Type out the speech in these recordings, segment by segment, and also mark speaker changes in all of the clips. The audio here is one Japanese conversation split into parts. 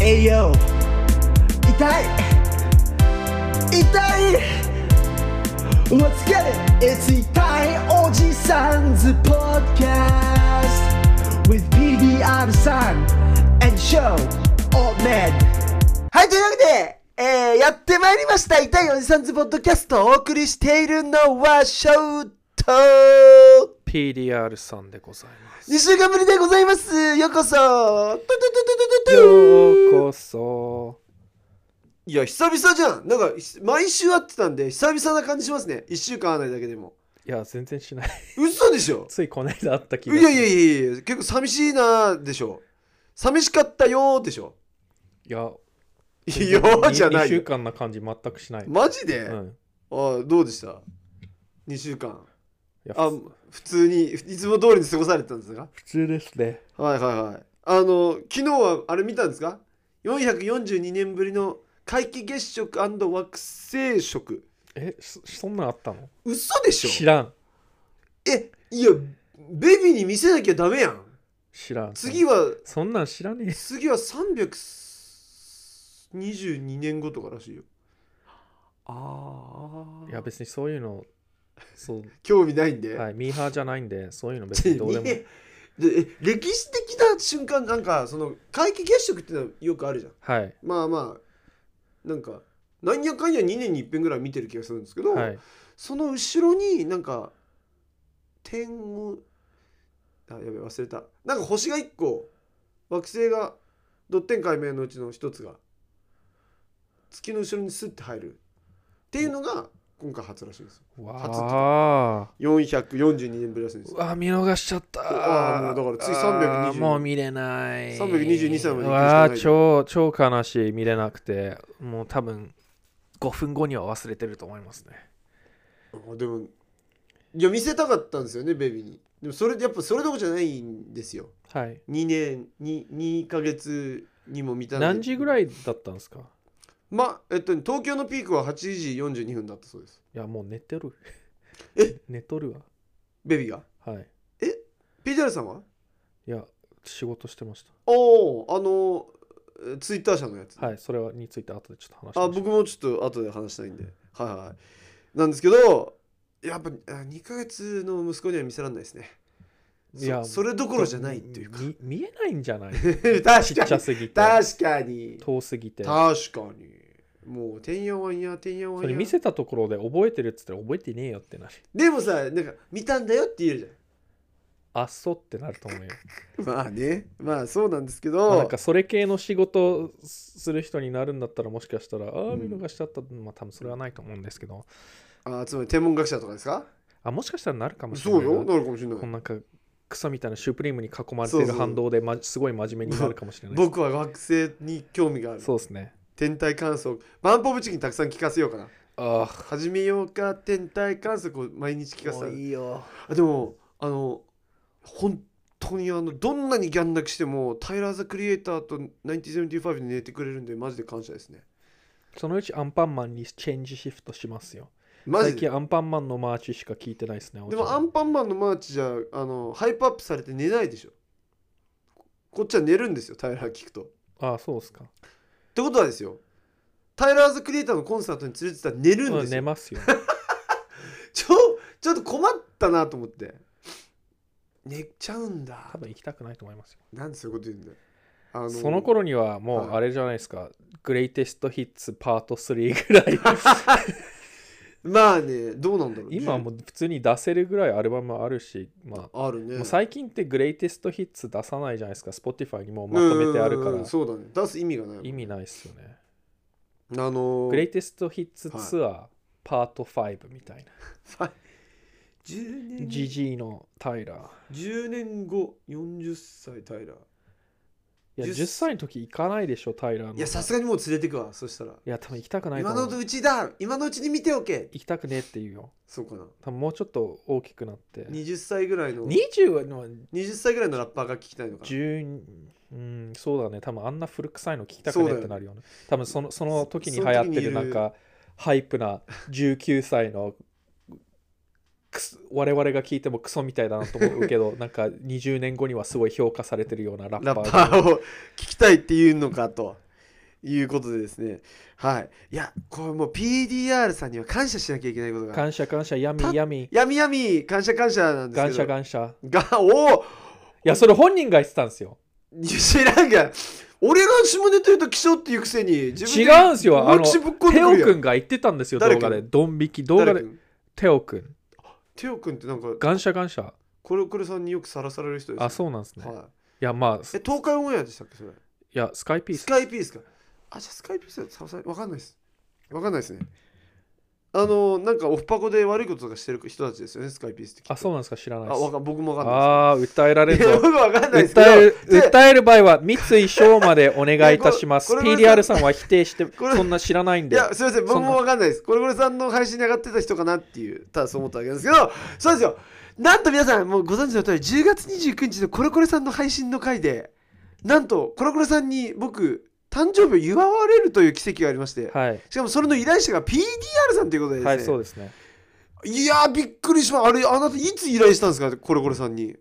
Speaker 1: 栄養痛い痛い Let's get it! It's 痛いおじさんズ podcast with BBR さん and show all men はい、というわけで、えー、やってまいりました痛いおじさんズポッドキャストをお送りしているのはショウト
Speaker 2: PDR さんでございます。
Speaker 1: 2週間ぶりでございますようこそトゥトゥトゥトゥトゥ
Speaker 2: よ
Speaker 1: トゥ
Speaker 2: うこそ。
Speaker 1: いや久々じゃんなんかひ毎週会ってたんで久々な感じしますね1週間会わないだけでも
Speaker 2: いや、全然しない。
Speaker 1: 嘘でしょ
Speaker 2: ついこの間あった気
Speaker 1: い
Speaker 2: が
Speaker 1: や
Speaker 2: す
Speaker 1: い
Speaker 2: る
Speaker 1: やいやいや結構寂しいなでしょ寂しかったよーでしょ
Speaker 2: いや。
Speaker 1: いやーじゃな
Speaker 2: 2週
Speaker 1: い
Speaker 2: 間な感じ全くしない。
Speaker 1: マジで、
Speaker 2: う
Speaker 1: あ
Speaker 2: ん。
Speaker 1: あどうでした2週間
Speaker 2: いや
Speaker 1: あ
Speaker 2: ふ
Speaker 1: 普通にいつも通りに過ごされてたんですか
Speaker 2: 普通ですね。
Speaker 1: はいはいはい。あの昨日はあれ見たんですか？442年ぶりの皆既月食惑星食。
Speaker 2: え、そそんなんあったの
Speaker 1: 嘘でし
Speaker 2: 知
Speaker 1: ょ？
Speaker 2: らん。
Speaker 1: え、いやベビーに見せなきゃダメやん。
Speaker 2: 知らん。
Speaker 1: 次は
Speaker 2: そんなん知らねえ。
Speaker 1: 次は322年後とからしいよ。ああ。
Speaker 2: いや、別にそういうの、そう、
Speaker 1: 興味ないんで。
Speaker 2: はい、ミーハーじゃないんで、そういうの別にどうでも。
Speaker 1: ねでえ歴史的な瞬間なんかその皆既月食ってのはよくあるじゃん。
Speaker 2: はい。
Speaker 1: まあまあなんかなんやかんや2年に一遍ぐらい見てる気がするんですけど、
Speaker 2: はい。
Speaker 1: その後ろになんか点をあやべ忘れたなんか星が1個惑星がドッテン解明のうちの一つが月の後ろにスッて入るっていうのが今回初らしいです
Speaker 2: わあ。
Speaker 1: 442年ぶりらしいんで
Speaker 2: う
Speaker 1: すよ
Speaker 2: わあ見逃しちゃった
Speaker 1: ああもうだから次322
Speaker 2: ああもう見れない
Speaker 1: 322歳まで行くしかないじゃ
Speaker 2: う
Speaker 1: ん
Speaker 2: わあ超超悲しい見れなくてもう多分5分後には忘れてると思いますね
Speaker 1: あでもいや見せたかったんですよねベビーにでもそれやっぱそれどころじゃないんですよ
Speaker 2: はい
Speaker 1: 2年に2ヶ月にも満たない
Speaker 2: 何時ぐらいだったんですか
Speaker 1: まえっと東京のピークは8時42分だったそうです
Speaker 2: いやもう寝てる
Speaker 1: え
Speaker 2: 寝とるわ
Speaker 1: ベビーが
Speaker 2: はい
Speaker 1: ピジャルさんはい
Speaker 2: や仕事してまし
Speaker 1: おおあのえツイッター社のやつ、
Speaker 2: たはいそれはについて後でちょっと話しましょう
Speaker 1: あ僕もちょっと後で話したいんではいはいなんですけどやっぱあ2ヶ月の息子には見せられないですね
Speaker 2: いや
Speaker 1: そそれどころじゃないっていうか
Speaker 2: み見えないんじゃ ない
Speaker 1: 確
Speaker 2: ち
Speaker 1: か
Speaker 2: っちゃ
Speaker 1: に
Speaker 2: すぎて
Speaker 1: 確かに
Speaker 2: 遠すぎて
Speaker 1: 確かにもうてんやわんやてんやわん
Speaker 2: それ
Speaker 1: や
Speaker 2: 見せたところで覚えてるっつったら覚えてねえよってなる
Speaker 1: でもさなんか見たんだよって言える
Speaker 2: あっそうってなると思うよ
Speaker 1: じゃんまあねまあそうなんですけ
Speaker 2: まあ
Speaker 1: ど
Speaker 2: なんかそれ系の仕事をする人になるんだったらもしかしたらあ
Speaker 1: う
Speaker 2: あ
Speaker 1: ん
Speaker 2: 見逃しちゃった、まあ多分それはないと思うんですけど
Speaker 1: あつまり天文学者とかですか
Speaker 2: あもしかしたらなるかもしれな
Speaker 1: そう
Speaker 2: い
Speaker 1: よ
Speaker 2: な
Speaker 1: なるかもしれな
Speaker 2: こん
Speaker 1: い
Speaker 2: なんか草みたいなシュプリームに囲まれてる
Speaker 1: そうそう
Speaker 2: 反動で、ま、すごい真面目になるかもしれないです
Speaker 1: 僕は惑星に興味がある
Speaker 2: そうですね
Speaker 1: 天体観測バンポブチキンたくさん聞かせようかな
Speaker 2: ああ
Speaker 1: 始めようか天体観測を毎日聞かせたら
Speaker 2: いよ
Speaker 1: あでもあの本当にあのどんなにギャン泣きしてもタイラー・ザ・クリエイターと1975で寝てくれるんでマジで感謝ですね
Speaker 2: そのうちアンパンマンにチェンジシフトしますよ
Speaker 1: マジ
Speaker 2: 最
Speaker 1: で
Speaker 2: 近アンパンマンのマーチしか聞いてないですね
Speaker 1: でもアンパンマンのマーチじゃあのハイプアップされて寝ないでしょこっちは寝るんですよタイラー聞くとっ
Speaker 2: ああそうですか
Speaker 1: てことはですよタイラー・ザ・クリエイターのコンサートに連れてったら寝るん
Speaker 2: う
Speaker 1: で
Speaker 2: ん
Speaker 1: す
Speaker 2: 寝
Speaker 1: よ
Speaker 2: ますよ
Speaker 1: ちょちょっと困ったなと思って寝ちゃうんだ
Speaker 2: 多分行きたくないと思いますよ
Speaker 1: なんでそういうこと言うんだよあの
Speaker 2: その頃にはもう
Speaker 1: はい
Speaker 2: あれじゃないですか、グレイテストヒッツパート3ぐらい
Speaker 1: まあねどうなんだろう
Speaker 2: 今はもう普通に出せるぐらいアルバムあるし、ま
Speaker 1: ある
Speaker 2: あ、
Speaker 1: ね
Speaker 2: もう最近ってグレイテストヒッツ出さないじゃないですか Spotify にもうまとめてあるか
Speaker 1: うんうんう
Speaker 2: ら
Speaker 1: んそうだね出す意味がないもん
Speaker 2: 意味ないっすよね
Speaker 1: あの
Speaker 2: グレイテストヒッツツアーパート5みたいな、
Speaker 1: 10年
Speaker 2: ジジイのタイラー
Speaker 1: 10年後40歳タイラー
Speaker 2: いや
Speaker 1: 10
Speaker 2: 10歳の時行かないでしょタイラーの
Speaker 1: いやさすがにもう連れてくわそしたら
Speaker 2: いや多分行きたくないと
Speaker 1: 今
Speaker 2: 思
Speaker 1: の
Speaker 2: う
Speaker 1: うちだ今のうちに見ておけ
Speaker 2: 行きたくねえって言うよ
Speaker 1: そうかな
Speaker 2: 多分もうちょっと大きくなって
Speaker 1: 20歳ぐらいの
Speaker 2: 20はでも
Speaker 1: 20歳ぐらいのラッパーが聞きたいのかな
Speaker 2: 10うんそうだね多分あんな古臭いの聞きたくねえってなるよね多分そのその時に流行ってる
Speaker 1: その時にいる
Speaker 2: なんかハイプな19歳のくす我々が聞いてもクソみたいだなと思う けどなんか20年後にはすごい評価されてるようなラッパ
Speaker 1: ラ
Speaker 2: ーが
Speaker 1: ッパーを聞きたいっていうのかということでですねはいいやこれもう PDR さんには感謝しなきゃいけないことが
Speaker 2: 感謝感謝、やみ
Speaker 1: た
Speaker 2: やみ、
Speaker 1: やみやみ感謝感謝なんですけ
Speaker 2: 感
Speaker 1: ど
Speaker 2: 謝感謝。
Speaker 1: がおお
Speaker 2: いや、それ本人が言ってたんですよ。
Speaker 1: 知らんが俺が下ネタ言うと気象っていうくせに自
Speaker 2: 違
Speaker 1: で
Speaker 2: うんすよ。あの、
Speaker 1: 口ぶっこんで
Speaker 2: テ
Speaker 1: く
Speaker 2: オ
Speaker 1: るや
Speaker 2: く
Speaker 1: ん
Speaker 2: んが言ってたんですよ、
Speaker 1: 誰
Speaker 2: 動
Speaker 1: く
Speaker 2: 画
Speaker 1: ん
Speaker 2: で。ドン引き、動画
Speaker 1: 誰
Speaker 2: で。
Speaker 1: 君
Speaker 2: テオくん。
Speaker 1: テオ君ってなんか
Speaker 2: 感謝感謝。
Speaker 1: コロコロさんによくさらされる人です
Speaker 2: あ、そうなんですね。
Speaker 1: はい
Speaker 2: や、まあ、す
Speaker 1: え
Speaker 2: い
Speaker 1: 東海オンエアでしたっけそれ
Speaker 2: や、スカイピー
Speaker 1: ス
Speaker 2: ス。
Speaker 1: カイピースかあじゃあスカイピースはささわかんないですわかんないですねあのなんかオフパコで悪いこととかしてる人たちですよねスカイピースってきっと
Speaker 2: あ、そうなんですか、知らないで
Speaker 1: あわ
Speaker 2: す。
Speaker 1: かん僕もわかんな
Speaker 2: ああー、訴えら
Speaker 1: い
Speaker 2: れ
Speaker 1: です
Speaker 2: る
Speaker 1: いや
Speaker 2: ぞ。
Speaker 1: 僕わかんないですけど
Speaker 2: 訴える
Speaker 1: で
Speaker 2: 訴える場合は三井翔までお願いいたします。
Speaker 1: いやこれこれ
Speaker 2: PDR さんは否定して
Speaker 1: これ
Speaker 2: そんな知らないん
Speaker 1: い
Speaker 2: で。
Speaker 1: やすいません僕もわかんないですこれこれさんの配信に上がってた人かなっていうただそう思ったわけなんですけどそうですよなんと皆さんもうご存知の通り10月29日のコロコロさんの配信の回でなんとコロコロさんに僕誕生日を祝われるという奇跡がありまして、
Speaker 2: はい、
Speaker 1: しかもそれの依頼者が PDR さんということでですね、
Speaker 2: はい、そうですね。
Speaker 1: いやーびっくりしましたあれあなたいつ依頼したんですかコロコロさんに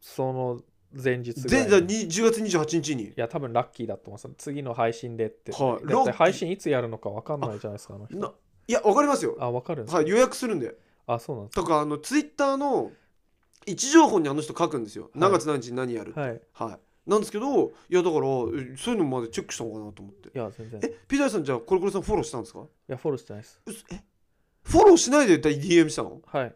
Speaker 2: その前日ぐら
Speaker 1: 前
Speaker 2: い
Speaker 1: 座
Speaker 2: にい
Speaker 1: に10月28日に
Speaker 2: や、多分ラッキーだと思います。次の配信でって。
Speaker 1: はい
Speaker 2: だっ
Speaker 1: ラッ
Speaker 2: て
Speaker 1: キー
Speaker 2: 配信いつやるのか分かんないじゃないですか、あの人
Speaker 1: ないやわかりますよ
Speaker 2: あ、分かるんですか、
Speaker 1: はい予約するんで
Speaker 2: あ、そうなんです
Speaker 1: とかあのツイッターの位置情報にあの人書くんですよ、何月何日に何やるって
Speaker 2: か。はい。い
Speaker 1: はい、なんですけどいやだからえそういうのまでチェックしたのかなと思って
Speaker 2: や、全然。い
Speaker 1: えピザ屋さんじゃあコロコロさんフォローしたんですかう
Speaker 2: や、フォローしてないです。
Speaker 1: すえフォローしないで DM したの
Speaker 2: はい。い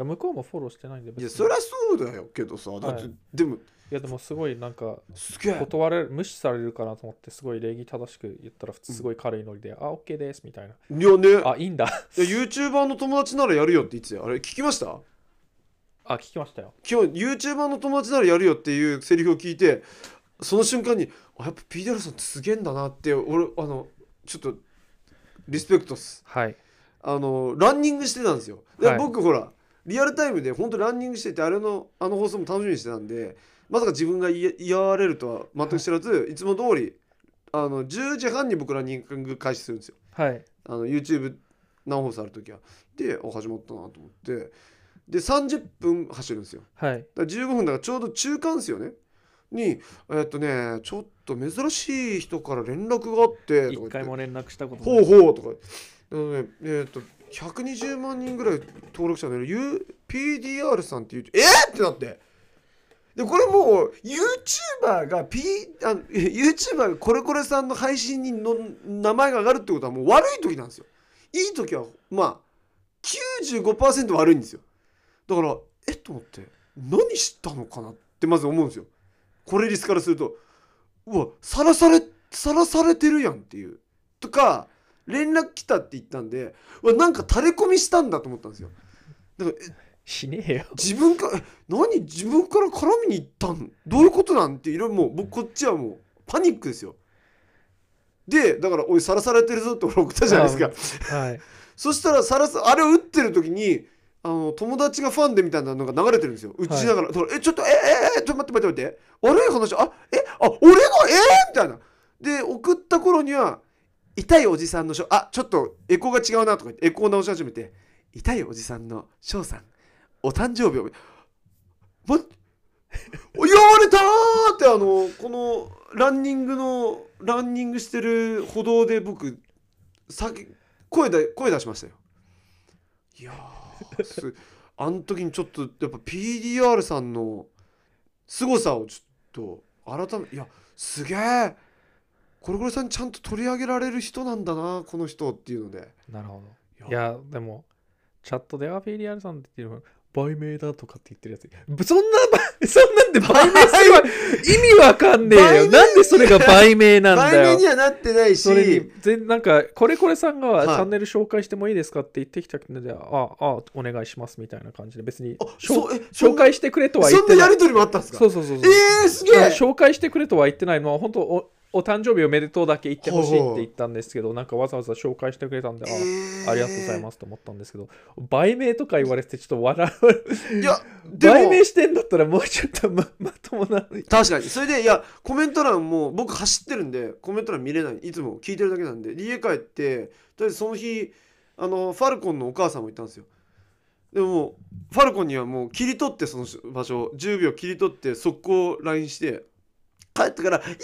Speaker 2: や、向こうもフォローしてないんで。別に
Speaker 1: いやそりゃそうだよけどさだって、
Speaker 2: はい
Speaker 1: でも
Speaker 2: いやでもすごいなんか
Speaker 1: すげえ
Speaker 2: 断れる無視されるかなと思ってすごい礼儀正しく言ったら普通すごい軽いノリで、あ、OK ですみたいな。
Speaker 1: いやねいや
Speaker 2: あ、いいんだ。
Speaker 1: YouTuber の友達ならやるよって言ってたよあれ聞きました
Speaker 2: あ、聞きましたよ。
Speaker 1: 今日 YouTuber の友達ならやるよっていうセリフを聞いてその瞬間にあやっぱ PDR さんってすげえんだなって俺あのちょっとリスペクトっす
Speaker 2: はい。
Speaker 1: あのランニングしてたんですよで、
Speaker 2: はい
Speaker 1: 僕ほらリアルタイムで本当ランニングしててあれのあの放送も楽しみにしてたんでまさか自分がい居われるとは全く知らず、い、つも通りあの10時半に僕ランニング開始するんですよ
Speaker 2: はい。
Speaker 1: あの YouTube 何放送ある時はであ始まったなと思ってで30分走るんですよ
Speaker 2: はい。
Speaker 1: だから15分だからちょうど中間ですよねにえっとねちょっと珍しい人から連絡があってと
Speaker 2: 一
Speaker 1: か言
Speaker 2: 回
Speaker 1: って
Speaker 2: も連絡したこと
Speaker 1: ほうほうとかあのねえっと120万人ぐらい登録者のいる U- PDR さんっていうえー、ってなってでこれもう YouTuber が P あの YouTuber がコレコレさんの配信にの名前が上がるってことはもう悪い時なんですよいい時はまあ95%悪いんですよだからえっと思って何したのかなってまず思うんですよこれリスからするとうわさらされさらされてるやんっていうとか連絡来たって言ったんでうわなんか垂れ込みしたんだと思ったんですよだからえ
Speaker 2: しねえよ。
Speaker 1: 自分からえ何自分から絡みに行ったんどういうことなんていろいろもう僕こっちはもうパニックですよでだから「おいさらされてるぞ」って俺送ったじゃないですか
Speaker 2: はい。
Speaker 1: そしたらサラスあれを打ってる時にあの友達がファンでみたいなのが流れてるんですよ打ちながら、だからえちょっとえええちょっと待って待って待って悪い話あえあ俺がええみたいなで送った頃には痛いおじさんのショあちょっとエコーが違うなとか言ってエコーを直し始めて痛いおじさんの翔さんお誕生日おめま言われたーってあのこのランニングのランニングしてる歩道で僕叫声で声出しましたよいやーす あの時にちょっとやっぱ PDR さんの凄さをちょっと改めいやすげえコロコロさんにちゃんと取り上げられる人なんだなこの人っていうので
Speaker 2: なるほど。い
Speaker 1: いや
Speaker 2: や、でも、チャットでアフィリアルさんって言ってる売名だとかって言ってるやつぶ。そんな、そんなんで売名する わ意味わかんねえ
Speaker 1: 売
Speaker 2: よ。
Speaker 1: 名
Speaker 2: なんでそれが売名なん
Speaker 1: 売
Speaker 2: だ
Speaker 1: 名
Speaker 2: よ
Speaker 1: に。はなってないし
Speaker 2: それに、全なんか、これこれさんが
Speaker 1: はい
Speaker 2: チャンネル紹介してもいいですかって言ってきたので、ああ、お願いしますみたいな感じで、別に
Speaker 1: あ
Speaker 2: 紹
Speaker 1: そうえそん
Speaker 2: 紹
Speaker 1: な
Speaker 2: 介してくれとは言っ
Speaker 1: そん
Speaker 2: て
Speaker 1: な
Speaker 2: な
Speaker 1: や
Speaker 2: い。
Speaker 1: り取りもあったんですか
Speaker 2: そうそうそうそう。
Speaker 1: えー、すげえ
Speaker 2: 紹介してくれとは言ってないのは本当おお誕生日おめでとうだけ言ってほしい
Speaker 1: ほう
Speaker 2: っ
Speaker 1: ほう
Speaker 2: て言ったんですけどなんかわざわざ紹介してくれたんであ,、ありがとうございますすと思ったんですけど売名とか言われてちょっと笑う
Speaker 1: いやでも
Speaker 2: 売名してんだったらもうちょっとままともな
Speaker 1: 確かにそれでいやコメント欄も僕走ってるんでコメント欄見れないいつも聞いてるだけなんで家帰ってとりあえずその日あのファルコンのお母さんもいたんですよでももうファルコンにはもう切り取ってその場所を10秒切り取って速攻 LINE して帰ってから「やったー!」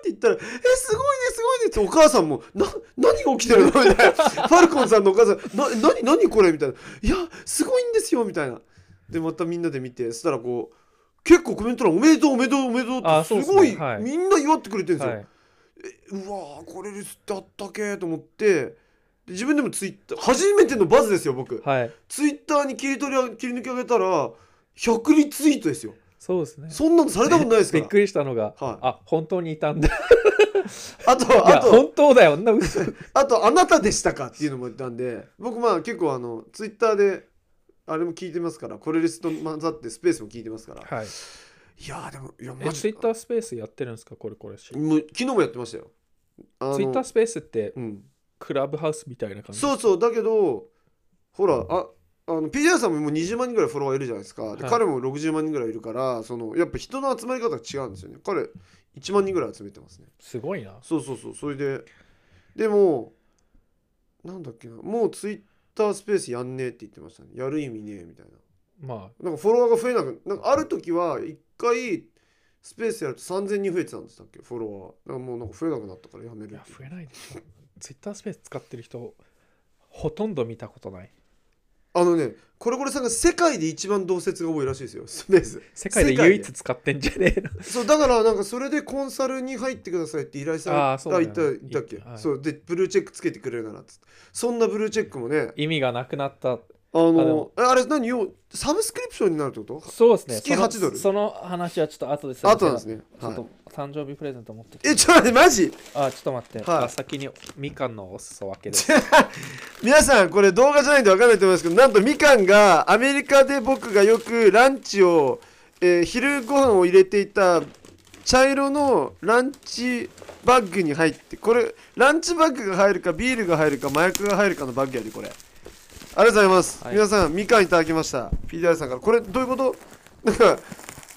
Speaker 1: ってって言ったら「えすごいねすごいね」ってお母さんも「な何が起きてるの?」みたいなファルコンさんのお母さん「な何何これ?」みたいな「いやすごいんですよ」みたいなでまたみんなで見てそしたらこう結構コメント欄「おめでとうおめでとうおめでとう」っ
Speaker 2: あ
Speaker 1: て
Speaker 2: そうっ
Speaker 1: す
Speaker 2: す
Speaker 1: ご
Speaker 2: ね
Speaker 1: い
Speaker 2: はい
Speaker 1: みんな祝ってくれてるんですよ、
Speaker 2: はいう
Speaker 1: わーこれで釣ってあったけーと思ってで自分でもツイッター初めてのバズですよ僕
Speaker 2: はい
Speaker 1: ツイッターに切り取りあ切り抜き上げたら100リツイートですよ
Speaker 2: そうですね
Speaker 1: そんなのされたことないです か
Speaker 2: び
Speaker 1: ら
Speaker 2: っくりしたのが
Speaker 1: はい
Speaker 2: あ本当にいたんだい
Speaker 1: あとあ
Speaker 2: や
Speaker 1: と
Speaker 2: 本当だよあんな嘘
Speaker 1: あとあなたでしたかっていうのも言ったんで僕まあ結構あのツイッターであれも聞いてますからコレリスと混ざってスペースも聞いてますから
Speaker 2: はい
Speaker 1: いやーでもいや
Speaker 2: え
Speaker 1: マジ
Speaker 2: ツイッタースペースやってるんですかこれこれツイ
Speaker 1: もう昨日もやってましたよあの
Speaker 2: ッタースペースって
Speaker 1: うん
Speaker 2: クラブハウスみたいな感じ
Speaker 1: そうそうだけどほらああの PJ さんももう20万人ぐらいフォロワーいるじゃないですか、で
Speaker 2: はい
Speaker 1: 彼も60万人ぐらいいるからそのやっぱ人の集まり方が違うんですよね彼1万人ぐらい集めてますね
Speaker 2: すごいな
Speaker 1: そうそうそうそれででもなんだっけなもうツイッタースペースやんねえって言ってましたねやる意味ねえみたいな
Speaker 2: ま
Speaker 1: なんかフォロワーが増えなくなんかある時は1回スペースやると3000人増えてたんでしたっけフォロワーだからもうなんか増えなくなったからやめ
Speaker 2: あい
Speaker 1: る
Speaker 2: や
Speaker 1: っていう
Speaker 2: 増えないでしょツイッタースペース使ってる人ほとんど見たことない
Speaker 1: あのねこれこれさんが世界で一番同説が多いらしいですよ スペース
Speaker 2: 世界で
Speaker 1: 世界で
Speaker 2: 唯一使ってんじゃねえの
Speaker 1: そうだからなんかそれでコンサルに入ってくださいって依頼され
Speaker 2: あーそうだよね
Speaker 1: あいたいたっけ、
Speaker 2: はい
Speaker 1: そうでブルーチェックつけてくれるならっつってそんなブルーチェックもね
Speaker 2: 意味がなくなった
Speaker 1: あ
Speaker 2: あで
Speaker 1: の
Speaker 2: も
Speaker 1: えあれ何よサブスクリプションになるってこと
Speaker 2: そうですね
Speaker 1: 月
Speaker 2: その
Speaker 1: 8ドル
Speaker 2: その話はちょっと後です
Speaker 1: あとなんですね、
Speaker 2: ちょっ
Speaker 1: はい
Speaker 2: と、誕生日プレゼント持ってきて、
Speaker 1: えちょっと待ってマジ
Speaker 2: あちょっと待って、
Speaker 1: はい
Speaker 2: あ先にみかんのお裾分けで
Speaker 1: 皆さんこれ動画じゃないんで分かんないと思いますけどなんとみかんがアメリカで僕がよくランチを、えー昼ご飯を入れていた茶色のランチバッグに入ってこれランチバッグが入るかビールが入るか麻薬が入るかのバッグやでこれありがとうございます、
Speaker 2: はい
Speaker 1: 皆さんみかんいただきました PDR さんからこれどういうことなんか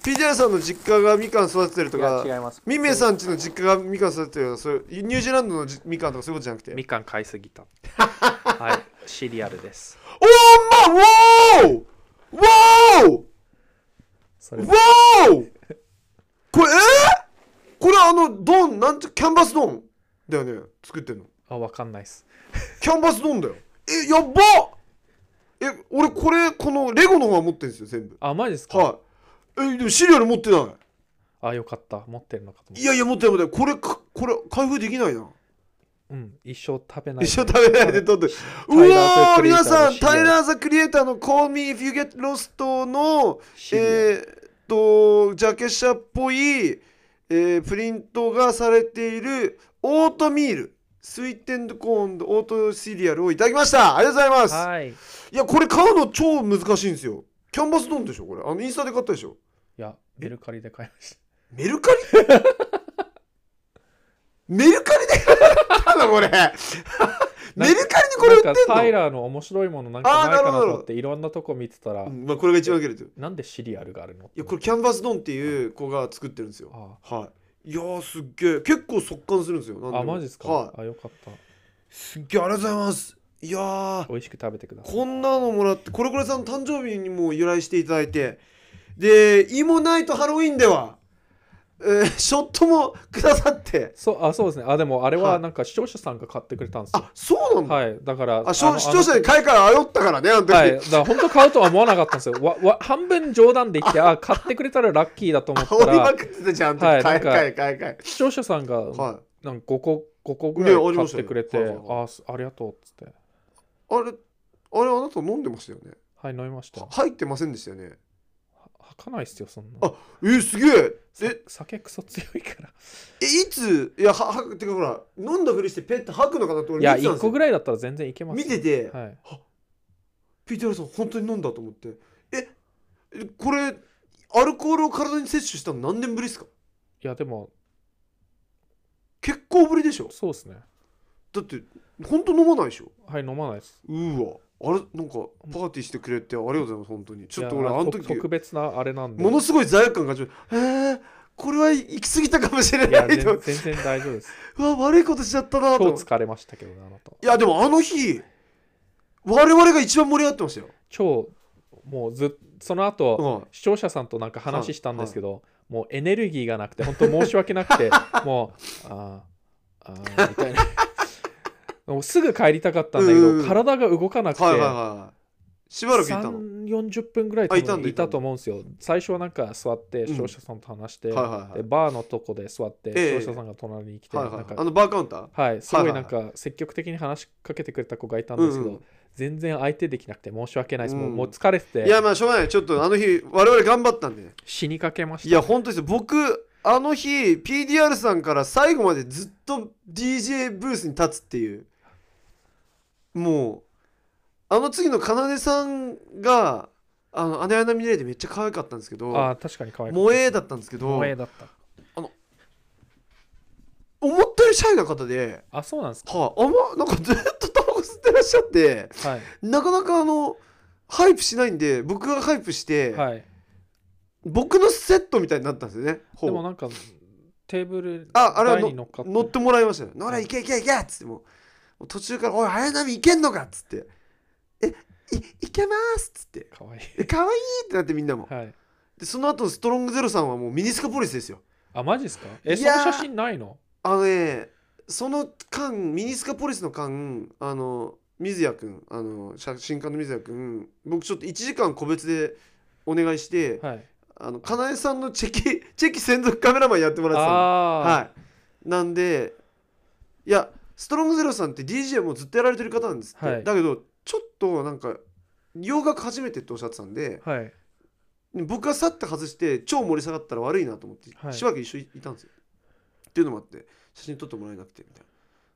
Speaker 1: PDR さんの実家がみかん育ててると
Speaker 2: いや
Speaker 1: か
Speaker 2: 違います
Speaker 1: みめさんちの実家がみかん育ててるとかそういうニュージーランドのじみかんとかそういうことじゃなくて
Speaker 2: みかん買いすぎ たはいシリアルです
Speaker 1: おーまあ、わーわ
Speaker 2: そ
Speaker 1: ー
Speaker 2: れ
Speaker 1: わーこれ、えー、これあの、ドン、なんて、キャンバスドンだよね、作ってんの。
Speaker 2: あわかんないっす
Speaker 1: キャンバスドンだよ。え、やっばえ、俺これ、このレゴの方は持ってるんですよ、全部。
Speaker 2: あマジですか、
Speaker 1: はい。え、でもシリアル持ってな
Speaker 2: あよかった持ってるのかと思
Speaker 1: い。
Speaker 2: っ
Speaker 1: いやいや、持ってない、持ってない。これか、これ、開封できないな。
Speaker 2: たうん一生食べない
Speaker 1: 一緒食べないで撮って。う
Speaker 2: タイラ
Speaker 1: わ
Speaker 2: ーザ
Speaker 1: ー、
Speaker 2: クリエイターの
Speaker 1: 皆さん、
Speaker 2: シリアル
Speaker 1: タイラー・ザ・クリエイターの Call Me If You Get Lost の、
Speaker 2: シリアル
Speaker 1: えーっとジャケ写っぽい、えープリントがされているオートミールスイートエンドコーンオートシリアルをいただきましたありがとうございま
Speaker 2: はいい
Speaker 1: すいやこれ買うの超難しいんですよキャンバスドンでしょこれあのインスタで買ったでしょ
Speaker 2: やメルカリで買いまし
Speaker 1: メル カリメルカリで買ったのこれメルカリで
Speaker 2: た
Speaker 1: これ売って
Speaker 2: なんかタイ
Speaker 1: んの
Speaker 2: ラーの面白いものなんか
Speaker 1: あー
Speaker 2: ないかな
Speaker 1: なるほど
Speaker 2: と思っていろんなとこ見てたら、
Speaker 1: うんまあ、これが一番受けるとい
Speaker 2: なんでシリアルがあるのい
Speaker 1: やこれキャンバスドンっていう子が作ってるんですよ
Speaker 2: あ
Speaker 1: はい。いやーすっげえ結構速乾するんですよ。なんも
Speaker 2: あマジですか、
Speaker 1: はい。
Speaker 2: あよかった
Speaker 1: すっげえありがとうございます。いやー
Speaker 2: 美味しく食べてください
Speaker 1: こんなのもらってこれこれさんの誕生日にも由来していただいてでイモナイトハロウィンでは、えーショットもくださって
Speaker 2: そうあそうですねあでもあれ
Speaker 1: は
Speaker 2: はいなんか視聴者さんが買ってくれたんですよ
Speaker 1: あそうなんだ。
Speaker 2: はい、だから、
Speaker 1: あし
Speaker 2: の
Speaker 1: ょ視聴者に買いからあよったからねあの
Speaker 2: あ
Speaker 1: 時。
Speaker 2: のはい、だから本当買うとは思わなかったんですよ。わわ半分冗談で言って、あ、買ってくれたらラッキーだと思っ
Speaker 1: 煽
Speaker 2: た
Speaker 1: りま
Speaker 2: ら、
Speaker 1: くってたじゃん、
Speaker 2: はい
Speaker 1: 買
Speaker 2: ないんか
Speaker 1: 買い買い買い
Speaker 2: 視聴者さんが
Speaker 1: はい
Speaker 2: なんか5個 ,5 個ぐ
Speaker 1: ね
Speaker 2: らい
Speaker 1: あり
Speaker 2: 買
Speaker 1: ま
Speaker 2: っ
Speaker 1: した
Speaker 2: て
Speaker 1: よ
Speaker 2: くれて、
Speaker 1: はいはいは
Speaker 2: あすありがとうっつって、
Speaker 1: あれあれあなた飲んでましたよね
Speaker 2: はい、飲みました
Speaker 1: は
Speaker 2: よ。
Speaker 1: 入ってませんでしたよね
Speaker 2: ははかないっすよ、そんな。
Speaker 1: あえー、すげえ
Speaker 2: さ
Speaker 1: え
Speaker 2: 酒クソ強いから。
Speaker 1: えいついやははてかほら飲んだふりしてペッて吐くのかなって俺
Speaker 2: いや、
Speaker 1: 見てた
Speaker 2: 1
Speaker 1: んですよ
Speaker 2: 個ぐらいだったら全然いけます
Speaker 1: 見
Speaker 2: よ。
Speaker 1: てて、
Speaker 2: はい、
Speaker 1: ピーターさん本当に飲んだと思ってええこれアルコールを体に摂取したの何年ぶりですか
Speaker 2: いや、でも、
Speaker 1: 結構ぶりでしょ
Speaker 2: そうですね。
Speaker 1: だって本当飲まないでしょ
Speaker 2: はい、飲まないです。
Speaker 1: うーわあれなんかパーティーしてくれてありがとうございます本当にちょっと
Speaker 2: い
Speaker 1: 俺
Speaker 2: や
Speaker 1: あの時
Speaker 2: と特別なあれなんで。
Speaker 1: ものすごい罪悪感がじえー、これは行き過ぎたかもしれ
Speaker 2: いや
Speaker 1: ない
Speaker 2: 全
Speaker 1: と
Speaker 2: 全然大丈夫 です。
Speaker 1: うわ悪いことしちゃったなと
Speaker 2: 超
Speaker 1: 思って
Speaker 2: 疲れましたけどね、あなた。
Speaker 1: いやでもあの日我々が一番盛り上がってましたよ、
Speaker 2: 超もうずっその後、
Speaker 1: うん
Speaker 2: 視聴者さんとなんか話したんですけど、もうエネルギーがなくて本当申し訳な くてもうあーあーみたいなもうすぐ帰りたかったんだけ
Speaker 1: うんう
Speaker 2: ど
Speaker 1: ん
Speaker 2: 体が動かなくて、
Speaker 1: はいはいはいしばらくいたのはい
Speaker 2: 3 40分ぐらい
Speaker 1: あいた
Speaker 2: 多
Speaker 1: んだ
Speaker 2: 分いたと思うんですよ最初はなんか座って
Speaker 1: うん
Speaker 2: 視聴者さんと話して、
Speaker 1: はいはい
Speaker 2: でバーのとこで座って
Speaker 1: ええ
Speaker 2: 視聴者さんが隣に来て、
Speaker 1: はい
Speaker 2: なん
Speaker 1: はい
Speaker 2: か
Speaker 1: あのバーカウンター
Speaker 2: はい、すご
Speaker 1: はい
Speaker 2: い
Speaker 1: は
Speaker 2: ないんか積極的に話しかけてくれた子がいたんですけど、
Speaker 1: うんうん
Speaker 2: 全然相手できなくて申し訳ないです、もう
Speaker 1: うん
Speaker 2: もう疲れて
Speaker 1: いや
Speaker 2: て
Speaker 1: まあしょうがないちょっとあの日我々頑張ったんで
Speaker 2: 死にかけました
Speaker 1: いや本当ですよ僕あの日 PDR さんから最後までずっと DJ ブースに立つっていうもうあの次の奏さんがあの姉穴見れでめっちゃ可愛かったんですけ
Speaker 2: あ
Speaker 1: ど
Speaker 2: ー確かに可愛い
Speaker 1: 萌えだったんですけど
Speaker 2: 萌えだった
Speaker 1: 思ったよりシャイな方で、
Speaker 2: あそうなんです
Speaker 1: はあ、あんまなんかずっとタバコ吸ってらっしゃって
Speaker 2: かはい
Speaker 1: なかなかあのハイプしないんで僕がハイプして、
Speaker 2: はい
Speaker 1: 僕のセットみたいになったんですよねほ
Speaker 2: で
Speaker 1: ぼ
Speaker 2: もなんかテーブル
Speaker 1: ああれは
Speaker 2: 台に乗っかって
Speaker 1: 乗ってもらいましたよ「野良行け行け行け!」っつってもうもう途中から「おい早波行けんのか!」っつって「えい行けます!」っつって
Speaker 2: 可愛い
Speaker 1: 「えかわいい!」ってなってみんなも
Speaker 2: はい
Speaker 1: でその後ストロングゼロさんはもうミニスカポリスですよ
Speaker 2: あマジですかえ
Speaker 1: い
Speaker 2: その
Speaker 1: やー
Speaker 2: 写真ないの
Speaker 1: あのねその間ミニスカポリスの間あの水谷君あの写真家の水谷君僕ちょっと1時間個別でお願いして
Speaker 2: はい
Speaker 1: あのかなえさんのチェキ チェキ専属カメラマンやってもらってたの
Speaker 2: あ
Speaker 1: はい、なんでいやストロングゼロさんって DJ もずっとやられてる方なんですって、
Speaker 2: はい
Speaker 1: だけどちょっとなんか洋楽初めてっておっしゃってたんで
Speaker 2: あはい、はい、
Speaker 1: 僕がさって外して超盛り下がったら悪いなと思って、
Speaker 2: はい
Speaker 1: しばらく一緒にいたんですよっていうのもあって写真撮ってもらえなくてみたい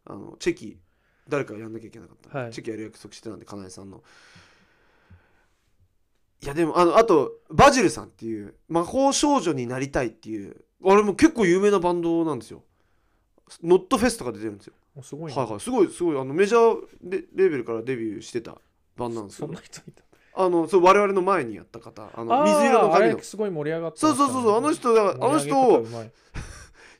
Speaker 1: なあのチェキ誰かがやんなきゃいけなかったんで、
Speaker 2: はい
Speaker 1: チェキやる約束してたんでかなえさんのいやでもあのあとバジルさんっていう魔法少女になりたいっていうあれも結構有名なバンドなんですよノットフェスとか出てるんですよ
Speaker 2: もうすごいな、
Speaker 1: はいはいすごいすごいあのメジャーレレーベルからデビューしてたバンドなんです
Speaker 2: そ
Speaker 1: け
Speaker 2: ん
Speaker 1: ど
Speaker 2: な人いた
Speaker 1: あのそう我々の前にやった方あの
Speaker 2: あー
Speaker 1: 水色の
Speaker 2: あ
Speaker 1: 髪の
Speaker 2: れすごい盛り上がって
Speaker 1: そ
Speaker 2: ま
Speaker 1: う
Speaker 2: した
Speaker 1: そう
Speaker 2: ね
Speaker 1: そうそうあの人だあの
Speaker 2: 盛り上げ
Speaker 1: 人
Speaker 2: 方
Speaker 1: を
Speaker 2: うまい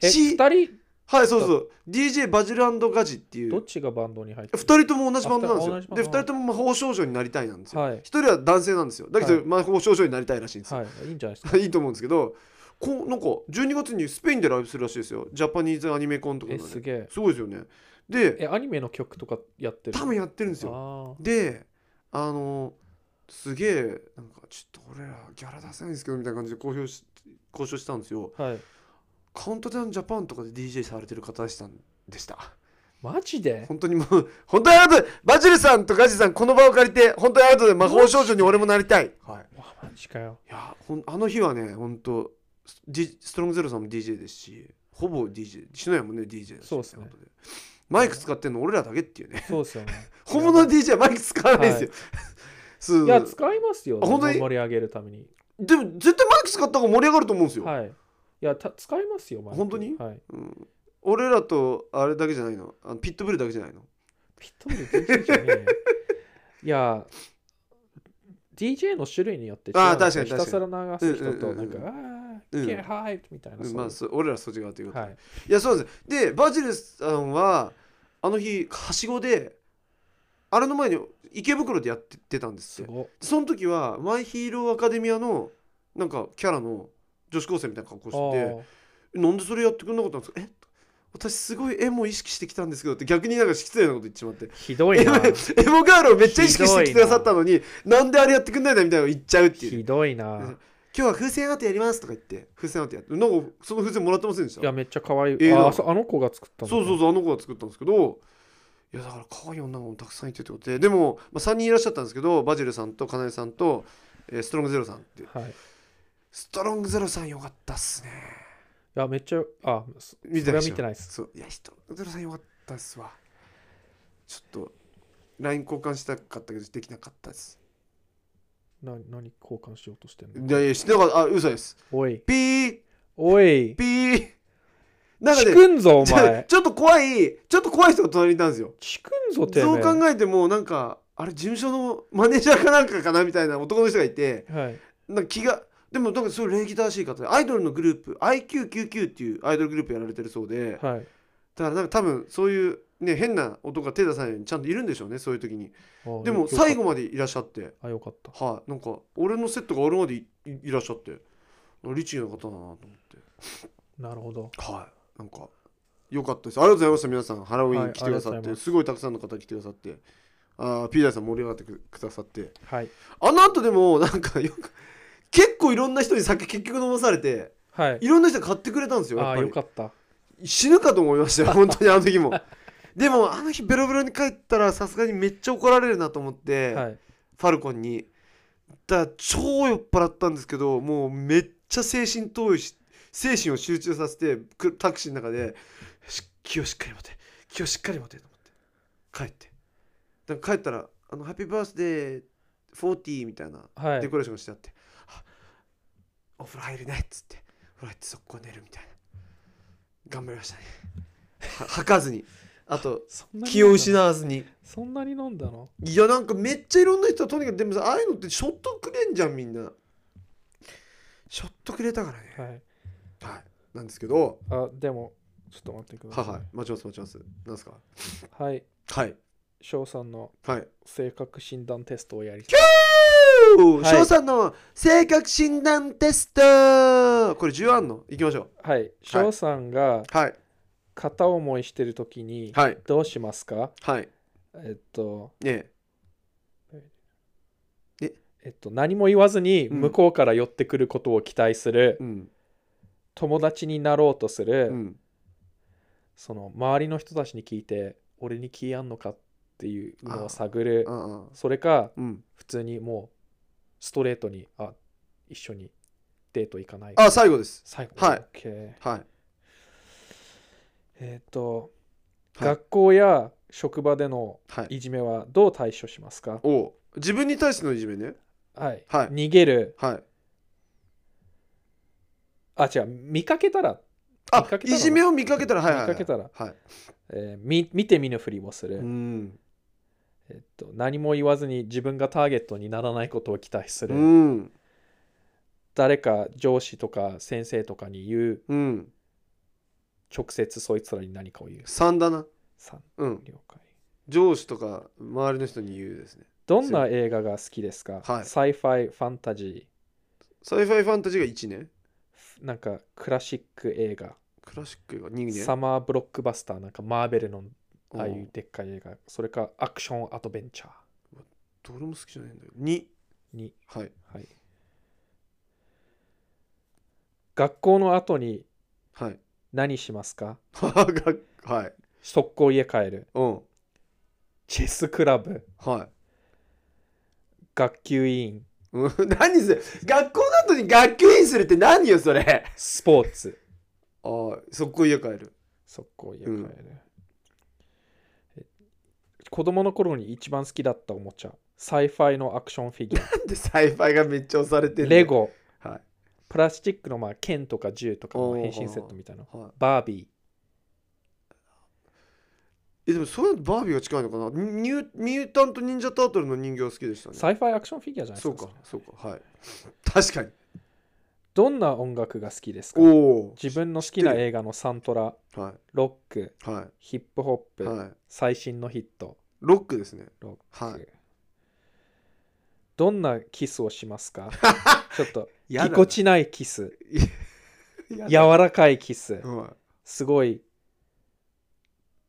Speaker 2: え
Speaker 1: し
Speaker 2: 二人
Speaker 1: はいそうそう DJ バジルガジってい
Speaker 2: どっ
Speaker 1: う
Speaker 2: ちがバンドに入って
Speaker 1: 二
Speaker 2: る
Speaker 1: 人とも同じバンドなん
Speaker 2: あ二
Speaker 1: です
Speaker 2: 人同
Speaker 1: よ
Speaker 2: じバ
Speaker 1: で二
Speaker 2: ンド
Speaker 1: 人とも魔法少女になりたいなんですよ
Speaker 2: はい
Speaker 1: 一人は男性なんですよだけ
Speaker 2: は
Speaker 1: ど
Speaker 2: い
Speaker 1: 魔法少女になりたいらしいんですよ
Speaker 2: はいいいんじゃないですか
Speaker 1: いいと思うんですけどこうなんか12月にスペインでライブするらしいですよジャパニーズアニメコンとか
Speaker 2: え
Speaker 1: ですす
Speaker 2: げえ
Speaker 1: ごいですよねで
Speaker 2: えアニメの曲とかやってる
Speaker 1: 多分やってるんですよ
Speaker 2: よ
Speaker 1: であのすげえなんかちょっと俺らギャラ出せないんですけどみたいな感じで公表し交渉したんですよ
Speaker 2: はい
Speaker 1: カウントダウンジャパンとかで DJ されてる方でしたんでした
Speaker 2: マジで
Speaker 1: 本当にもう本当にあなたバジルさんとガジさんこの場を借りて本当にあなたで魔法少女に俺もなりたい、はい、
Speaker 2: わマジかよ
Speaker 1: いやほんあの日はね本当ス D- ストロングゼロさんも DJ ですしほぼ DJ 篠谷もね DJ だし
Speaker 2: そうっすね
Speaker 1: ってことでマイク使ってんの俺らだけっていうね
Speaker 2: そうですよね
Speaker 1: 本物の DJ はマイク使わないんですよ、 そう
Speaker 2: いや使いますよ
Speaker 1: あ本当に
Speaker 2: 盛り上げるために
Speaker 1: でも絶対マイク使った方が盛り上がると思うんですよ、
Speaker 2: はいいやた使いますよマイク
Speaker 1: 本当に
Speaker 2: はい
Speaker 1: うん俺らとあれだけじゃないのあのピットブルだけじゃないの
Speaker 2: ピットブル DJ じゃねえよいや DJ の種類によって違うん
Speaker 1: あー
Speaker 2: ですよ
Speaker 1: 確かに
Speaker 2: ひたすら流す人と
Speaker 1: うん
Speaker 2: な
Speaker 1: うんうんん
Speaker 2: か
Speaker 1: うん
Speaker 2: あ
Speaker 1: う
Speaker 2: ー
Speaker 1: ん
Speaker 2: ゲーハイみたいな
Speaker 1: うん
Speaker 2: そう
Speaker 1: まあそ俺らそっち側ということで、
Speaker 2: はい
Speaker 1: いやそうなんですでバジルさんはあの日はしごであれの前に池袋でやってってたんです
Speaker 2: す
Speaker 1: って
Speaker 2: ごい
Speaker 1: その時はマイヒーローアカデミアのなんかキャラの女子高生みたいな格好
Speaker 2: あ
Speaker 1: して
Speaker 2: ー
Speaker 1: てなんでそれやってくんなかったんですかえ私すごいエモ意識してきたんですけどって逆になんか失礼なこと言っちまって
Speaker 2: ひどい
Speaker 1: エ
Speaker 2: な
Speaker 1: モエモガールをめっちゃ意識してきてくださったのになんであれやってくんないんだみたいなの言っちゃうっていう
Speaker 2: ひどいな
Speaker 1: 今日は風船アートやりますとか言って風船アートやってなんかその風船もらってませんでした
Speaker 2: いやめっちゃ可愛い、
Speaker 1: えー
Speaker 2: あ
Speaker 1: な
Speaker 2: あそうあの子が作ったの
Speaker 1: そうそうそうあの子が作ったんですけどいやだから可愛い女の子もたくさんいてってことででも、まあ、3人いらっしゃったんですけどバジルさんとかなえさんと、えーストロングゼロさんって
Speaker 2: はいい
Speaker 1: ストロングゼロさんよかったっすね
Speaker 2: やめっちゃあそ
Speaker 1: 見
Speaker 2: そ
Speaker 1: て
Speaker 2: れ
Speaker 1: な
Speaker 2: は
Speaker 1: いっしょ
Speaker 2: 見てないです
Speaker 1: そういやストロングゼロさんよかったっすわちょっと LINE 交換したかったけどできなかったです
Speaker 2: な何交換しようとしてんの
Speaker 1: いやいやしてなかったあ嘘です
Speaker 2: おい
Speaker 1: ピー
Speaker 2: おい
Speaker 1: ピーなんか
Speaker 2: チ
Speaker 1: ね
Speaker 2: くんぞお
Speaker 1: ちょ
Speaker 2: 前
Speaker 1: ちょっと怖いちょっと怖い人が隣にいたんですよ
Speaker 2: チくんぞて
Speaker 1: そ
Speaker 2: め
Speaker 1: う
Speaker 2: え
Speaker 1: 考えてもなんかあれ事務所のマネージャーかなんかかなみたいな男の人がいて
Speaker 2: はい
Speaker 1: なんか気がでもなんかすごい礼儀正しい方でアイドルのグループ IQQQ っていうアイドルグループやられてるそうでだか
Speaker 2: はい
Speaker 1: らなんか多分そういう、ね、変な男が手出さないようにちゃんといるんでしょうねそういう時に
Speaker 2: あ
Speaker 1: で
Speaker 2: よ
Speaker 1: も
Speaker 2: よかった
Speaker 1: 最後までいらっしゃって
Speaker 2: あよかった
Speaker 1: はい、なんか俺のセットが終わるまでいいいらっしゃって律儀な方だなと思って
Speaker 2: なるほど
Speaker 1: はいなんか良かったですありがとうございました皆さんハロウィン来てくださ
Speaker 2: はいありがとうござい
Speaker 1: って、、
Speaker 2: ます
Speaker 1: ごいたくさんの方来てくださってあーピーダーさん盛り上がってくくださって
Speaker 2: はい
Speaker 1: あの後でもなんかよく結構いろんな人に酒結局飲まされて
Speaker 2: はい
Speaker 1: いろんな人が買ってくれたんですよ
Speaker 2: あ
Speaker 1: やっ
Speaker 2: あ
Speaker 1: ぱ
Speaker 2: よ
Speaker 1: り
Speaker 2: かった
Speaker 1: 死ぬかと思い ましたよ本当にあの時もでもあの日ベロベロに帰ったらさすがにめっちゃ怒られるなと思って、
Speaker 2: はい
Speaker 1: ファルコンにだから超酔っ払ったんですけどもうめっちゃ精神投与し精神を集中させてくタクシーの中でし気をしっかり持て気をしっかり持てと思って帰ってだから帰ったらあの「ハッピーバースデー40」みたいな
Speaker 2: は
Speaker 1: デ
Speaker 2: い
Speaker 1: コレーションしてあって「あお風呂入れない」っつってお風呂入って速攻寝るみたいな頑張りましたねは吐かずに あと
Speaker 2: そんなに飲んだの
Speaker 1: 気を失わずに
Speaker 2: そんなに飲んだの
Speaker 1: いやなんかめっちゃいろんな人とにかくでもさああいうのってショットくれんじゃんみんなショットくれたからね
Speaker 2: はい
Speaker 1: はいなんですけど
Speaker 2: あでもちょっと待ってくださ
Speaker 1: はいいはい待ちます待ちますなんすか
Speaker 2: はい
Speaker 1: はい
Speaker 2: 翔さんの
Speaker 1: はい
Speaker 2: 性格診断テストをやり
Speaker 1: お
Speaker 2: は
Speaker 1: ー
Speaker 2: い
Speaker 1: 翔さんの性格診断テストこれ10あんのいきましょう
Speaker 2: はい翔さんが
Speaker 1: はい
Speaker 2: 片思いしてる時に
Speaker 1: はい
Speaker 2: どうしますか
Speaker 1: はい
Speaker 2: えっと
Speaker 1: ねえ
Speaker 2: えっと何も言わずに
Speaker 1: うん
Speaker 2: 向こうから寄ってくることを期待する
Speaker 1: うん
Speaker 2: 友達になろうとする
Speaker 1: うん
Speaker 2: その周りの人たちに聞いて俺に気あんのかっていうのを探る
Speaker 1: うんうん
Speaker 2: それか
Speaker 1: うん
Speaker 2: 普通にもうストレートにあ一緒にデート行かない
Speaker 1: あ最後です
Speaker 2: 最後
Speaker 1: はい
Speaker 2: オッケー
Speaker 1: はい
Speaker 2: えっと
Speaker 1: はい
Speaker 2: 学校や職場での
Speaker 1: はい
Speaker 2: いじめはどう対処しますか
Speaker 1: おう自分に対してのいじめね
Speaker 2: はい
Speaker 1: はい
Speaker 2: 逃げる
Speaker 1: はい
Speaker 2: あ違う見かけたら見
Speaker 1: あ
Speaker 2: かけた
Speaker 1: い
Speaker 2: の
Speaker 1: じめを見かけたらはいはいはい
Speaker 2: 見かけたら
Speaker 1: はい
Speaker 2: えー見見て見ぬふりをする、
Speaker 1: うん
Speaker 2: えっと、何も言わずに自分がターゲットにならないことを期待する、
Speaker 1: うん
Speaker 2: 誰か上司とか先生とかに言う
Speaker 1: うん
Speaker 2: 直接そいつらに何かを言う
Speaker 1: 3だな
Speaker 2: 三
Speaker 1: うん
Speaker 2: 了解
Speaker 1: 上司とか周りの人に言うですね
Speaker 2: どんな映画が好きですか、
Speaker 1: はい
Speaker 2: サイファイファンタジ
Speaker 1: サイファイファンタジーが1
Speaker 2: ー
Speaker 1: ね
Speaker 2: なんかクラシック映画、
Speaker 1: クラシックが2ね
Speaker 2: サマーブロックバスターなんかマーベルの
Speaker 1: ん
Speaker 2: ああいうでっかい映画それかアクションアドベンチャー
Speaker 1: どれも好きじゃないんだよ2
Speaker 2: に
Speaker 1: はい
Speaker 2: はい学校の後に
Speaker 1: はい
Speaker 2: 何しますか
Speaker 1: がはい
Speaker 2: 速攻家帰る
Speaker 1: うん
Speaker 2: チェスクラブ
Speaker 1: はい
Speaker 2: 学級委員
Speaker 1: うん 何する学校の後に学級委員するって何よそれ
Speaker 2: スポーツ
Speaker 1: ああ速攻家帰る
Speaker 2: 速攻家帰る、え子供の頃に一番好きだったおもちゃサイファイのアクションフィギュア
Speaker 1: なんでサイファイがめっちゃ押されてんだよ
Speaker 2: レゴ
Speaker 1: はい
Speaker 2: プラスチックのまあ剣とか銃とかの
Speaker 1: おー
Speaker 2: 変身セットみたいな
Speaker 1: はい
Speaker 2: バービ
Speaker 1: えでもそういうのバービーが近いのかなミュミュータント・ニンジャ・タートルの人形好きでした
Speaker 2: ー
Speaker 1: ね
Speaker 2: サイファイアクションフィギュアじゃないで
Speaker 1: そ
Speaker 2: す
Speaker 1: う
Speaker 2: か
Speaker 1: か
Speaker 2: それ
Speaker 1: そうかはい確かに
Speaker 2: どんな音楽が好きですか
Speaker 1: お
Speaker 2: 自分の好きな映画のサントラ
Speaker 1: おは
Speaker 2: ロック
Speaker 1: いは
Speaker 2: ヒップホップ、
Speaker 1: いはい
Speaker 2: 最新のヒット
Speaker 1: ロックですね
Speaker 2: ロック、
Speaker 1: はい
Speaker 2: どんなキスをします かちょっと
Speaker 1: やだ
Speaker 2: ぎ
Speaker 1: な
Speaker 2: こちないキス
Speaker 1: やだ
Speaker 2: 柔らかいキス
Speaker 1: は
Speaker 2: すごい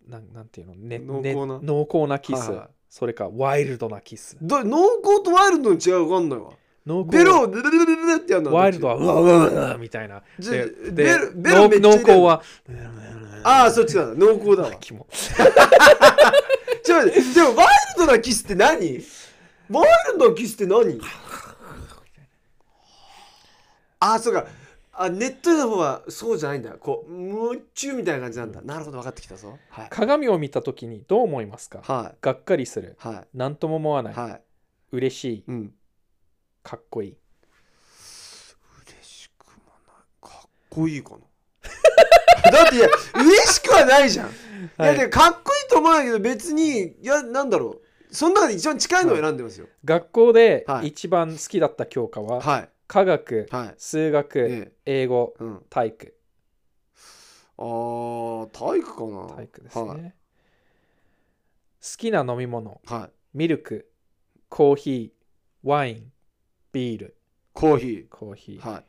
Speaker 2: なんなんていうの、ね
Speaker 1: 濃
Speaker 2: ね
Speaker 1: 厚な
Speaker 2: 濃厚なキス、
Speaker 1: はいはい
Speaker 2: それかワイルドなキス
Speaker 1: いど濃厚とワイルドの違いわかんないわ
Speaker 2: 濃厚
Speaker 1: ベロをルルルルルルってやるの
Speaker 2: ワイルドはうわうわうわみたいな
Speaker 1: じ
Speaker 2: でで
Speaker 1: ベロベロめ
Speaker 2: 濃
Speaker 1: っちゃ入れる
Speaker 2: 厚は
Speaker 1: ああそっちだ濃厚 だわ
Speaker 2: キモ
Speaker 1: ちょっと待ってでもワイルドなキスって何ワイルドなキスって何ああそうかあネットの方はそうじゃないんだこうもうちゅうみたいな感じなんだなるほど分かってきたぞはい
Speaker 2: 鏡を見た時にどう思いますか
Speaker 1: は
Speaker 2: がっかりする
Speaker 1: いは
Speaker 2: 何とも思わないい、
Speaker 1: はい
Speaker 2: 嬉しい
Speaker 1: うん
Speaker 2: かっこいい
Speaker 1: 嬉しくもないかっこいいかな だっていや嬉しくはないじゃん、
Speaker 2: はい
Speaker 1: い、やでもかっこいいと思わないけど別にいやなんだろうその中で一番近いのを選んでますよ
Speaker 2: 学校で
Speaker 1: はい
Speaker 2: 一番好きだった教科は、
Speaker 1: はい
Speaker 2: 科学
Speaker 1: はい、
Speaker 2: 数学、
Speaker 1: ええ
Speaker 2: 英語
Speaker 1: うん、
Speaker 2: 体育
Speaker 1: あー体育かな
Speaker 2: 体育ですね、
Speaker 1: はい、
Speaker 2: 好きな飲み物
Speaker 1: はい、
Speaker 2: ミルクコーヒーワインビール
Speaker 1: コーヒ
Speaker 2: コーヒー、
Speaker 1: ーはい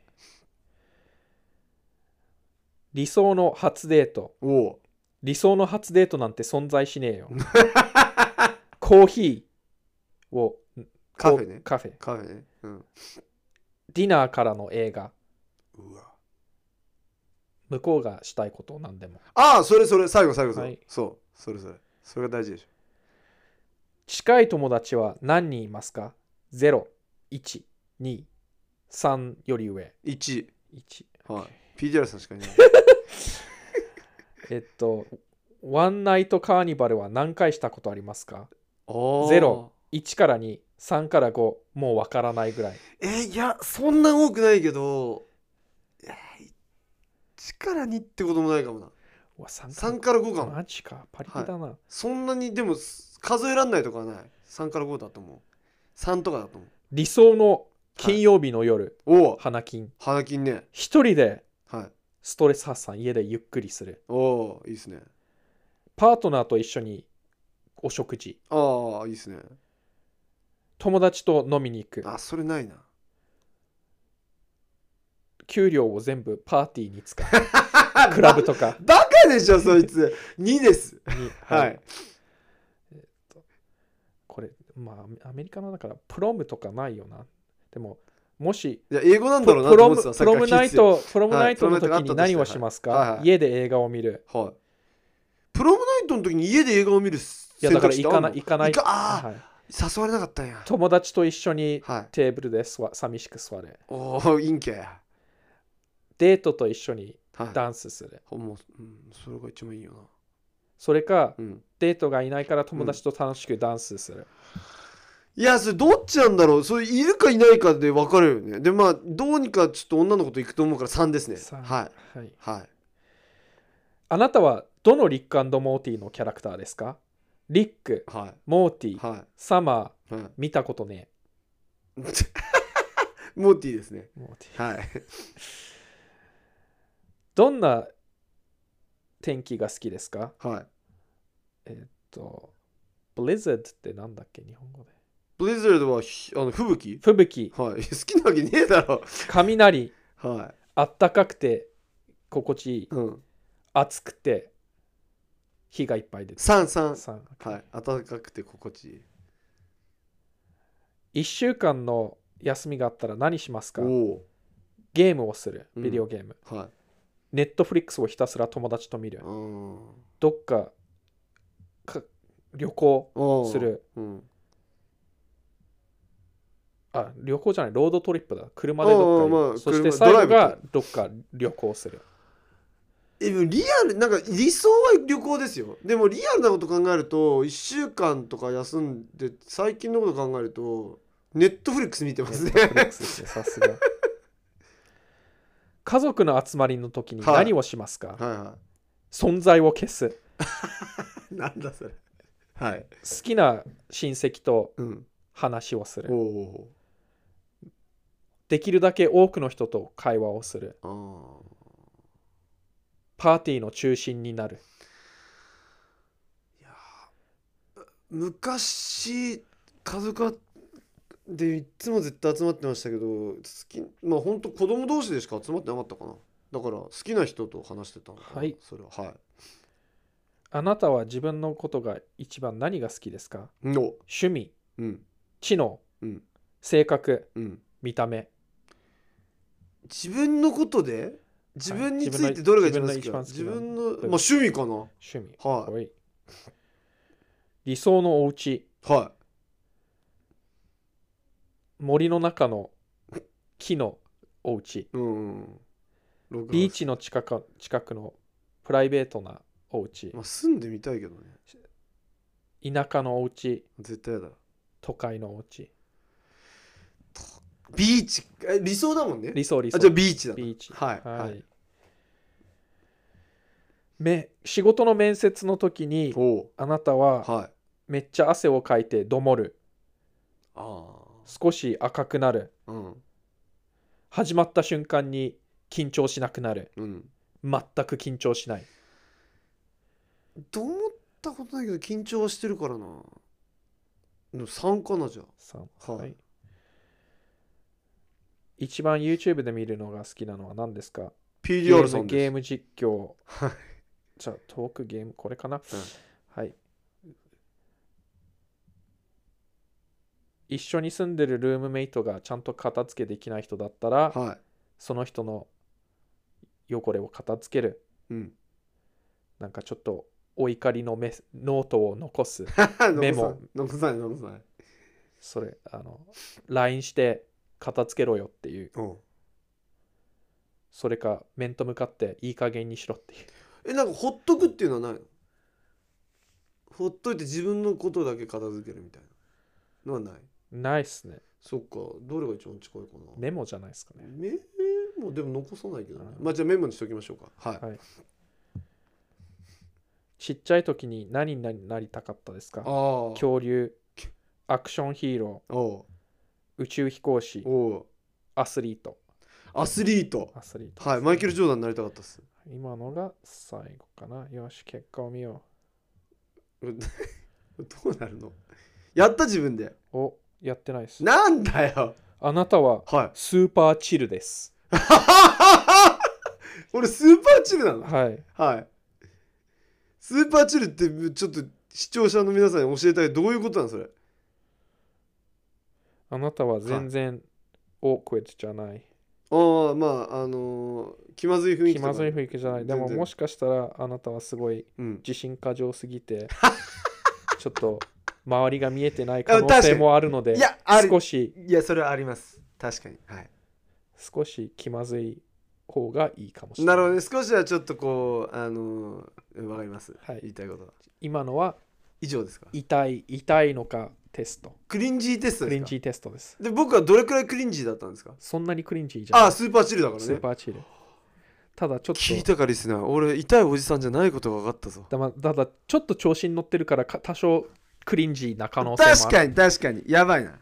Speaker 2: 理想の初デート。
Speaker 1: おお
Speaker 2: 理想の初デートなんて存在しねえ よ。コーヒーを、
Speaker 1: カフェね
Speaker 2: カフェ。
Speaker 1: カフェねうん
Speaker 2: ディナーからの映画。
Speaker 1: うわ
Speaker 2: 向こうがしたいことなんでも。
Speaker 1: ああそれそれ最後最後それ、
Speaker 2: はい
Speaker 1: そうそれそれそれが大事でしょ
Speaker 2: 近い友達は何人いますか ?0、1、2、3より上。
Speaker 1: 1
Speaker 2: 1。
Speaker 1: はい PDR さんしかいない
Speaker 2: えっと、ワンナイトカーニバルは何回したことありますか
Speaker 1: おー
Speaker 2: ゼロ ?1 から2、3から5、もうわからないぐらい。
Speaker 1: えーいやそんな多くないけどいや1から2ってこともないかもな
Speaker 2: うわ、3
Speaker 1: 3から5かも
Speaker 2: マジか、パリピだな。
Speaker 1: そんなにでも数えらんないとかはない3から5だと思う3とかだと思う
Speaker 2: 理想の金曜日の夜、
Speaker 1: おお
Speaker 2: 花金。
Speaker 1: 花金ね
Speaker 2: 一人で
Speaker 1: はい
Speaker 2: ストレス発散、家でゆっくりする。
Speaker 1: おおいいっすね
Speaker 2: パートナーと一緒にお食事。
Speaker 1: ああいいっすね
Speaker 2: 友達と飲みに行く。
Speaker 1: あそれないな。
Speaker 2: 給料を全部パーティーに使う。 クラブとか
Speaker 1: バカでしょそいつ2です
Speaker 2: に
Speaker 1: はい。
Speaker 2: えっと、これ、まあ、アメリカのだから、プロムとかないよな。でも、もし、
Speaker 1: いや英語なんだ
Speaker 2: プ
Speaker 1: ろうな
Speaker 2: プ
Speaker 1: と
Speaker 2: ロ
Speaker 1: 思っ
Speaker 2: ム
Speaker 1: てた
Speaker 2: プロムナイト、プロムナイト
Speaker 1: は
Speaker 2: の
Speaker 1: いプロムナイトがあったとし
Speaker 2: 時
Speaker 1: て
Speaker 2: に何をしますか、
Speaker 1: はいはい
Speaker 2: 家で映画を見る。
Speaker 1: はいプロムナイトの時に家で映画を見る
Speaker 2: いや、
Speaker 1: 選
Speaker 2: だか
Speaker 1: 択
Speaker 2: ら
Speaker 1: 肢
Speaker 2: 行
Speaker 1: ってあ
Speaker 2: か
Speaker 1: んの
Speaker 2: ない、行かない。
Speaker 1: 行あ
Speaker 2: はい
Speaker 1: ー誘われなかったんや
Speaker 2: 友達と一緒に
Speaker 1: はい
Speaker 2: テーブルで座寂しく座る。
Speaker 1: おおいいんけは
Speaker 2: デートと一緒に
Speaker 1: い
Speaker 2: ダンスする。
Speaker 1: ほもう、うん、それが一番いいよな
Speaker 2: それか、
Speaker 1: うん
Speaker 2: デートがいないから友達と楽しくダンスする。
Speaker 1: いやそれどっちなんだろうそれいるかいないかで分かるよねでまあどうにかちょっと女の子と行くと思うから3ですね
Speaker 2: さあ
Speaker 1: はい
Speaker 2: はい。
Speaker 1: はい
Speaker 2: あなたはどのリックモーティのキャラクターですかリック、
Speaker 1: は
Speaker 2: モーティ
Speaker 1: い、は
Speaker 2: サマー、
Speaker 1: いは
Speaker 2: 見たことね
Speaker 1: いモーティーですね
Speaker 2: え。モーティ
Speaker 1: はい
Speaker 2: どんな天気が好きですか
Speaker 1: はい
Speaker 2: えっと、ブリザードってなんだっけ日本語で。
Speaker 1: ブリザードはひあの吹雪
Speaker 2: 吹雪、
Speaker 1: はい好きなわけねえだろ
Speaker 2: 雷、
Speaker 1: は
Speaker 2: あったかくて心地いい
Speaker 1: い、うん
Speaker 2: 暑くて火がいっぱい出て
Speaker 1: 三三
Speaker 2: 三
Speaker 1: はい暖かくて心地いい
Speaker 2: 1週間の休みがあったら何しますか
Speaker 1: おお
Speaker 2: ゲームをする、
Speaker 1: うん
Speaker 2: ビデオゲーム。
Speaker 1: ーはい
Speaker 2: ネットフリックスをひたすら友達と見る
Speaker 1: う。ん
Speaker 2: どっかか旅行
Speaker 1: おー
Speaker 2: する。
Speaker 1: うん
Speaker 2: あ旅行じゃないロードトリップだ車でどっか
Speaker 1: あ
Speaker 2: 行く、
Speaker 1: あまあ
Speaker 2: そして
Speaker 1: 車
Speaker 2: 最後
Speaker 1: ドライブ
Speaker 2: がどっか旅行する
Speaker 1: えでもリアルなんか理想は旅行ですよでもリアルなこと考えると1週間とか休んで最近のこと考えるとネットフリックス見てますね
Speaker 2: Netflix ですねさすが 家族の集まりの時に
Speaker 1: はい
Speaker 2: 何をしますか、
Speaker 1: はいは
Speaker 2: 存在を消す
Speaker 1: いなんだそれはい
Speaker 2: 好きな親戚と
Speaker 1: うん
Speaker 2: 話をす
Speaker 1: お
Speaker 2: る
Speaker 1: お
Speaker 2: できるだけ多くの人と会話をする
Speaker 1: あー
Speaker 2: パーティーの中心になる
Speaker 1: いやー昔家族でいつも絶対集まってましたけど好きまあ本当子供同士でしか集まってなかったかなだから好きな人と話してたのかな
Speaker 2: はい
Speaker 1: それははい
Speaker 2: あなたは自分のことが一番何が好きですか
Speaker 1: の
Speaker 2: 趣味
Speaker 1: うん
Speaker 2: 知能、
Speaker 1: うん
Speaker 2: 性格
Speaker 1: うん
Speaker 2: 見た目
Speaker 1: 自分のことで自分につ
Speaker 2: 自
Speaker 1: い
Speaker 2: 分
Speaker 1: て
Speaker 2: の
Speaker 1: どれが一番好き
Speaker 2: 自分の一番好き
Speaker 1: か自
Speaker 2: な
Speaker 1: 分のまあ趣味かな
Speaker 2: 趣味
Speaker 1: は
Speaker 2: おい理想のお家
Speaker 1: いは
Speaker 2: 森の中の木のお家
Speaker 1: いうん録画
Speaker 2: ビーチの近く近くのプライベートなお家
Speaker 1: まあ住んでみたいけどね
Speaker 2: 田舎のお家
Speaker 1: 絶対やだ
Speaker 2: 都会のお家
Speaker 1: ビーチえ理想だもんね
Speaker 2: 理想理想
Speaker 1: あじゃあビーチだな
Speaker 2: ビーチ
Speaker 1: はいはい
Speaker 2: め仕事の面接の時に
Speaker 1: おお
Speaker 2: あなたは
Speaker 1: はい
Speaker 2: めっちゃ汗をかいてどもる
Speaker 1: あ
Speaker 2: 少し赤くなる
Speaker 1: あうん
Speaker 2: 始まった瞬間に緊張しなくなる
Speaker 1: うん
Speaker 2: 全く緊張しない
Speaker 1: と思ったことないけど緊張はしてるからなでも3かなじゃ
Speaker 2: さ
Speaker 1: あはい、
Speaker 2: はい一番 YouTube で見るのが好きなのは何ですか
Speaker 1: PDR さん
Speaker 2: ゲ
Speaker 1: で
Speaker 2: ー
Speaker 1: す
Speaker 2: ム実況。
Speaker 1: はい
Speaker 2: じゃあ、トークゲーム、これかな、はい。一緒に住んでるルームメイトがちゃんと片付けできない人だったら、
Speaker 1: はい
Speaker 2: その人の汚れを片付ける。
Speaker 1: うん、
Speaker 2: なんかちょっとお怒りのメスノートを残 す。メ
Speaker 1: メ
Speaker 2: モ
Speaker 1: モ残さない残さない
Speaker 2: それ、あの、LINE して片付けろよっていう。
Speaker 1: うん
Speaker 2: それか、面と向かっていい加減にしろっていう。
Speaker 1: えなんかほっとくっていうのはないのほっといて自分のことだけ片付けるみたいなのはない
Speaker 2: ないっすね。
Speaker 1: そっかどれが一番近いかな
Speaker 2: メモじゃないですかね。
Speaker 1: メモでも残さないけどね
Speaker 2: うん
Speaker 1: まあじゃあメモにしておきましょうかはい、
Speaker 2: はいちっちゃい時に何になりたかったですか
Speaker 1: ああ
Speaker 2: 恐竜、アクションヒーロ
Speaker 1: おう
Speaker 2: ー、宇宙飛行士、
Speaker 1: おう
Speaker 2: アスリート。
Speaker 1: アスリート
Speaker 2: アスリート。
Speaker 1: はいマイケル・ジョーダンになりたかったっす
Speaker 2: 今のが最後かな。よし、結果を見よ
Speaker 1: どうなるのやった自分で
Speaker 2: う。お、やってないです。
Speaker 1: なんだよ
Speaker 2: あなたは
Speaker 1: はい
Speaker 2: スーパーチルです。
Speaker 1: 俺スーパーチルなの
Speaker 2: はい。
Speaker 1: はい。スーパーチルってちょっと視聴者の皆さんに教えたいどういうことなんそれ。
Speaker 2: あなたは全然オークエッじゃない。
Speaker 1: ああまああのー気まずい雰囲気
Speaker 2: 気
Speaker 1: とか
Speaker 2: まずい雰囲気じゃない。でも
Speaker 1: 全然
Speaker 2: もしかしたらあなたはすごい
Speaker 1: うん。
Speaker 2: 自信過剰すぎ て、ちょっと周りが見えてない可
Speaker 1: あ
Speaker 2: 能
Speaker 1: 確か
Speaker 2: 性
Speaker 1: に
Speaker 2: もあるので
Speaker 1: い、やある
Speaker 2: 少し、
Speaker 1: いやそれはあります。確かに。はい。
Speaker 2: 少し気まずい方がいいかもしれな。
Speaker 1: ないるほどね。少しはちょっとこうあのーわかります。
Speaker 2: はい
Speaker 1: 言いたいことは。
Speaker 2: 今のは
Speaker 1: 以上ですか。
Speaker 2: 痛い、痛いのかテスト。
Speaker 1: クリンジーテスト
Speaker 2: ク
Speaker 1: で
Speaker 2: リ
Speaker 1: す
Speaker 2: ン
Speaker 1: か。
Speaker 2: ジーテストです。
Speaker 1: で僕はどれくらいクリンジーだったんですか。
Speaker 2: そんなにクリンジーじゃ
Speaker 1: あ
Speaker 2: な
Speaker 1: あ
Speaker 2: い。
Speaker 1: スーパーチルだから
Speaker 2: スー
Speaker 1: ね。
Speaker 2: パーチル。ただちょっ
Speaker 1: 聞い
Speaker 2: と。
Speaker 1: たかリスナー。俺痛いおじさんじゃないことが分かったぞ。
Speaker 2: だまただちょっと調子に乗ってるからか多少クリンジーな可能性もある
Speaker 1: 確かに確かにやばいな、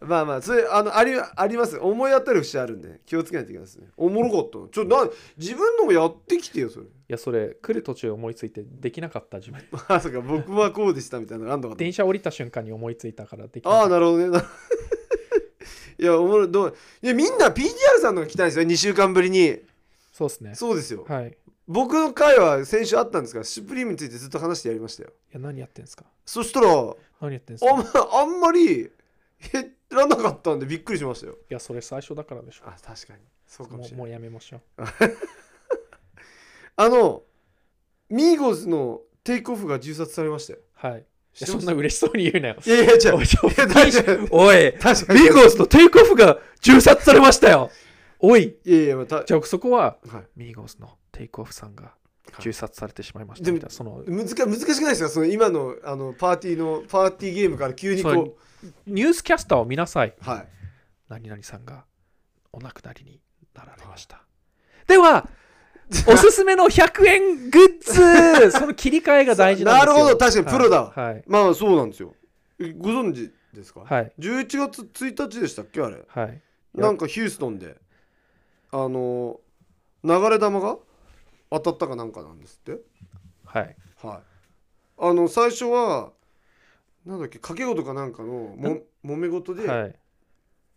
Speaker 1: うんまあまあそれあのありあります思い当たる節あるんで気をつけないといけないですねおもろかったのちょな自分のもやってきてよそれ
Speaker 2: いやそれ来る途中思いついてできなかった自分
Speaker 1: まさか僕はこうでしたみたいなのがあんのかと思
Speaker 2: 電車降りた瞬間に思いついたからできな
Speaker 1: あ
Speaker 2: か
Speaker 1: あ
Speaker 2: った
Speaker 1: なるほどね ないやおもろいどういやみんな PDR さんのが来たいんですよ2週間ぶりに
Speaker 2: そうですね
Speaker 1: そうですよ
Speaker 2: はいい
Speaker 1: 僕の回は先週あったんですがシュプリームについてずっと話してやりましたよ
Speaker 2: や何やってんすか
Speaker 1: そしたらあ
Speaker 2: 何やってんすかい
Speaker 1: んあんまり減らなかったんでびっくりしましたよ
Speaker 2: やそれ最初だからでしょ
Speaker 1: あ確かにそうかも
Speaker 2: も
Speaker 1: し
Speaker 2: う
Speaker 1: れな
Speaker 2: も
Speaker 1: いう
Speaker 2: やめましょう
Speaker 1: あの、ミーゴーズのテイクオフが銃殺されましたよ。
Speaker 2: はいい
Speaker 1: 知
Speaker 2: や
Speaker 1: って
Speaker 2: そ
Speaker 1: ます
Speaker 2: んな嬉しそうに言うなよ
Speaker 1: いやいや、じゃ
Speaker 2: おいちょ
Speaker 1: いや大丈夫
Speaker 2: おい
Speaker 1: 確かに。
Speaker 2: ビーゴースとテイクオフが銃殺されましたよおい
Speaker 1: いやいや、まあた、
Speaker 2: じゃあそこは
Speaker 1: は
Speaker 2: ミーゴースのテイクオフさんが銃殺されてしまいまし
Speaker 1: で
Speaker 2: た
Speaker 1: も
Speaker 2: みたいなその
Speaker 1: い。難難しくないですかその今のあのパーティーのパーティーゲームから急に
Speaker 2: そう
Speaker 1: こ
Speaker 2: ニュースキャスターを見なさいう
Speaker 1: はい
Speaker 2: 何々さんがお亡くなりになられました。で は、おすすめの100円グ ッズその切り替えが大事なんですよ
Speaker 1: なるほど確かにプロだわ
Speaker 2: はい。はい。
Speaker 1: まあそうなんですよえご存知ですか、
Speaker 2: はい。
Speaker 1: 11月1日でしたっけあれ
Speaker 2: はい
Speaker 1: なんかヒューストンであの流れ弾が当たったかなんかなんですって
Speaker 2: はい。
Speaker 1: はい、あの最初はなんだっけ掛け事かなんかのも揉め事で
Speaker 2: はい。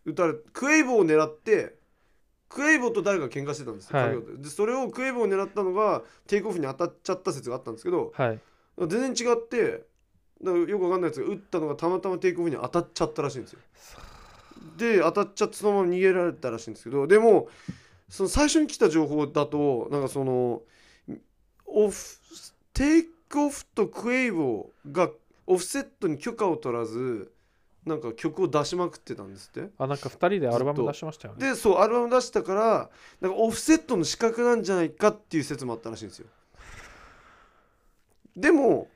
Speaker 1: 撃たれ、クエイボを狙ってクエイボと誰か喧嘩してたんですよ、
Speaker 2: はい
Speaker 1: 掛け事ででそれをクエイボを狙ったのがテイクオフに当たっちゃった説があったんですけど
Speaker 2: はい。
Speaker 1: 全然違ってだからよくわかんないやつが撃ったのがたまたまテイクオフに当たっちゃったらしいんですよで当たっちゃってそのまま逃げられたらしいんですけどでもその最初に来た情報だとなんかそのオフテイクオフとクエイボーがオフセットに許可を取らずなんか曲を出しまくってたんですって
Speaker 2: あ、なんか2人でアルバム出しましたよね。
Speaker 1: でそうアルバム出したからなんかオフセットの資格なんじゃないかっていう説もあったらしいんですよでも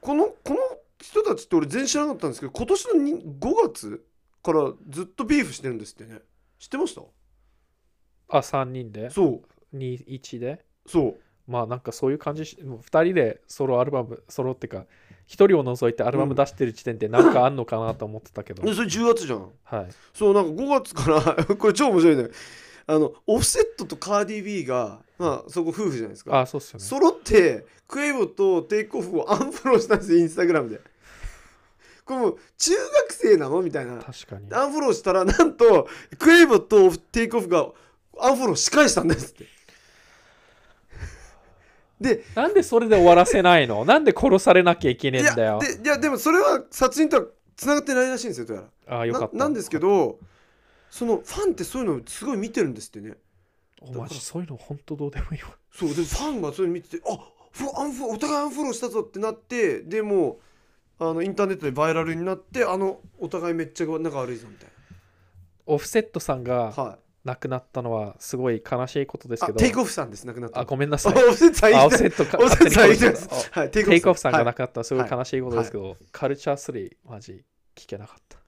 Speaker 1: このこの人たちって俺全然知らなかったんですけど今年のに5月からずっとビーフしてるんですってね知ってました
Speaker 2: あ、3人で、
Speaker 1: そう
Speaker 2: 2、1で。
Speaker 1: そう
Speaker 2: まあなんかそういう感じし、もう2人でソロアルバム、ソロってか、1人を除いてアルバム出してる時点でなんかあんのかなと思ってたけど
Speaker 1: で。それ10月じゃん
Speaker 2: はい。
Speaker 1: そうなんか5月から これ超面白いねあのオフセットとカーディ・ビーがまあそこ夫婦じゃないですか
Speaker 2: あ、そうっすよね。
Speaker 1: 揃ってクエイボとテイクオフをアンフォローしたんですよインスタグラムでこれもう中学生なのみたいな
Speaker 2: 確かに。
Speaker 1: アンフォローしたらなんとクエイボとテイクオフがアンフォローし返したんですってで
Speaker 2: なんでそれで終わらせない のなんで殺されなきゃいけね
Speaker 1: い
Speaker 2: え
Speaker 1: や
Speaker 2: んだよ。
Speaker 1: でいやでもそれは殺人とはつながってないらしいんですよどうやら
Speaker 2: ああ、よかった。
Speaker 1: ななんですけどそのファンってそういうのすごい見てるんですってね
Speaker 2: おマジそういうの本当どうでもいいわ。
Speaker 1: そうでファンがそれ見ててあフロアンフロお互いアンフローしたぞってなってでもうあのインターネットでバイラルになってあのお互いめっちゃ仲悪いぞみたい
Speaker 2: オフセットさん
Speaker 1: な
Speaker 2: が
Speaker 1: はい
Speaker 2: 亡くなったのはすごい悲しいことです
Speaker 1: あ
Speaker 2: けど。
Speaker 1: テイクオフさんです亡くなった
Speaker 2: あごめんな
Speaker 1: あ
Speaker 2: さい。
Speaker 1: オフセットさん
Speaker 2: あオ
Speaker 1: い
Speaker 2: フ
Speaker 1: い
Speaker 2: セ
Speaker 1: で
Speaker 2: ットか。
Speaker 1: オフセットさんいい
Speaker 2: 勝手に殺
Speaker 1: です
Speaker 2: したあ
Speaker 1: はいテイクオ
Speaker 2: テ
Speaker 1: フ
Speaker 2: イクオフさんが
Speaker 1: はい
Speaker 2: 亡くなったのはすごい悲しいことですけど、カルチャー3、マジ聞けなかった。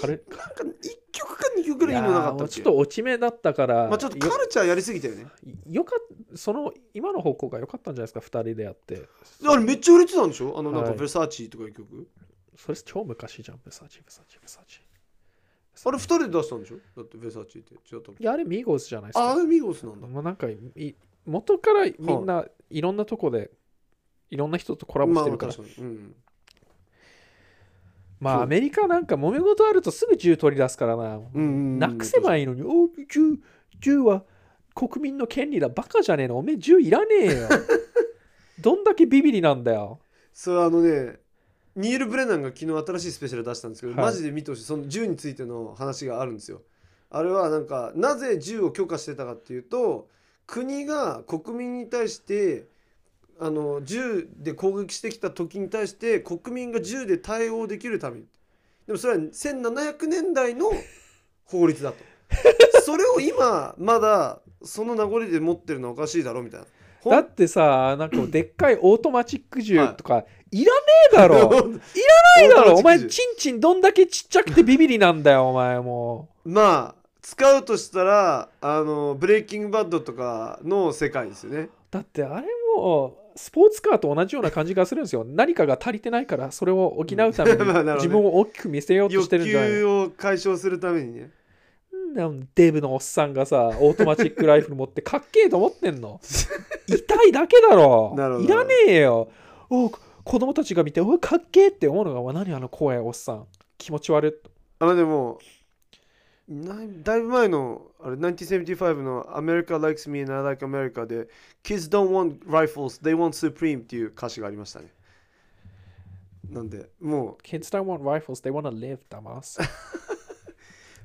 Speaker 2: カル
Speaker 1: なんか一曲か二曲ぐらいいいのなかった
Speaker 2: やー
Speaker 1: っけ
Speaker 2: ちょっと落ち目だったから、
Speaker 1: まあちょっと
Speaker 2: よ
Speaker 1: カルチャーやりすぎたよね
Speaker 2: よかっその今の方向が良かったんじゃないですか、2人でやって。
Speaker 1: あれめっちゃ売れてたんでしょあのなんか
Speaker 2: はい
Speaker 1: ベルサーチとかいう曲
Speaker 2: それ超昔じゃん、ベサーチ、ベサーチ、ベサーチ。
Speaker 1: あれ二人で出したんでしょだってベルサーチって違ったの
Speaker 2: いや、あれミーゴーズじゃないです
Speaker 1: ああ
Speaker 2: か。
Speaker 1: れミゴスなんだ
Speaker 2: まあ、なんかい元からみんないろんなとこでいろんな人とコラボしてるから、
Speaker 1: まあ確かにうん
Speaker 2: まあ、
Speaker 1: そう
Speaker 2: アメリカなんか揉め事あるとすぐ銃取り出すからな。
Speaker 1: うんうんうん
Speaker 2: なくせばいいのに、おう銃、銃は国民の権利だ、バカじゃねえの、おめえ銃いらねえ よ。どんだけビビりなんだよ。
Speaker 1: それはあのねニール・ブレナンが昨日新しいスペシャル出したんですけど、
Speaker 2: はい
Speaker 1: マジで見てほしいその銃についての話があるんですよあれはなんかなぜ銃を許可してたかっていうと国が国民に対してあの銃で攻撃してきた時に対して国民が銃で対応できるためにでもそれは1700年代の法律 だとそれを今まだその名残で持ってるのはおかしいだろみたいなほん
Speaker 2: だってさ、なんかでっかいオートマチック銃とか、 い、らねえだろ。いらないだろ。お前、チンチンどんだけちっちゃくてビビりなんだよ、お前も
Speaker 1: まあ使うとしたらあのブレイキングバッドとかの世界ですよね
Speaker 2: う。だってあれも、スポーツカーと同じような感じがするんですよ。何かが足りてないから、それを補うために
Speaker 1: うん まあなるほどね
Speaker 2: 自分を大きく見せようと
Speaker 1: 欲
Speaker 2: してるんじゃないの
Speaker 1: 求を解消するためにね
Speaker 2: なんデブのおっさんがさ、オートマチックライフル持ってかっけえと思ってん の。痛いだけだろ
Speaker 1: なるほど
Speaker 2: いらねえよ。お子供たちが見て、おかっけえって思うのが、わ何あの怖いおっさん。気持ち悪い。
Speaker 1: あのでもないだいぶ前のあれ1975の「America likes me and I like America」で「Kids don't want rifles they want supreme」っていう歌詞がありましたねなんでも
Speaker 2: Kids don't want rifles, they want to live, dumbass.
Speaker 1: う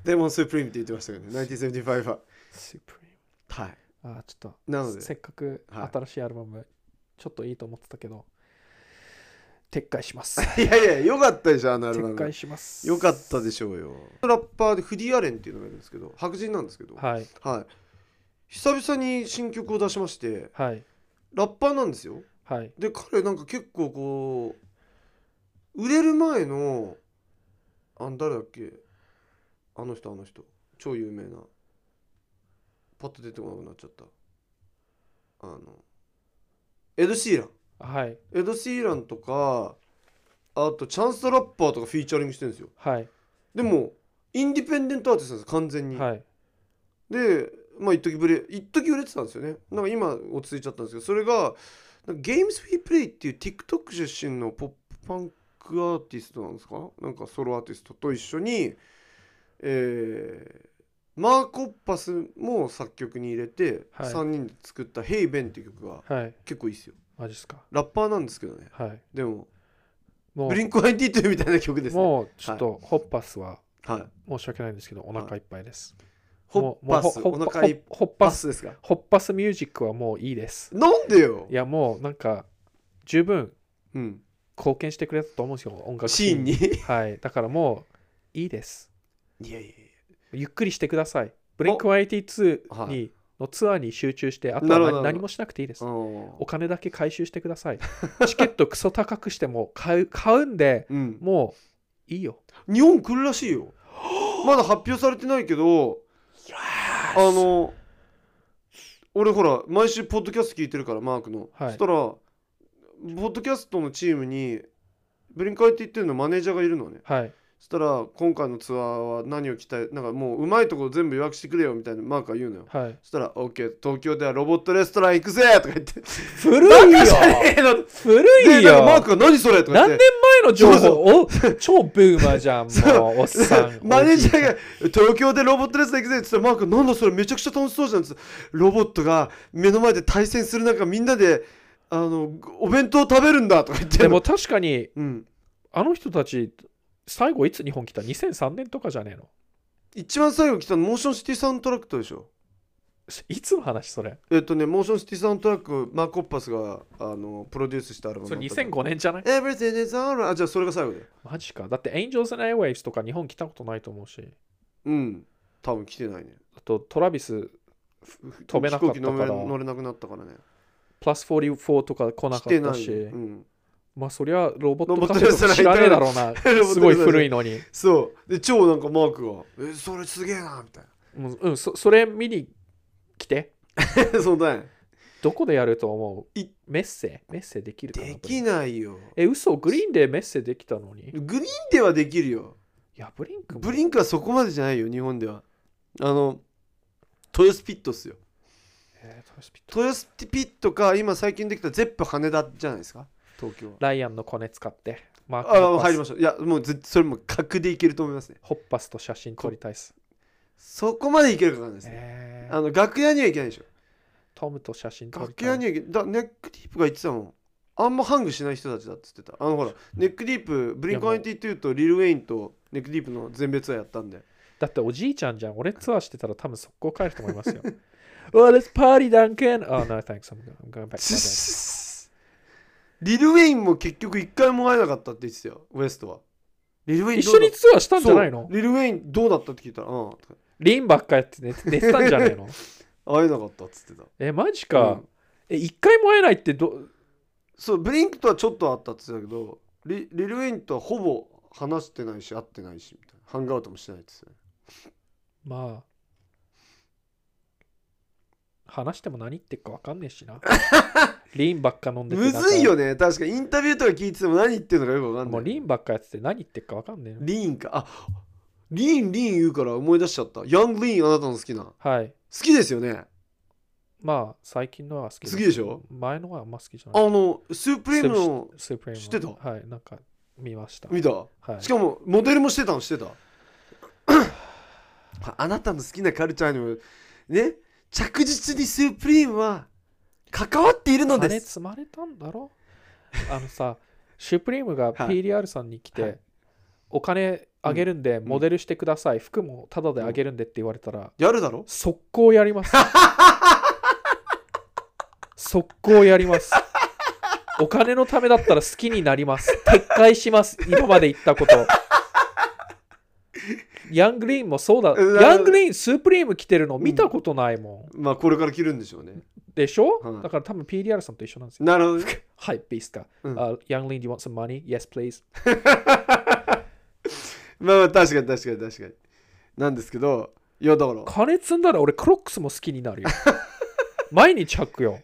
Speaker 1: 「they want supreme」って言ってましたけど ね1975は
Speaker 2: Supreme.
Speaker 1: はい
Speaker 2: あー、ちょっ
Speaker 1: なの
Speaker 2: と、
Speaker 1: で
Speaker 2: せっかく
Speaker 1: はい
Speaker 2: 新しいアルバム、ちょっといいと思ってたけど、撤回し ます。
Speaker 1: いやいやよかったでしょあのアルバ
Speaker 2: 撤
Speaker 1: ム
Speaker 2: 回します。
Speaker 1: よかったでしょうよラッパーでフディ・アレンっていうのがいるんですけど白人なんですけど、はい
Speaker 2: はい。
Speaker 1: 久々に新曲を出しまして
Speaker 2: はい。
Speaker 1: ラッパーなんですよ
Speaker 2: はい。
Speaker 1: で彼なんか結構こう売れる前のあん誰だっけあの人あの人超有名なパッと出てこなくなっちゃったあのエド・シーラン
Speaker 2: はい。
Speaker 1: エド・シーランとかあとチャンス・ザラッパーとかフィーチャリングしてるんですよ
Speaker 2: はい。
Speaker 1: でもインディペンデントアーティストなんです完全に、
Speaker 2: はい。
Speaker 1: でまあ一時ブレ一時売れてたんですよねなんか今落ち着いちゃったんですけどそれがなんかゲームスフィープレイっていう TikTok 出身のポップパンクアーティストなんですかなんかソロアーティストと一緒に、えーマーコッパスも作曲に入れて、
Speaker 2: はい
Speaker 1: 3人で作った「Hey Ben」っていう曲が
Speaker 2: はい。
Speaker 1: 結構いいですよ
Speaker 2: マジっすか。
Speaker 1: ラッパーなんですけどね
Speaker 2: はい。
Speaker 1: でも
Speaker 2: もう
Speaker 1: ブリンク182みたいな曲ですね
Speaker 2: もうちょっとホッパスは
Speaker 1: はい
Speaker 2: 申し訳ないんですけどお腹いっぱいです。
Speaker 1: ホッパス
Speaker 2: もうも
Speaker 1: お
Speaker 2: うホッ
Speaker 1: 腹いっ
Speaker 2: ホッホッ
Speaker 1: ぱ
Speaker 2: パ
Speaker 1: い
Speaker 2: ス
Speaker 1: ですか
Speaker 2: ホッパスミュージックはもういいです。
Speaker 1: なんでよ
Speaker 2: いやもうなんか十分
Speaker 1: うん
Speaker 2: 貢献してくれたと思うんですよ音楽
Speaker 1: シーンにい
Speaker 2: はいだからもういいです。
Speaker 1: やいやいや
Speaker 2: ゆっくりしてください。ブリンク182
Speaker 1: は
Speaker 2: にのツアーに集中してあと
Speaker 1: なるほ
Speaker 2: は
Speaker 1: ど
Speaker 2: 何何もしなくていいです
Speaker 1: あ。ー
Speaker 2: お金だけ回収してください。チケットクソ高くしても買う買うんで
Speaker 1: うん
Speaker 2: もういいよ。
Speaker 1: 日本来るらしい よまだ発表されてないけどあの俺ほら毎週ポッドキャスト聞いてるからマークの、
Speaker 2: はい
Speaker 1: そしたらポッドキャストのチームにブリンカーって言ってるのマネージャーがいるのね
Speaker 2: はい
Speaker 1: そしたら今回のツアーは何を期待なんかもううまいところ全部予約してくれよみたいなマーカー言うのよ
Speaker 2: はい。
Speaker 1: そしたら「OK 東京ではロボットレストラン行くぜ!」とか言って
Speaker 2: 古
Speaker 1: 「
Speaker 2: いよ
Speaker 1: バカじゃねえの!」
Speaker 2: 古い
Speaker 1: でなんか
Speaker 2: よ
Speaker 1: マークが「何それ!」とか
Speaker 2: 何
Speaker 1: 言
Speaker 2: 年
Speaker 1: って
Speaker 2: 前の情
Speaker 1: そ。
Speaker 2: 報お超ブーマーじゃん、もう、おっさん
Speaker 1: マネージャーが「東京でロボットレストラン行くぜ!」って言ったらマークが「なんだそれめちゃくちゃ楽しそうじゃん」ってロボットが目の前で対戦する中みんなであのお弁当食べるんだとか言って
Speaker 2: で
Speaker 1: んの
Speaker 2: も確かに、
Speaker 1: うん、
Speaker 2: あの人たち、最後いつ日本来た ?2003 年とかじゃねえの
Speaker 1: 一番最後来たのモーションシティサウンドトラックとでしょ
Speaker 2: いつの話それ
Speaker 1: えっとね、モーションシティサウンドトラック、マーコッパスがあのプロデュースしたアルバム
Speaker 2: そ
Speaker 1: だ
Speaker 2: れ
Speaker 1: ったんだ。
Speaker 2: 2005年じゃない
Speaker 1: Everything is alright. あ、じゃあそれが最後だよ。
Speaker 2: マジか。だって、Angels and Airwaves とか日本来たことないと思うし、
Speaker 1: うん。多分来てないね。
Speaker 2: あと、トラビスふ飛べなかった
Speaker 1: 飛行機
Speaker 2: か
Speaker 1: 乗れ
Speaker 2: ら、
Speaker 1: 乗れなくなったからね。
Speaker 2: プラス44とか来な
Speaker 1: 来
Speaker 2: かって
Speaker 1: な
Speaker 2: た
Speaker 1: い、
Speaker 2: し、
Speaker 1: うん。
Speaker 2: まあそりゃロボッ
Speaker 1: ロ
Speaker 2: ト
Speaker 1: ボッ
Speaker 2: カ
Speaker 1: ト
Speaker 2: フェとか知らねえだろうな、すごい古
Speaker 1: い。
Speaker 2: いのに。
Speaker 1: そう。で、超なんかマークが、え、それすげえな、みたい
Speaker 2: もううん、そそれ見に来て。
Speaker 1: な。 そうだね。
Speaker 2: どこでやると思う
Speaker 1: い
Speaker 2: メッセメッセできるかな
Speaker 1: できないよ。
Speaker 2: え、嘘グリーンでメッセできたのにい
Speaker 1: グリーンではできるよ。
Speaker 2: や、ブリンクも
Speaker 1: ブリンクはそこまでじゃないよ、日本では。あの、トヨスピットっすよ。
Speaker 2: えートヨスピット
Speaker 1: トヨスピットか、今最近できたゼップ羽田じゃないですか、東京は。
Speaker 2: ライアンのコネ使って、マーク
Speaker 1: あ
Speaker 2: ホッ
Speaker 1: あ
Speaker 2: パ
Speaker 1: 入り
Speaker 2: ス
Speaker 1: ましたいやもうぜそれも格でいけると思いますね
Speaker 2: ホッパスと写真撮りたいっす。
Speaker 1: そこまでいけるかわかんないですね、
Speaker 2: え
Speaker 1: あ
Speaker 2: ー、
Speaker 1: の楽屋にはいけないでしょ
Speaker 2: トムと写真撮り
Speaker 1: 楽
Speaker 2: た
Speaker 1: 屋
Speaker 2: い
Speaker 1: に。はいけだネックディープが言ってたもんあんまハングしない人たちだって言ってたあのほらネックディープブリンク182とリル・ウェインとネックディープの全米ツアーやったんで
Speaker 2: だっておじいちゃんじゃん。俺ツアーしてたら多分速攻帰ると思いますよ。well, let's party, Duncan! Oh, no, thanks. I'm going- I'm going back. to
Speaker 1: リル・ウェインも結局一回も会えなかったって言ってたよウエストはリル・ウェ
Speaker 2: my
Speaker 1: イン
Speaker 2: bed. 一
Speaker 1: どう
Speaker 2: 緒
Speaker 1: だ
Speaker 2: にツアーしたんじゃないの
Speaker 1: そうリル・ウェインどうだったって聞いたらうんとか
Speaker 2: リンばっかやって寝て寝てたんじゃないの
Speaker 1: 会えなかったって言って
Speaker 2: え、マジ
Speaker 1: た
Speaker 2: か。
Speaker 1: うん
Speaker 2: え、一回も会えないってど、
Speaker 1: そうブリンクとはちょっとあったって言ってたけどリリル・ウェインとはほぼ話してないし会ってないしみたいなハンガーウトもしてないですよね
Speaker 2: まあ、話しても何言ってっか分かんねえ しな。リンばっか飲んでて
Speaker 1: む
Speaker 2: なんか
Speaker 1: ずいよね確かインタビューとか聞いてても何言ってるのかよくわかんない
Speaker 2: もうリンばっかやってて何言ってっか分かんねえな。
Speaker 1: リーンかあリーンリーン言うから思い出しちゃったヤングリーンあなたの好きな好
Speaker 2: はい。
Speaker 1: きですよね
Speaker 2: まあ、最近のは好きだ
Speaker 1: 好きでしょ
Speaker 2: 前のはあんま好きじゃ
Speaker 1: あ
Speaker 2: ない。
Speaker 1: のスープリームの
Speaker 2: スープレーム
Speaker 1: 知ってた
Speaker 2: はい、なんか見ました。
Speaker 1: 見た
Speaker 2: はい
Speaker 1: し、かもモデルもしてたのしてた ああなたの好きなカルチャーにもね着実にスープリームは関わっているの
Speaker 2: あ
Speaker 1: で
Speaker 2: れ
Speaker 1: す
Speaker 2: 積まれたんだろあのさ、シュプリームが
Speaker 1: はい
Speaker 2: PDR さんに来て、
Speaker 1: はい
Speaker 2: お金あげるんで、
Speaker 1: ん
Speaker 2: モデルしてください、服もタダであげるんでって言われたら、
Speaker 1: やるだろ
Speaker 2: 速攻やります 速攻やりますお金のためだったら好きになります撤回します今まで言ったことヤングリーンもそうだ
Speaker 1: うん
Speaker 2: ヤングリーンスープリーム着てるの見たことないもん、
Speaker 1: まあこれから着るんでしょうね。
Speaker 2: でしょ、
Speaker 1: はい
Speaker 2: だから多分 PDR さんと一緒なんですよ
Speaker 1: なるほどね。
Speaker 2: はいビースか、
Speaker 1: うん
Speaker 2: あヤングリーン do you want some money yes please
Speaker 1: まあまあ確かに確かに確かに。なんですけど、いやだから、
Speaker 2: 金積んだら俺クロックスも好きになる よ毎日履くよ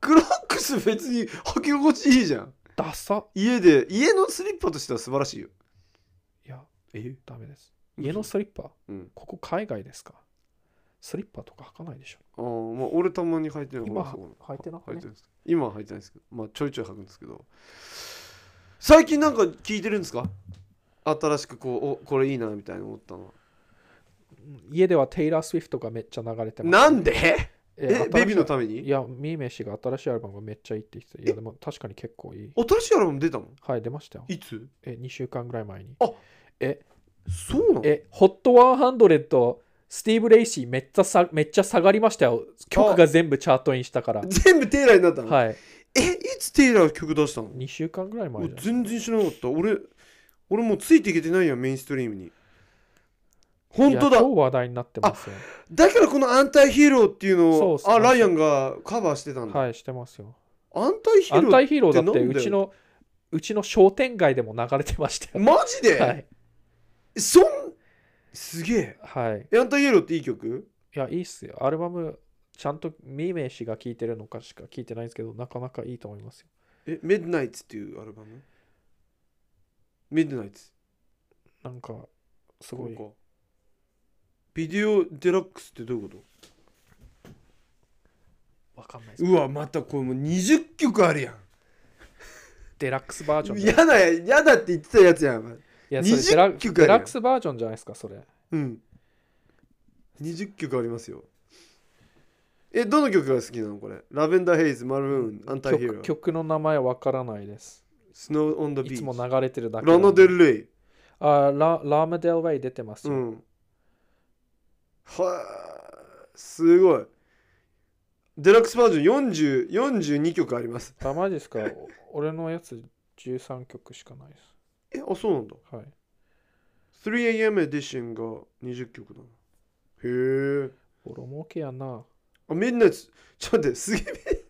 Speaker 1: クロックス別に履き心地いいじゃん。
Speaker 2: ダサ
Speaker 1: 家で、家のスリッパとしては素晴らしいよ。
Speaker 2: いや
Speaker 1: え
Speaker 2: ダメです家のスリッパ
Speaker 1: うん。
Speaker 2: ここ海外ですかスリッパとか履かないでしょ
Speaker 1: ああ、まあ俺たまに履いてない
Speaker 2: 今
Speaker 1: ほらそう
Speaker 2: 履いてなくね
Speaker 1: 履いてるんです今は履いてないですけど、まあちょいちょい履くんですけど。最近なんか聞いてるんですか新しくこう、おこれいいなみたいに思ったのは。
Speaker 2: 家ではテイラー・スウィフトがめっちゃ流れてます。
Speaker 1: なんで
Speaker 2: え
Speaker 1: え、ベビーのため
Speaker 2: めい
Speaker 1: に
Speaker 2: や、ミーメイ氏が新しいアルバムがめっちゃいいって言ってた。いや、でも確かに結構いい。
Speaker 1: 新しいアルバム出たの
Speaker 2: はい、出ましたよ。
Speaker 1: いつ
Speaker 2: え、2週間ぐらい前に。
Speaker 1: そうなの
Speaker 2: え、ホット100、スティーブ・レイシーめっちゃさめっちゃ下がりましたよ。曲が全部チャートインしたから。
Speaker 1: 全部テイラーになったの、
Speaker 2: はい、
Speaker 1: えいつテイラー曲出したの
Speaker 2: 2週間ぐらい前
Speaker 1: 俺
Speaker 2: じゃない
Speaker 1: 全然知らなかった俺俺もうついていけてないやんメインストリームに本当
Speaker 2: いや
Speaker 1: だ
Speaker 2: 超話題になってますよ。
Speaker 1: だからこの「アンタイヒーロー」っていうのを
Speaker 2: そうそう
Speaker 1: あライアンがカバーしてたんだ、
Speaker 2: はい、してますよ。
Speaker 1: アンタイヒ
Speaker 2: ア
Speaker 1: ーロ
Speaker 2: ンタ
Speaker 1: ー
Speaker 2: イヒーローだっ
Speaker 1: って
Speaker 2: て
Speaker 1: なんだよ
Speaker 2: うちのうちの商店街でも流れてましたよ。
Speaker 1: マジで、
Speaker 2: はい。
Speaker 1: そんすげえ
Speaker 2: はい。
Speaker 1: えアンタイヒーローっていい曲
Speaker 2: いや、いいっすよ。アルバム、ちゃんとミーメイ氏が聴いてるのかしか聴いてないんですけど、なかなかいいと思いますよ。
Speaker 1: え「ミッドナイツ」っていうアルバムミッドナイツ
Speaker 2: なんかす
Speaker 1: す
Speaker 2: ごい
Speaker 1: ビデオデラックスってどういうこ
Speaker 2: わかんないです
Speaker 1: とうわまたこれもう20曲あるやん
Speaker 2: デラックスバージョンじゃ
Speaker 1: 嫌だ嫌だって言ってたやつやん
Speaker 2: いやそれデラ
Speaker 1: 20曲
Speaker 2: デ
Speaker 1: あるよ
Speaker 2: ラックスバージョンじゃないですかそれ
Speaker 1: うん20曲ありますよえどの曲が好きなのこれラベンダーヘイズマルーンアンタイヒーロ
Speaker 2: 曲
Speaker 1: ー
Speaker 2: 曲の名前わからないです
Speaker 1: スノーオンダビ
Speaker 2: いつも
Speaker 1: ーチ
Speaker 2: 流れてるだけな
Speaker 1: ラ
Speaker 2: んで
Speaker 1: ナデルレイ
Speaker 2: あララームデルウェイ出てます
Speaker 1: う
Speaker 2: よ、
Speaker 1: んはあすごいデラックスバージョン40 42曲あります
Speaker 2: あマジですかお俺のやつ13曲しかないです
Speaker 1: えあそうなんだ
Speaker 2: はい
Speaker 1: 3AM エディションが20曲だなへえ
Speaker 2: ボロ儲けやな
Speaker 1: あみんなちちょっと待ってすげえ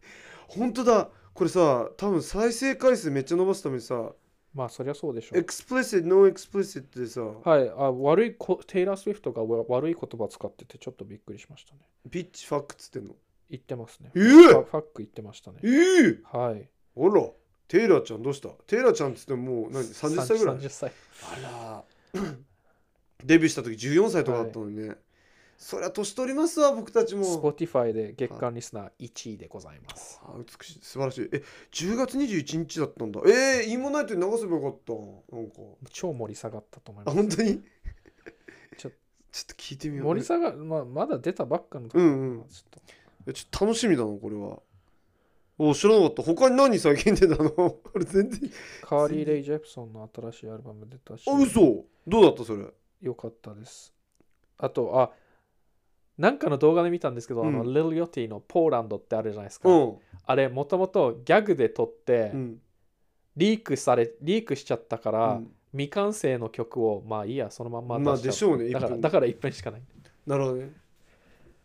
Speaker 1: 本当だこれさ多分再生回数めっちゃ伸ばすためにさ
Speaker 2: まあそりゃそうでしょ
Speaker 1: エクスプレシットノーエクスプレシットでさ
Speaker 2: はいあ悪いこテイラー・スウィフトがわ悪い言葉使っててちょっとびっくりしましたね
Speaker 1: ピッチファックっつってんの
Speaker 2: 言ってますね
Speaker 1: え
Speaker 2: フ
Speaker 1: ー
Speaker 2: ァ、ファック言ってましたね
Speaker 1: えー、
Speaker 2: はい
Speaker 1: あらテイラーちゃんどうしたテイラーちゃんっつってももう何30歳ぐらい
Speaker 2: 30歳
Speaker 1: あら デビューした時14歳とかだったのにね、そりゃ年取りますわ僕たちも
Speaker 2: Spotify で月間リスナー1位でございます。
Speaker 1: あ美しい素晴らしいえ10月21日だったんだえー、インモナイトに流せばよかったなんか
Speaker 2: 超盛り下がったと思い
Speaker 1: あ
Speaker 2: ます。
Speaker 1: 本当に
Speaker 2: ちょ
Speaker 1: ちょっと聞いてみよう
Speaker 2: 盛り下が、まあ、まだ出たばっかの時
Speaker 1: うんうん
Speaker 2: ちょっと
Speaker 1: えちょっと楽しみだなこれはお知らなかった他に何最近出たの 俺全然
Speaker 2: カーリー・レイ・ジェプソンの新しいアルバム出たし、
Speaker 1: あ嘘どうだったそれ
Speaker 2: よかったです。あと、あ、なんかの動画で見たんですけど、あの、
Speaker 1: う
Speaker 2: リ
Speaker 1: ん
Speaker 2: ル・ヨティのポーランドってあるじゃないですか。
Speaker 1: うん
Speaker 2: あれ、もともとギャグで撮って、
Speaker 1: うん
Speaker 2: リークされ、リークしちゃったか
Speaker 1: う
Speaker 2: ら、
Speaker 1: ん
Speaker 2: 未完成の曲を、まあいいや、そのまんま
Speaker 1: まあ
Speaker 2: 出
Speaker 1: で
Speaker 2: し
Speaker 1: し
Speaker 2: ちゃ
Speaker 1: ょ
Speaker 2: う。
Speaker 1: うね
Speaker 2: だから、
Speaker 1: 一分
Speaker 2: だから1分しかない。
Speaker 1: なるほどね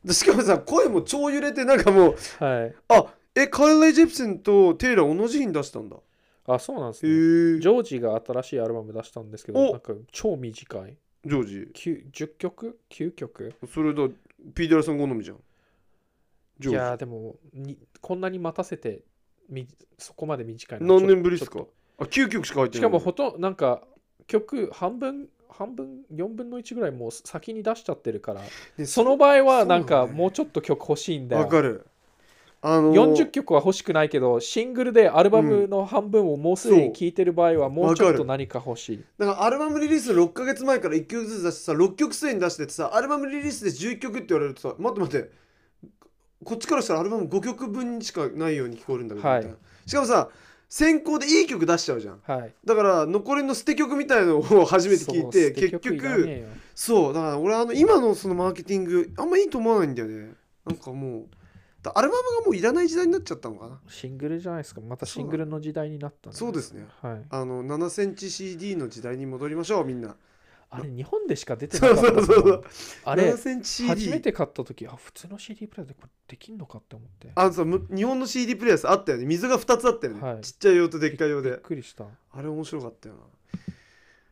Speaker 1: でしかもさ声も超揺れてなんかもう
Speaker 2: はい。
Speaker 1: あえカーレイ・ジェプセンとテイラー同じ日に出したんだ
Speaker 2: あ、そうなんです
Speaker 1: へ
Speaker 2: ね。
Speaker 1: え
Speaker 2: ジ
Speaker 1: ジョ
Speaker 2: ョージが新しいアルバム出したんですけど、
Speaker 1: お
Speaker 2: なんか超短い。
Speaker 1: ージ
Speaker 2: 9 10曲 ?9 曲
Speaker 1: それだピーデラさん好みじゃんジョ
Speaker 2: い
Speaker 1: ージ
Speaker 2: やーでもに、こんなに待たせて、みそこまで短いのは
Speaker 1: 何年ぶりです
Speaker 2: ち
Speaker 1: か
Speaker 2: ょっ
Speaker 1: あ9曲しか入っ
Speaker 2: と
Speaker 1: て
Speaker 2: し
Speaker 1: な
Speaker 2: かも
Speaker 1: い
Speaker 2: ほとんなんか曲半分、半分、4分の1ぐらいもう先に出しちゃってるから、
Speaker 1: ね
Speaker 2: その場合はなんか
Speaker 1: そうなんだよね
Speaker 2: もうちょっと曲欲しいんだ
Speaker 1: わ
Speaker 2: よ。
Speaker 1: かるあのー
Speaker 2: 40曲は欲しくないけど、シングルでアルバムの半分をもうすでに聴いてる場合は、もうちょっと何か欲しい。
Speaker 1: だからアルバムリリースの6ヶ月前から1曲ずつ出してさ6曲すでに出しててさアルバムリリースで11曲って言われるとさ待って待ってこっちからしたらアルバム5曲分しかないように聞こえるんだけど、
Speaker 2: はい
Speaker 1: みたいなしかもさ先行でいい曲出しちゃうじゃん
Speaker 2: はい。
Speaker 1: だから残りの捨て曲みたいのを初めて聞い
Speaker 2: そ
Speaker 1: て
Speaker 2: う
Speaker 1: 結
Speaker 2: 捨て曲いらね
Speaker 1: 局
Speaker 2: えよ
Speaker 1: そうだから俺あの今のそのマーケティングあんまいいと思わないんだよねなんかもうだアルバムがもういらない時代になっちゃったのかな
Speaker 2: シングルじゃないですか。また
Speaker 1: そ
Speaker 2: シ
Speaker 1: うだ
Speaker 2: ングルの時代になったん
Speaker 1: そうですね
Speaker 2: はい。
Speaker 1: あの7センチ CD の時代に戻りましょうみんな
Speaker 2: あれ、日本でしか出てな
Speaker 1: そ
Speaker 2: か
Speaker 1: う
Speaker 2: った
Speaker 1: そ
Speaker 2: から。
Speaker 1: うそうそう
Speaker 2: あれ
Speaker 1: 7、センチ CD
Speaker 2: 初めて買った時あ、普通の CD プレイヤーでこれできんのかって思って。
Speaker 1: あのさむ日本の CD プレイヤーさあったよね水が2つあったよね、
Speaker 2: はい
Speaker 1: ちっちゃい用とでっかい用
Speaker 2: びっ
Speaker 1: で
Speaker 2: くりした。
Speaker 1: あれ面白かったよな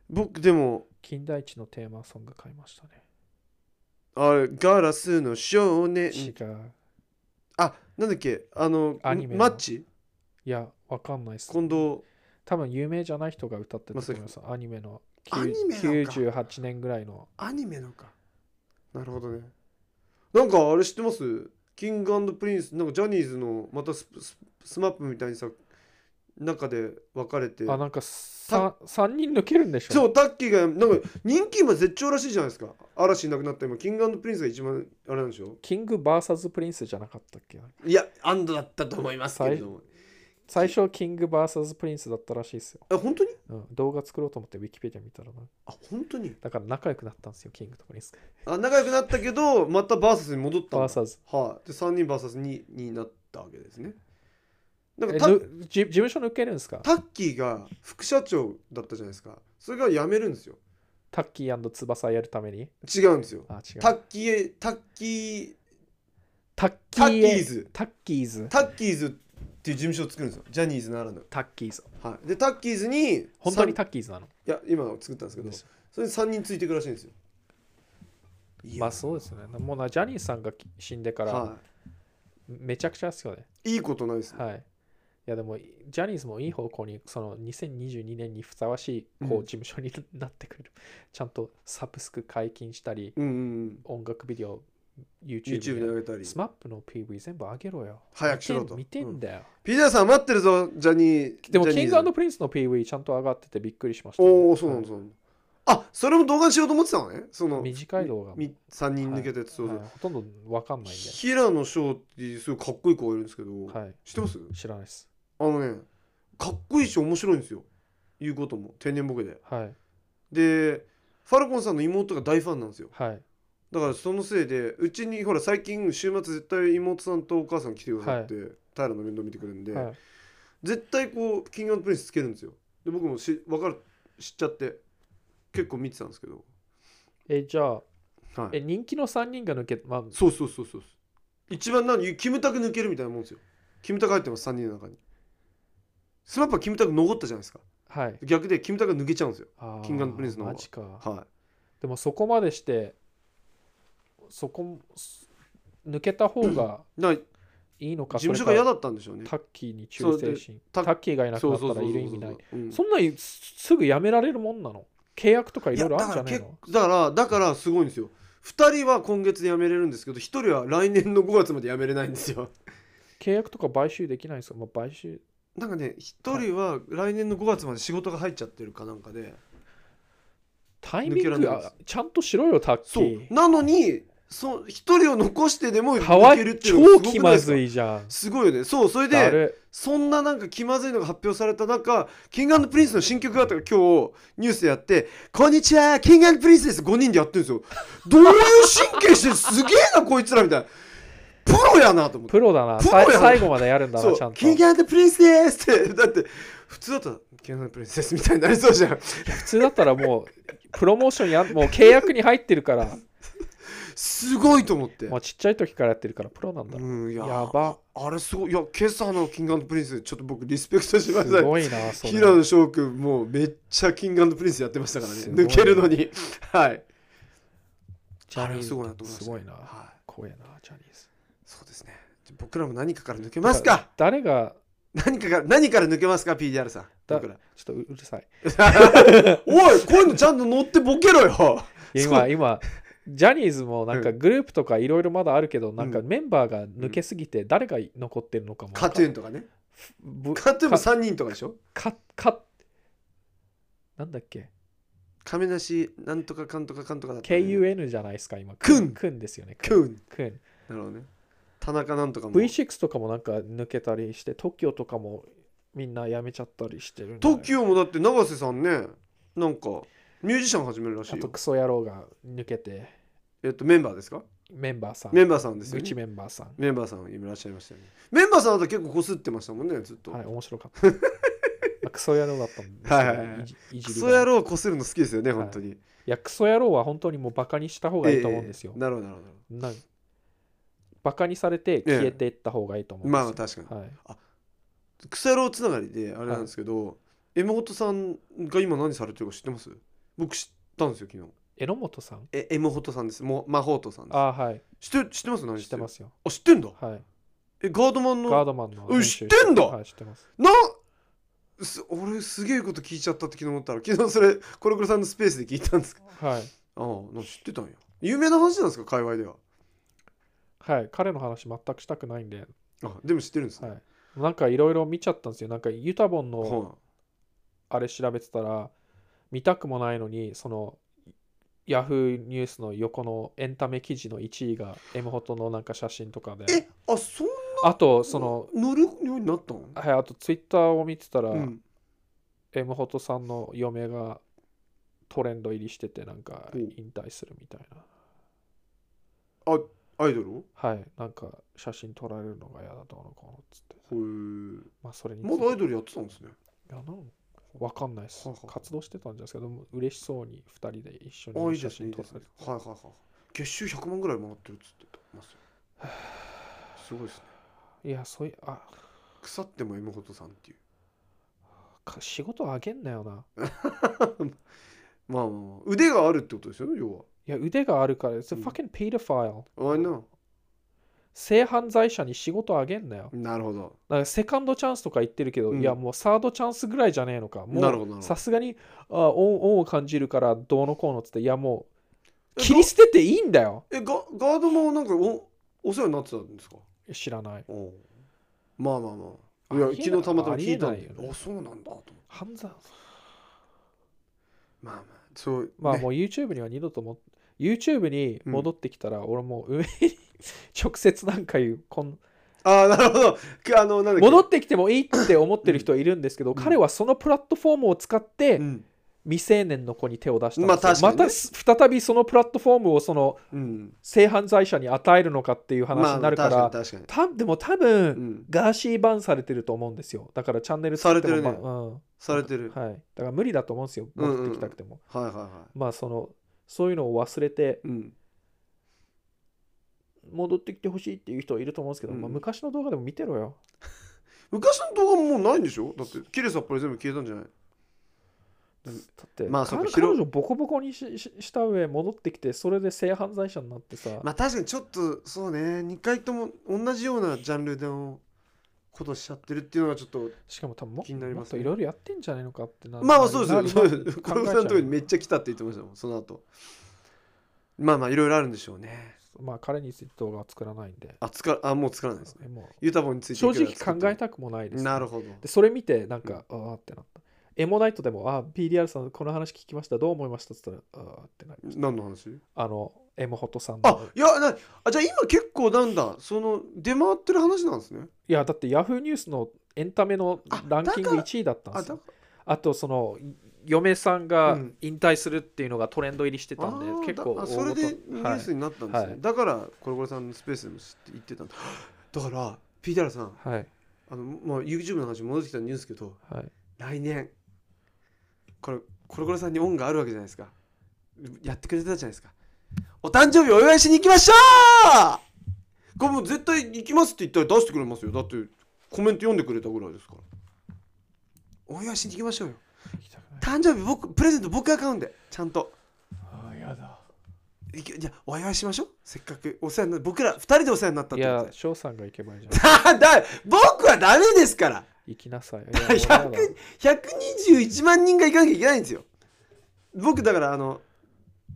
Speaker 1: 僕でも
Speaker 2: 金田一のテーマソング買いましたね。
Speaker 1: あれガラスの少
Speaker 2: 違
Speaker 1: 年
Speaker 2: う。
Speaker 1: あなんだっけあの
Speaker 2: アニメの
Speaker 1: マッチ
Speaker 2: いや、わかんないっす。
Speaker 1: 近藤
Speaker 2: 多分有名じゃない人が歌ってたと思います。アニメの
Speaker 1: アニメなのか
Speaker 2: 98年ぐらいの。
Speaker 1: アニメのかなるほどねなんかあれ知ってますキングプリンスなんかジャニーズのまたスススマップみたいにさ中で分かれて
Speaker 2: あ、なんか 3, 三人抜けるんでしょ
Speaker 1: そう、タッキーが、なんか人気今絶頂らしいじゃないですか。嵐いなくなった今、キングプリンスが一番あれなんでしょ
Speaker 2: キングバーサスプリンスじゃなかったっけ
Speaker 1: いや、アンドだったと思いますけれども。
Speaker 2: 最初、キングバーサスプリンスだったらしいですよ。
Speaker 1: あ、本当に
Speaker 2: うん、動画作ろうと思ってウィキペディア見たらな。
Speaker 1: あ、本当に
Speaker 2: だから仲良くなったんですよ、キングとプリンス。
Speaker 1: あ仲良くなったけど、またバーサスに戻ったんだ
Speaker 2: バーサス。
Speaker 1: はい、で、3人バーサスにになったわけですね。なん
Speaker 2: え
Speaker 1: かタッ
Speaker 2: ぬじ事務所抜けるんですか
Speaker 1: タッキーが副社長だったじゃないですか。それが辞めるんですよ。
Speaker 2: タッキー翼やるために
Speaker 1: 違うんですよ。
Speaker 2: あ、違う。
Speaker 1: タ
Speaker 2: タ
Speaker 1: ッキーへ、タッキー、
Speaker 2: ッキ
Speaker 1: タッキ
Speaker 2: ー
Speaker 1: ー
Speaker 2: ズ。
Speaker 1: ズ。
Speaker 2: タッキーズ。
Speaker 1: タッキーズっていう事務所を作るんですよ。ジャニーズならぬ。
Speaker 2: タッキーズ。
Speaker 1: はい、で、タッキーズに、
Speaker 2: 本当にタッキーズなの
Speaker 1: いや今作ったんですけどそれで3人ついていくらしいんですよいや
Speaker 2: まあそうですね。もうな、ジャニーさんが死んでから
Speaker 1: は
Speaker 2: めちゃくちゃですよね。
Speaker 1: い、いいことないですね
Speaker 2: はい。やでもジャニーズもいい方向にその2022年にふさわしいこう
Speaker 1: うん
Speaker 2: 事務所になってくれる、 ちゃんとサブスク解禁したり
Speaker 1: うんうん
Speaker 2: 音楽ビデオ
Speaker 1: YouTube に
Speaker 2: YouTube
Speaker 1: 上げたり
Speaker 2: スマップの PV 全部上げろよ
Speaker 1: 早くしろと
Speaker 2: 見てん見てんだよ、
Speaker 1: ピザさん待ってるぞジャニー
Speaker 2: でも
Speaker 1: ジャニ
Speaker 2: キ
Speaker 1: ー
Speaker 2: ン
Speaker 1: ズ
Speaker 2: グプリンスの PV ちゃんと上がっててびっくりしましたね、
Speaker 1: おおそうなん
Speaker 2: は
Speaker 1: だそうなんだあそれも動画にしようと思ってたのねその
Speaker 2: い短い動画も
Speaker 1: み3人抜けたやつそうそう
Speaker 2: はいほとんどわかんないんで、
Speaker 1: 平野翔っていうすごいかっこいい子がいるんですけど、
Speaker 2: はい、
Speaker 1: 知ってます
Speaker 2: 知らないです
Speaker 1: あのねかっこいいし面白いんですよ言うことも天然ボケで
Speaker 2: はい
Speaker 1: でファルコンさんの妹が大ファンなんですよ
Speaker 2: はい
Speaker 1: だからそのせいでうちにほら最近週末絶対妹さんとお母さん来てくださって、平の面倒見てくれるんで、
Speaker 2: はい
Speaker 1: 絶対こうキングプリンスつけるんですよで僕もし分かる知っちゃって結構見てたんですけど、
Speaker 2: えじゃあ
Speaker 1: はい、
Speaker 2: え人気の3人が抜けまあ
Speaker 1: そうそうそうそう一番なんキムタク抜けるみたいなもんですよキムタク入ってます3人の中にスマップはキムタク残ったじゃないですか
Speaker 2: はい
Speaker 1: 逆でキムタクが抜けちゃうんですよ
Speaker 2: あー
Speaker 1: キングプリンスの方が
Speaker 2: マジか
Speaker 1: は
Speaker 2: でもそこまでしてそこす抜けた方が
Speaker 1: いだから
Speaker 2: いいのか
Speaker 1: 事務所
Speaker 2: そ
Speaker 1: が
Speaker 2: れ
Speaker 1: 嫌
Speaker 2: か
Speaker 1: だったんでしょうね
Speaker 2: タッキーに忠誠
Speaker 1: そ
Speaker 2: 心タ
Speaker 1: タ
Speaker 2: ッキーがいなく
Speaker 1: そ
Speaker 2: な
Speaker 1: う
Speaker 2: っ
Speaker 1: そ
Speaker 2: たら
Speaker 1: うそうそう
Speaker 2: いる意味ない
Speaker 1: うん
Speaker 2: そんなんすすぐ辞められるもんなの契約とかい
Speaker 1: い
Speaker 2: ろいろ
Speaker 1: やだ
Speaker 2: あるん
Speaker 1: か
Speaker 2: じゃ
Speaker 1: ら
Speaker 2: ない
Speaker 1: 結
Speaker 2: の
Speaker 1: だからだからすごいんですよ2人は今月で辞めれるんですけど1人は来年の5月まで辞めれないんですよ
Speaker 2: 契約とか買収できないんですか、まあ、買収
Speaker 1: なんかね1人は来年の5月まで仕事が入っちゃってるかなんかで
Speaker 2: タイミン
Speaker 1: 抜け
Speaker 2: グ
Speaker 1: られないで
Speaker 2: がちゃんとしろよタッキ
Speaker 1: そう
Speaker 2: ー
Speaker 1: なのにそ1人を残してでも
Speaker 2: かわ
Speaker 1: 抜ける
Speaker 2: い
Speaker 1: っていうの
Speaker 2: 超
Speaker 1: がす
Speaker 2: 気
Speaker 1: ごくない
Speaker 2: ま
Speaker 1: ですか
Speaker 2: ずいじゃん
Speaker 1: すごいよねそうそれ
Speaker 2: だ
Speaker 1: で
Speaker 2: る
Speaker 1: そんななんか気まずいのが発表された中キングプリンスの新曲があったから今日ニュースでやって「こんにちはキングプリンスです」5人でやってるんですよどういう神経してるすげえなこいつらみたいなプロやなと思って
Speaker 2: プロだな
Speaker 1: プロ
Speaker 2: さ
Speaker 1: や
Speaker 2: い
Speaker 1: ん
Speaker 2: 最後までやるんだ
Speaker 1: そ
Speaker 2: なちゃ
Speaker 1: うん
Speaker 2: と
Speaker 1: キングプリンスですってだって普通だったら「キングプリンスです」みたいになりそうじゃん
Speaker 2: 普通だったらもうプロモーションやんもう契約に入ってるから
Speaker 1: すごいと思って
Speaker 2: もうちっちゃい時からやってるからプロなんだろう
Speaker 1: うんいや
Speaker 2: やば
Speaker 1: あれすごいいや今朝のキングプリンスちょっと僕リスペクトしますした
Speaker 2: ごいなそれ
Speaker 1: 平野翔くんもうめっちゃキングプリンスやってましたからね
Speaker 2: すごい
Speaker 1: 抜けるのにはい
Speaker 2: ジャニーズ
Speaker 1: あれはすごいなと思いました
Speaker 2: すごいな
Speaker 1: はい
Speaker 2: 怖いなジャニーズ
Speaker 1: そうですねじゃあ僕らも何かから抜けますか
Speaker 2: 誰が
Speaker 1: 何かから何から抜けますか PDR さん
Speaker 2: だ
Speaker 1: 僕ら
Speaker 2: ちょっとううるさい
Speaker 1: おいこういうのちゃんと乗ってボケろよ
Speaker 2: いや
Speaker 1: そ
Speaker 2: 今今ジャニーズもなんか
Speaker 1: う
Speaker 2: グループとかいろいろまだあるけど、なんか
Speaker 1: う
Speaker 2: メンバーが抜けすぎて誰が残ってるのかも
Speaker 1: カトゥーンとかね
Speaker 2: ぶ
Speaker 1: カトゥーンも3人とかでしょ
Speaker 2: かかなんだっけ
Speaker 1: 亀梨なんとかかんとかかんとかだったね、
Speaker 2: KUN じゃないですか今
Speaker 1: くん
Speaker 2: くんですよね
Speaker 1: クーン
Speaker 2: くん
Speaker 1: なるほどね田中なんとかも
Speaker 2: V6 とかもなんか抜けたりして TOKIO とかもみんな辞めちゃったりしてるんだよ
Speaker 1: TOKIO もだって永瀬さんねなんかミュージシャン始めるらし
Speaker 2: あ
Speaker 1: い
Speaker 2: と
Speaker 1: よ
Speaker 2: クソ野郎が抜けて
Speaker 1: えっとメンバーですか
Speaker 2: メンバーさん
Speaker 1: メンバーさんですよ
Speaker 2: う
Speaker 1: ね
Speaker 2: ちメンバーさん
Speaker 1: メンバーさんいらっしゃいましたよね。メンバーさんだと結構こすってましたもんね、ずっと。
Speaker 2: はい面白かっ たまあクソ野郎だったんですけど
Speaker 1: はいはいはい
Speaker 2: じいじ
Speaker 1: ク
Speaker 2: り
Speaker 1: ソ
Speaker 2: が
Speaker 1: 野郎こするの好きですよね、
Speaker 2: はい
Speaker 1: 本当に。
Speaker 2: いやクソ野郎は本当にもうバカにした方がいいと思うんですよ
Speaker 1: ええ、なるほど、なるほ
Speaker 2: なんバカにされて消えていった方がいいと思う
Speaker 1: ど。
Speaker 2: んです
Speaker 1: ま
Speaker 2: よ、
Speaker 1: あまあ確かに。
Speaker 2: はい、
Speaker 1: クソ野郎つながりで、あれなんですけど、エモトさんが今何されてるか知ってます僕知ったんですよ、昨日。
Speaker 2: 榎本さん
Speaker 1: え、エモホトさんです。もマホートさんで
Speaker 2: ああはい
Speaker 1: す。知って知ってます何。
Speaker 2: 知ってますすよ
Speaker 1: あ、知ってんだ。
Speaker 2: はい
Speaker 1: え、ガードマン
Speaker 2: ガー
Speaker 1: の。
Speaker 2: ドマンの
Speaker 1: え
Speaker 2: 練
Speaker 1: 知
Speaker 2: 習
Speaker 1: ってんだ
Speaker 2: はい知ってます
Speaker 1: なす俺すげえこと聞いちゃったって昨日思ったら昨日それコロコロさんのスペースで聞いたんですけど
Speaker 2: はい
Speaker 1: ああなんか知ってたんや有名な話なんですか界隈では
Speaker 2: はい彼の話全くしたくないんで、
Speaker 1: あでも知ってるんですね、
Speaker 2: はい、なんかいろいろ見ちゃったんですよなんかユタボンの
Speaker 1: はい
Speaker 2: あれ調べてたら見たくもないのにそのヤフーニュースの横のエンタメ記事の1位が M ホトのなんか写真とかで
Speaker 1: えあそん
Speaker 2: あとその、
Speaker 1: な乗るようになったの、
Speaker 2: はい、あとツイッターを見てたら、
Speaker 1: うん、
Speaker 2: M ホトさんの嫁がトレンド入りしててなんか
Speaker 1: お
Speaker 2: 引退するみたいな
Speaker 1: アイドルを
Speaker 2: はいなんか写真撮られるのが嫌だどうのこうのっつって
Speaker 1: へー
Speaker 2: まあそれについ
Speaker 1: ま
Speaker 2: て
Speaker 1: だアイドルやってたんですね
Speaker 2: いやなんわかんないです
Speaker 1: はいはい
Speaker 2: 活動してたんじゃないですけどでも嬉しそうに2人で一緒
Speaker 1: あい
Speaker 2: に
Speaker 1: いで
Speaker 2: 写
Speaker 1: すねい
Speaker 2: 真撮
Speaker 1: いで
Speaker 2: ら
Speaker 1: す
Speaker 2: れ
Speaker 1: ね
Speaker 2: て
Speaker 1: はいはいはい月収100万ぐらい回ってるっつってますよすごいです
Speaker 2: い
Speaker 1: ね
Speaker 2: やそういうあ
Speaker 1: 腐っても M ホトさんっていう
Speaker 2: か仕事あげんなよな。
Speaker 1: まあまあ、まあ、腕があるってことですよね要
Speaker 2: いや、腕があるから、it's a
Speaker 1: うん
Speaker 2: fucking pedophile。
Speaker 1: はあいな
Speaker 2: 性犯罪者に仕事あげんなよ
Speaker 1: なるほど
Speaker 2: だからセカンドチャンスとか言ってるけど、
Speaker 1: うん
Speaker 2: いやもうサードチャンスぐらいじゃねえのか
Speaker 1: なるほ
Speaker 2: も
Speaker 1: どなるほ
Speaker 2: う
Speaker 1: ど
Speaker 2: さすがにあ恩恩を感じるからどうのこうのっつっていやもう切り捨てていいんだよ
Speaker 1: えガガードもなんかおお世話になってたんですか
Speaker 2: 知らない
Speaker 1: おうまあまあまあい
Speaker 2: あ
Speaker 1: や
Speaker 2: りえない
Speaker 1: 昨日たまたま聞いたんで
Speaker 2: ありえないよね
Speaker 1: あそうなんだと思って
Speaker 2: 犯罪
Speaker 1: まあまあそう
Speaker 2: まあ
Speaker 1: ね
Speaker 2: もう YouTube には二度とも YouTube に戻ってきたら俺もう上に 直接なんか言うこん
Speaker 1: ああなるほどくあのなんだっけ
Speaker 2: 戻ってきてもいいって思ってる人はいるんですけど、
Speaker 1: ん
Speaker 2: 彼はそのプラットフォームを使って
Speaker 1: うん
Speaker 2: 未成年の子に手を出したんですよ
Speaker 1: まあ確かにね
Speaker 2: またす再びそのプラットフォームをその
Speaker 1: うん
Speaker 2: 性犯罪者に与えるのかっていう話になるから、
Speaker 1: まあ、確かに確か
Speaker 2: たでも多分、
Speaker 1: に、うん、
Speaker 2: ガーシーバンされてると思うんですよだからチャンネル作っても
Speaker 1: されてるね
Speaker 2: まあうん、
Speaker 1: されてる、
Speaker 2: はい、だから無理だと思うんですよ
Speaker 1: うんうん
Speaker 2: 戻ってきたくても、
Speaker 1: はい、はいは
Speaker 2: まあそのそういうのを忘れて
Speaker 1: いうん
Speaker 2: 戻ってきてほしいっていう人はいると思うんですけど、
Speaker 1: うん
Speaker 2: まあ、昔の動画でも見てろよ
Speaker 1: 昔の動画ももうないんでしょだって綺麗さっぱり全部消えたんじゃない
Speaker 2: だって、
Speaker 1: まあそうか
Speaker 2: 彼
Speaker 1: 広
Speaker 2: 彼女ボコボコにししした上戻ってきてそれで性犯罪者になってさ、
Speaker 1: まあ確かにちょっとそうね2回とも同じようなジャンルでのことしちゃってるっていうのがちょっと
Speaker 2: しかも多分も,、
Speaker 1: 気になり
Speaker 2: も
Speaker 1: ま
Speaker 2: っ
Speaker 1: す
Speaker 2: と
Speaker 1: ね
Speaker 2: いろいろやってんじゃないのかってな
Speaker 1: まあまあそう
Speaker 2: な
Speaker 1: ですよそう
Speaker 2: な
Speaker 1: です
Speaker 2: 考
Speaker 1: 小籔
Speaker 2: え
Speaker 1: さ
Speaker 2: ちゃう
Speaker 1: んのところにめっちゃ来たって言ってましたもんその後まあまあいろいろあるんでしょうね
Speaker 2: まあ彼について動画は作らないんで
Speaker 1: あつかあもうつかないですね
Speaker 2: も
Speaker 1: ユタボにつ
Speaker 2: う
Speaker 1: いて
Speaker 2: 正直考え
Speaker 1: た
Speaker 2: たくもないです、
Speaker 1: なるほど
Speaker 2: でそれ見てなんか、ああってなったエモナイトでも「ああ PDR さんこの話聞きましたどう思いました?」っつったら「ああ」ってなる
Speaker 1: 何の話
Speaker 2: あのエモホトさんの
Speaker 1: あいやなあじゃあ今結構なんだその出回ってる話なんですね
Speaker 2: いやだってヤフーニュースのエンタメのランキング
Speaker 1: あだから
Speaker 2: 1位だったんで
Speaker 1: あ
Speaker 2: す
Speaker 1: だ
Speaker 2: よあとそのい嫁さんが
Speaker 1: うん
Speaker 2: 引退するっていうのがトレンド入りしてたんで、
Speaker 1: あー
Speaker 2: 結
Speaker 1: だ
Speaker 2: 構
Speaker 1: あそれで
Speaker 2: 大
Speaker 1: ニュ
Speaker 2: 事はい
Speaker 1: ースになったんですね、
Speaker 2: はい
Speaker 1: だからコロコロさんのスペースでも知って言ってたんだ だからピーターさん
Speaker 2: はい
Speaker 1: あの、まあ、YouTube の話戻ってきたんですけど
Speaker 2: はい
Speaker 1: 来年これコロコロさんに恩があるわけじゃないですかやってくれてたじゃないですかお誕生日お祝いしに行きましょうこれもう絶対行きますって言ったら出してくれますよだってコメント読んでくれたぐらいですからお祝いしに行きましょうよ
Speaker 2: 行きたくない
Speaker 1: 誕生日僕プレゼント僕が買うんでちゃんと
Speaker 2: あーやだ
Speaker 1: いけじゃあお祝いしましょうせっかくお世話にな僕ら2人でお世話になったっ
Speaker 2: い
Speaker 1: てこと
Speaker 2: や
Speaker 1: で
Speaker 2: 翔さんが行けばいい じゃん
Speaker 1: だ だ僕はダメですから
Speaker 2: 行きなさいいや俺やだ
Speaker 1: 100 121万人が行かなきゃいけないんですよ僕だからあの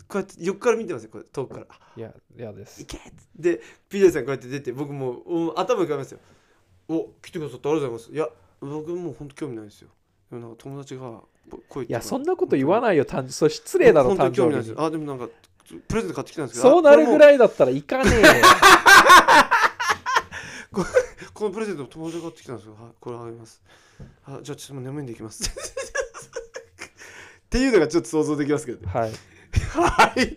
Speaker 1: こうやって横から見てますよこれ遠くからあ
Speaker 2: いや嫌で
Speaker 1: 「行
Speaker 2: す
Speaker 1: け!」っつってでピザさんこうやって出て僕もううん頭浮かびますよ「お来てくださってありがとうございます」いや僕もう本当興味ないですよでもなんか友達がこ来いって
Speaker 2: い
Speaker 1: 言うから
Speaker 2: やそんなこと言わないよ誕生それ失礼だろ
Speaker 1: 本当
Speaker 2: 誕
Speaker 1: に興味
Speaker 2: 生
Speaker 1: ない
Speaker 2: 日
Speaker 1: で
Speaker 2: に
Speaker 1: すあでもなんかプレゼント買ってきたんですけど
Speaker 2: そうなるぐ
Speaker 1: い
Speaker 2: らいだったら行かねえよ
Speaker 1: このプレゼントも友達が買ってきたんですよ。はい、これあげます。あ、じゃあちょっともう眠いんでいきます。 っていうのがちょっと想像できますけどね。
Speaker 2: はい。
Speaker 1: はい。い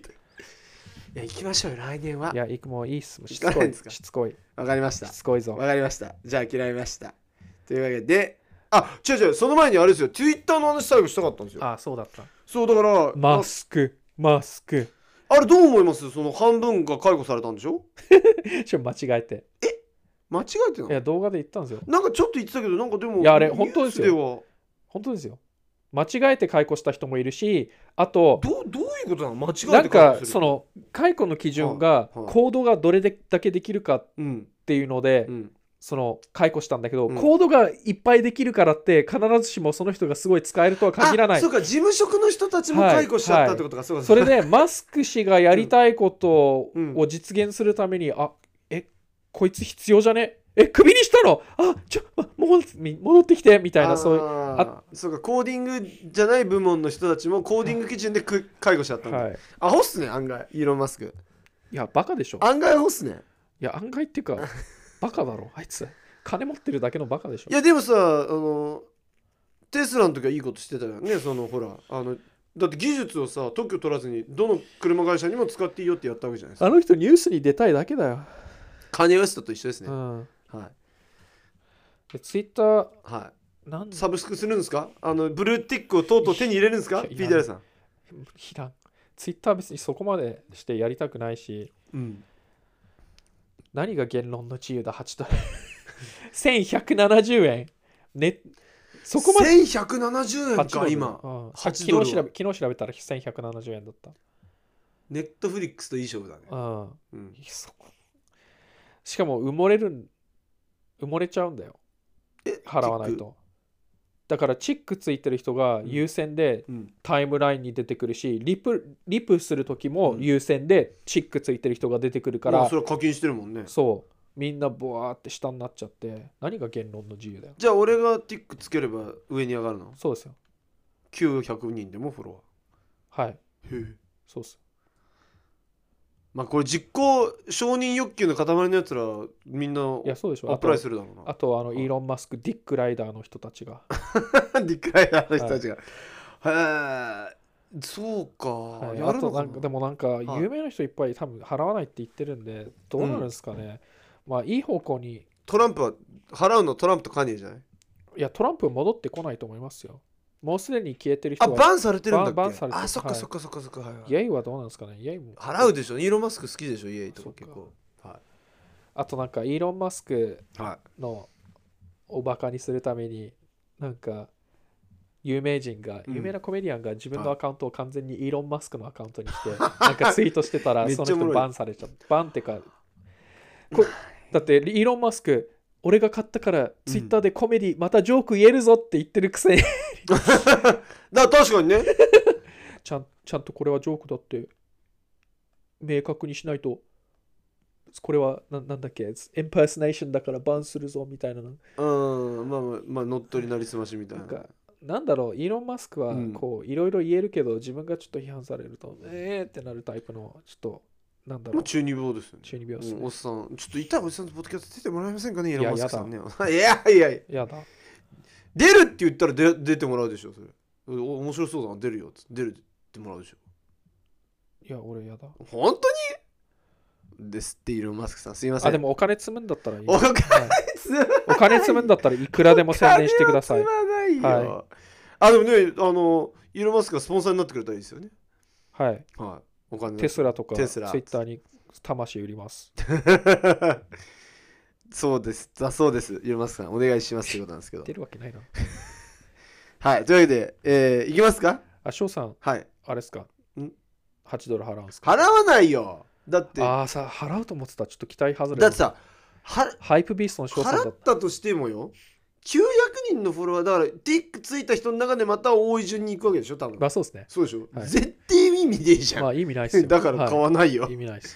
Speaker 1: や、行きましょうよ、来年はい
Speaker 2: や行くもういいっすもうし
Speaker 1: 行
Speaker 2: つ
Speaker 1: か
Speaker 2: こ
Speaker 1: ないん
Speaker 2: い
Speaker 1: ですか
Speaker 2: しつこい
Speaker 1: わかりまし。
Speaker 2: したつこいぞ
Speaker 1: わかりました。じゃあ嫌いました。というわけで、あ、違う違う、その前にあれですよ、Twitter の話最後したかったんですよ。
Speaker 2: あそうだった
Speaker 1: そう、だから、
Speaker 2: マスクマスク
Speaker 1: ああれどう思いますその半分が解雇されたんでしょ
Speaker 2: ちょ間違えて
Speaker 1: 間違えてない
Speaker 2: や
Speaker 1: い
Speaker 2: 動画で言ったんですよ
Speaker 1: なんかちょっと言ってたけど、なんかでも、
Speaker 2: いやあれ
Speaker 1: ニュース
Speaker 2: 本当ですよ
Speaker 1: は
Speaker 2: 本当ですよ間違えて解雇した人もいるしあと
Speaker 1: どうどういうことなの間違えて
Speaker 2: なん
Speaker 1: 解雇
Speaker 2: か
Speaker 1: する
Speaker 2: そ、の解雇の基準が
Speaker 1: はいはい
Speaker 2: 行動がどれだけできるかっ
Speaker 1: うん、
Speaker 2: ていうので
Speaker 1: うん。
Speaker 2: その解雇したんだけど
Speaker 1: うん
Speaker 2: 行動がいっぱいできるからって必ずしもその人がすごい使えるとは限らな
Speaker 1: あ
Speaker 2: い
Speaker 1: そうか事務職の人たちも解雇しちゃったってことか、そうか
Speaker 2: それ でマスク氏がやりたいことを実現するために、あえこいつ必要じゃねえクビにしたのあちょ、ま、戻って戻ってきてみたいなそういう
Speaker 1: あそうかコーディングじゃない部門の人たちもコーディング基準でく解雇しちゃったんだ、
Speaker 2: はい、
Speaker 1: アホっすね案外イーロン・マスク
Speaker 2: いやバカでしょ
Speaker 1: 案外アホっすね
Speaker 2: いや案外っていう かバカだろあいつ金持ってるだけのバカでしょ
Speaker 1: いやでもさあのテスラの時はいいことしてたよねそのほらあのだって技術をさ特許取らずにどの車会社にも使っていいよってやったわけじゃないですか
Speaker 2: あの人ニュースに出たいだけだよ、
Speaker 1: カニエウエストと一緒ですね、
Speaker 2: うん
Speaker 1: はい、
Speaker 2: でツイッター
Speaker 1: は
Speaker 2: なん
Speaker 1: い、サブスクするんですかあのブルーティックをとうとう手に入れるんですか
Speaker 2: いやいや
Speaker 1: PDR さん
Speaker 2: いらんツイッター別にそこまでしてやりたくないし
Speaker 1: うん
Speaker 2: 何が言論の自由だ8ドル 1170円ねそこまで
Speaker 1: 1170円か今
Speaker 2: うんさっき
Speaker 1: 8
Speaker 2: 昨
Speaker 1: ドル
Speaker 2: 日調べ昨日調べたら1170円だった。
Speaker 1: ネットフリックスといい勝負だね、
Speaker 2: うん、
Speaker 1: うん
Speaker 2: そこしかも埋もれるん埋もれちゃうんだよ
Speaker 1: え
Speaker 2: 払わない。とだからチックついてる人が優先で
Speaker 1: チェックうん、
Speaker 2: タイムラインに出てくるしリプリプする時も優先でチックついてる人が出てくるか
Speaker 1: ま
Speaker 2: ら、
Speaker 1: あそれは課金してるもんね。
Speaker 2: そうみんなボワーって下になっちゃって何が言論の自由だよ
Speaker 1: じゃあ俺がティックつければ上に上がるの
Speaker 2: そうですよ
Speaker 1: ?900 人でもフォロ
Speaker 2: はい
Speaker 1: ワー。へえ
Speaker 2: そうっす
Speaker 1: まあこれ実行承認欲求の塊のやつらみんない
Speaker 2: やそうでしょ
Speaker 1: ア
Speaker 2: あ
Speaker 1: プラ
Speaker 2: と
Speaker 1: イするだろう
Speaker 2: あとあの
Speaker 1: ん
Speaker 2: イーロン・マスクディック・ライダーの人たちが
Speaker 1: な。ディックライダーの人たちが。へえそうか、
Speaker 2: はい
Speaker 1: や
Speaker 2: あ
Speaker 1: るの
Speaker 2: と
Speaker 1: か
Speaker 2: な
Speaker 1: なん
Speaker 2: かでもなんか
Speaker 1: い
Speaker 2: 有名な人いっぱい多分払わないって言ってるんでどうなるんですかね、まあいい方向に
Speaker 1: トランプは払うのトランプとカニエじゃない
Speaker 2: いやトランプ戻ってこないと思いますよもうすでに消えてる
Speaker 1: あ
Speaker 2: 人は
Speaker 1: バンされてるんだっけ
Speaker 2: バンバンされてる
Speaker 1: あそっ
Speaker 2: は
Speaker 1: か
Speaker 2: い
Speaker 1: そっかそっかそっか、はいはい
Speaker 2: イェイはどうなんですかねイェイも
Speaker 1: 払うでしょイーロン・マスク好きでしょイエイとか
Speaker 2: そっか
Speaker 1: 結構は
Speaker 2: あとなんかイーロン・マスク
Speaker 1: い、はい、
Speaker 2: のおバカにするためになんか有名人が
Speaker 1: うん
Speaker 2: 有名なコメディアンが自分の
Speaker 1: はい
Speaker 2: アカウントを完全にイーロン・マスクのアカウントにして なんかツイートしてたら
Speaker 1: めっち
Speaker 2: そ
Speaker 1: ゃ
Speaker 2: の人
Speaker 1: おもろい
Speaker 2: バンされちゃったバンってかこだってイーロン・マスク俺が買ったからツイッターでコメディまたジョーク言えるぞって言ってるくせに
Speaker 1: だから確かにね
Speaker 2: ちゃんちゃんとこれはジョークだって明確にしないとこれはななんだっけエンパーソネーションだからバンするぞみたいなの
Speaker 1: うんまあまあまあ乗っ取りなりすましみたい
Speaker 2: な
Speaker 1: なん
Speaker 2: か、なんだろう、イーロン・マスクは
Speaker 1: うん、
Speaker 2: こう、いろいろ言えるけど、自分がちょっと批判されると、えーってなるタイプの、ちょっと、なんだ
Speaker 1: も
Speaker 2: ろ
Speaker 1: う
Speaker 2: う、
Speaker 1: 中二病ですよね
Speaker 2: 中二病っす
Speaker 1: うんお
Speaker 2: ね
Speaker 1: っ。さんちょっと痛いおっさんのポッドキャスト出てもらえませんかねイーロン・
Speaker 2: い
Speaker 1: マ
Speaker 2: や
Speaker 1: スクさんね いやいやいや
Speaker 2: やだ。
Speaker 1: 出るって言ったら出出てもらうでしょそれお面白そうだな出るよつって出るってもらうでしょ
Speaker 2: いや、俺やだ。
Speaker 1: 本当にですってイーロン・マスクさんすいません
Speaker 2: あ、でもお金積むんだったらいい。
Speaker 1: お
Speaker 2: はい
Speaker 1: 金つま
Speaker 2: お金積むんだったらいくらでも宣伝してくださ い
Speaker 1: 金。はつまないよ、
Speaker 2: は
Speaker 1: あでもねあのイーロン・マスクがスポンサーになってくれたらいいですよね
Speaker 2: はい。
Speaker 1: はいお金
Speaker 2: テスラとか、ツイ
Speaker 1: テスラ
Speaker 2: ッターに魂売ります。
Speaker 1: そうです。だそうです。イーロンマスクさん、お願いしますということなんですけど
Speaker 2: 出。るわけないな。
Speaker 1: はい。というわけで、えー、いきますか
Speaker 2: あ、翔さん、
Speaker 1: はい。
Speaker 2: あれっすか
Speaker 1: ん
Speaker 2: ?8 ドル払うんすか
Speaker 1: 払わないよだって、だ
Speaker 2: ああ、さ、払うと思ってた。ちょっと期待外れ。
Speaker 1: ってさ、は
Speaker 2: ハイプビーストの翔さんだ
Speaker 1: 払
Speaker 2: っ
Speaker 1: っ。たとしてもよ、900人のフォロワー、だから、ティックついた人の中でまた多い順に行くわけでしょ多分
Speaker 2: ま。あ、そう ですね。
Speaker 1: そうでしょ、
Speaker 2: はい
Speaker 1: 絶対意味ねえじゃん。
Speaker 2: まあ、意味ないっすよ。
Speaker 1: だから買
Speaker 2: は
Speaker 1: わないよ。
Speaker 2: い意味ないっす。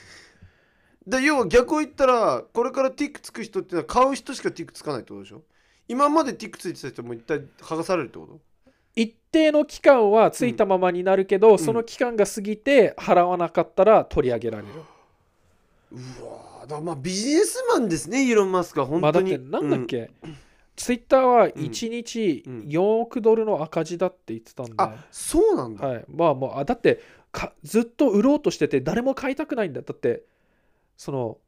Speaker 1: で要は逆を言ったらこれからティックつく人ってのは買う人しかティックつかないってことでしょ今までティックついてた人も一体剥がされるってこと
Speaker 2: 一定の期間はついたままになるけど、その期間が過ぎて払わなかったら取り上げられる、
Speaker 1: うわーだからまあビジネスマンですねイーロン・マスクは本
Speaker 2: まあ
Speaker 1: 当
Speaker 2: だっ
Speaker 1: に、
Speaker 2: てなんだっけ、ツイッターは1日
Speaker 1: うん
Speaker 2: 4億ドルの赤字だって言ってたんで、
Speaker 1: うんあそうなんだ、
Speaker 2: はい、まあもうあだってかずっと売ろうとしてて誰も買いたくないんだだってその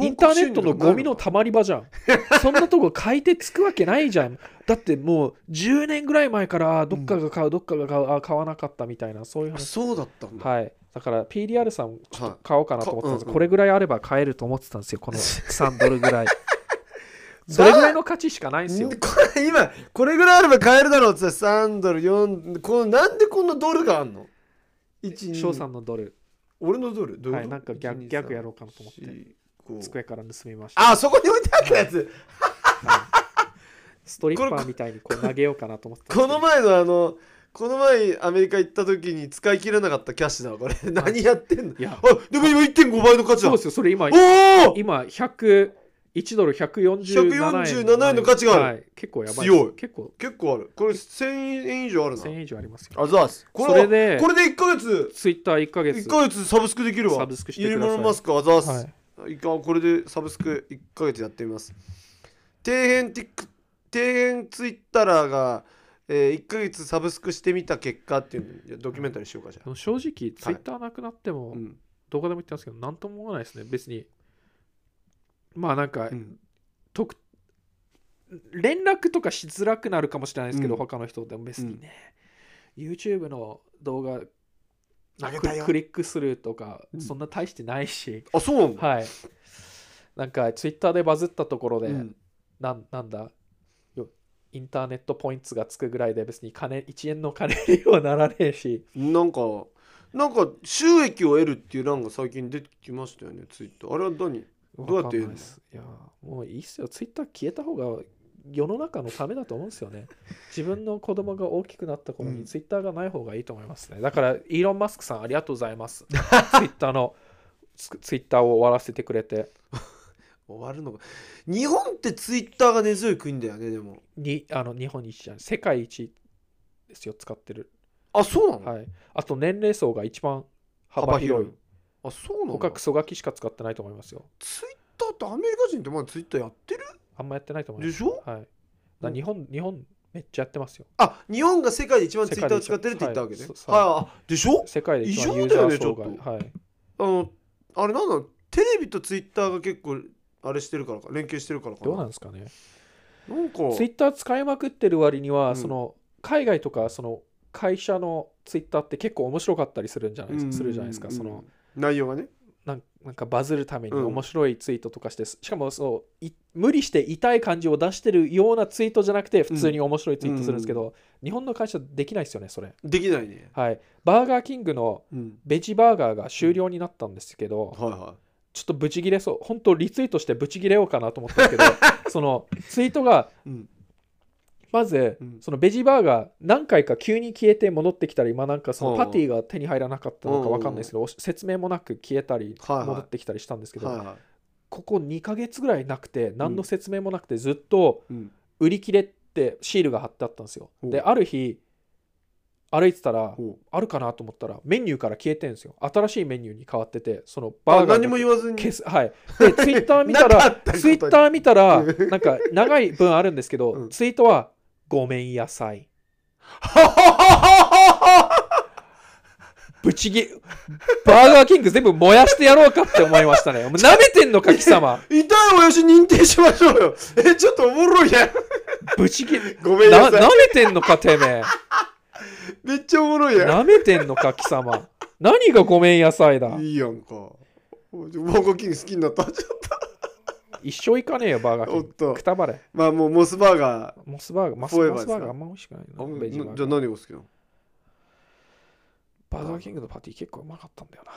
Speaker 2: インターネットのゴミのたまり場じゃん。そんなとこ買い手つくわけないじゃん。だってもう10年ぐらい前からどっかが買う、どっかが買う、あ買わなかったみたいな、そういう
Speaker 1: あ
Speaker 2: 話
Speaker 1: そうだったんだ、
Speaker 2: はい。だから PDR さんちょっ
Speaker 1: は
Speaker 2: と買おうかなと思ってたんです、
Speaker 1: かうんうん
Speaker 2: これぐらいあれば買えると思ってたんですよ、この3ドルぐ らい。それぐらいの価値しかないんですよ
Speaker 1: ん。これ今これぐらいあれば買えるだろうって言ってた3ドル4このなんでこんなドルがあんの一
Speaker 2: 翔さ
Speaker 1: 二
Speaker 2: んのドル、
Speaker 1: 俺のドルどうい
Speaker 2: は
Speaker 1: うこと
Speaker 2: い、なんか逆逆やろうかなと思って、
Speaker 1: 1 2 3 4 5
Speaker 2: 机から盗みました。
Speaker 1: あそこに置いてあったやつ
Speaker 2: ストリッ
Speaker 1: こ
Speaker 2: パ
Speaker 1: れ
Speaker 2: ーみたいにこう投げようかなと思ってたんです
Speaker 1: こ
Speaker 2: けど
Speaker 1: の前のあのこの前アメリカ行った時に使い切れなかったキャッシュだわこれ何やってんの
Speaker 2: いや
Speaker 1: あでも今1.5倍の価値
Speaker 2: そう
Speaker 1: だ
Speaker 2: ですよ、それ今、
Speaker 1: おお
Speaker 2: 今100、1ドル147円
Speaker 1: 147円の価値がある
Speaker 2: はい、結構やばいです
Speaker 1: 強い
Speaker 2: 結構
Speaker 1: 結構あるこれ1000円以上あるな
Speaker 2: 1000円以上ありますよ
Speaker 1: あざっすこれ
Speaker 2: それで
Speaker 1: これで1ヶ月
Speaker 2: ツイッター1ヶ月
Speaker 1: 1ヶ月サブスクできるわ
Speaker 2: サブスクしてください
Speaker 1: イエローマスクあざっす、
Speaker 2: はい
Speaker 1: いかこれでサブスク1ヶ月やってみます底辺ティック底辺ツイッターが、え1ヶ月サブスクしてみた結果っていうのをドキュメンタリーしようかじゃ
Speaker 2: で
Speaker 1: あ、
Speaker 2: も正直ツイッターなくなっても、
Speaker 1: うん
Speaker 2: 動画でも言ってますけど何とも思わないですね別にまあなんか、
Speaker 1: うん
Speaker 2: 特連絡とかしづらくなるかもしれないですけど、
Speaker 1: うん
Speaker 2: 他の人でも別にね、YouTube の動画
Speaker 1: あげたよ
Speaker 2: クリックするとか、
Speaker 1: うん
Speaker 2: そんな大してないし、
Speaker 1: あそうなんだ、
Speaker 2: はいなんか Twitter でバズったところで、
Speaker 1: うん
Speaker 2: なんなんだよインターネットポイントがつくぐらいで別に金1円の金にはならねえし
Speaker 1: なんかなんか収益を得るっていう欄が最近出てきましたよねツイッターあれは何どうやって
Speaker 2: わかんないですいやもういいっすよツイッター消えた方が世の中のためだと思うんです よね自分の子供が大きくなった頃
Speaker 1: う
Speaker 2: に
Speaker 1: ん
Speaker 2: ツイッターがない方がいいと思いますね、だからイーロン・マスクさんありがとうございます ツイッターのツツイッターを終わらせてくれて
Speaker 1: 終わるのか日本ってツイッターが根強い国だよねでも
Speaker 2: にあの日本に一じゃない世界一ですよ使ってる、
Speaker 1: あそうなの、
Speaker 2: はい、あと年齢層が一番幅広い
Speaker 1: あそうなの
Speaker 2: 他クソガキしか使ってないと思いますよ
Speaker 1: ツイッターってアメリカ人ってまだツイッターやってる
Speaker 2: あんまやってないと思いま
Speaker 1: ですしょ
Speaker 2: はい、だから日本日本めっちゃやってますよ
Speaker 1: あ日本が世界で一番ツイッターを使ってるって言ったわけね、
Speaker 2: 世界で一
Speaker 1: は
Speaker 2: 番
Speaker 1: いあでしょ
Speaker 2: 世界で一番
Speaker 1: 異
Speaker 2: ユー
Speaker 1: 常だ
Speaker 2: ザ
Speaker 1: よ
Speaker 2: ー
Speaker 1: ね
Speaker 2: 層
Speaker 1: ちょっ
Speaker 2: が、はい、
Speaker 1: あのあれなんだろうテレビとツイッターが結構あれしてるからか連携してるからかな
Speaker 2: どうなんですかね
Speaker 1: なんか
Speaker 2: ツイッター使いまくってる割には、
Speaker 1: うん
Speaker 2: その海外とかその会社のツイッターって結構面白かったりするんじゃないです,、するじゃないですか、
Speaker 1: うんうん
Speaker 2: そ
Speaker 1: うん
Speaker 2: の
Speaker 1: 内容がね
Speaker 2: なんなんかバズるために
Speaker 1: うん
Speaker 2: 面白いツイートとかして、しかもそうい無理して痛い感じを出してるようなツイートじゃなくて普通に面白いツイートするんですけど、日本の会社できないですよねそれ
Speaker 1: できないね
Speaker 2: はいバーガーキングの
Speaker 1: うん
Speaker 2: ベジバーガーが終了になったんですけど、
Speaker 1: はいは
Speaker 2: ちょっとブチギレそう本当リツイートしてブチギレようかなと思った んですけどそのツイートが
Speaker 1: いうん
Speaker 2: まず、
Speaker 1: うん
Speaker 2: そのベジバーガー何回か急に消えて戻ってきたり、まあ、なんかその
Speaker 1: うん
Speaker 2: パティが手に入らなかったのか分かんないですけど、説明もなく消えたり
Speaker 1: はいはい
Speaker 2: 戻ってきたりしたんですけど、
Speaker 1: はいはい
Speaker 2: ここ2ヶ月ぐらいなくて何の説明もなくてずっと
Speaker 1: うん
Speaker 2: 売り切れってシールが貼ってあったんですよ、
Speaker 1: うん
Speaker 2: である日歩いてたら
Speaker 1: ほう
Speaker 2: あるかなと思ったらメニューから消えてんですよ新しいメニューに変わっててそのバ
Speaker 1: あ
Speaker 2: ーガー
Speaker 1: 何
Speaker 2: の
Speaker 1: も言わずに
Speaker 2: 消すはい でツイッター見たら
Speaker 1: なかったことに
Speaker 2: ツイッ ター見たら、
Speaker 1: うん
Speaker 2: なんか長い文あるんですけど、
Speaker 1: うん
Speaker 2: ツイートは、ごめんやさい。ぶちぎ、バーガーキング全部燃やしてやろうかって思いましたね。もう舐めてんのか、貴様。
Speaker 1: 痛い親父認定しましょうよ えちょっとおもろいやん
Speaker 2: ぶちぎ、
Speaker 1: ごめん
Speaker 2: な
Speaker 1: な
Speaker 2: 舐
Speaker 1: さい
Speaker 2: めてんのか、てめ
Speaker 1: めっちゃおもろい
Speaker 2: え。
Speaker 1: や
Speaker 2: 舐めてんのか、貴様。何がごめんやさいだ
Speaker 1: ん。いいやんかおちょバーガーキング好きになったちょっ
Speaker 2: 一生いかねえよ、バーガーキ
Speaker 1: とお
Speaker 2: ン
Speaker 1: っ
Speaker 2: グ。
Speaker 1: と
Speaker 2: くたばれ。
Speaker 1: まあもうモスバーガー
Speaker 2: モスバーガー、マス
Speaker 1: フォーエバー
Speaker 2: モ
Speaker 1: です
Speaker 2: ス
Speaker 1: か
Speaker 2: バーガーあんま美味しくない
Speaker 1: あ
Speaker 2: な。ベジバーガー
Speaker 1: じゃあ何が好きなの
Speaker 2: バーガーキングのパティ結構うまかったんだよな。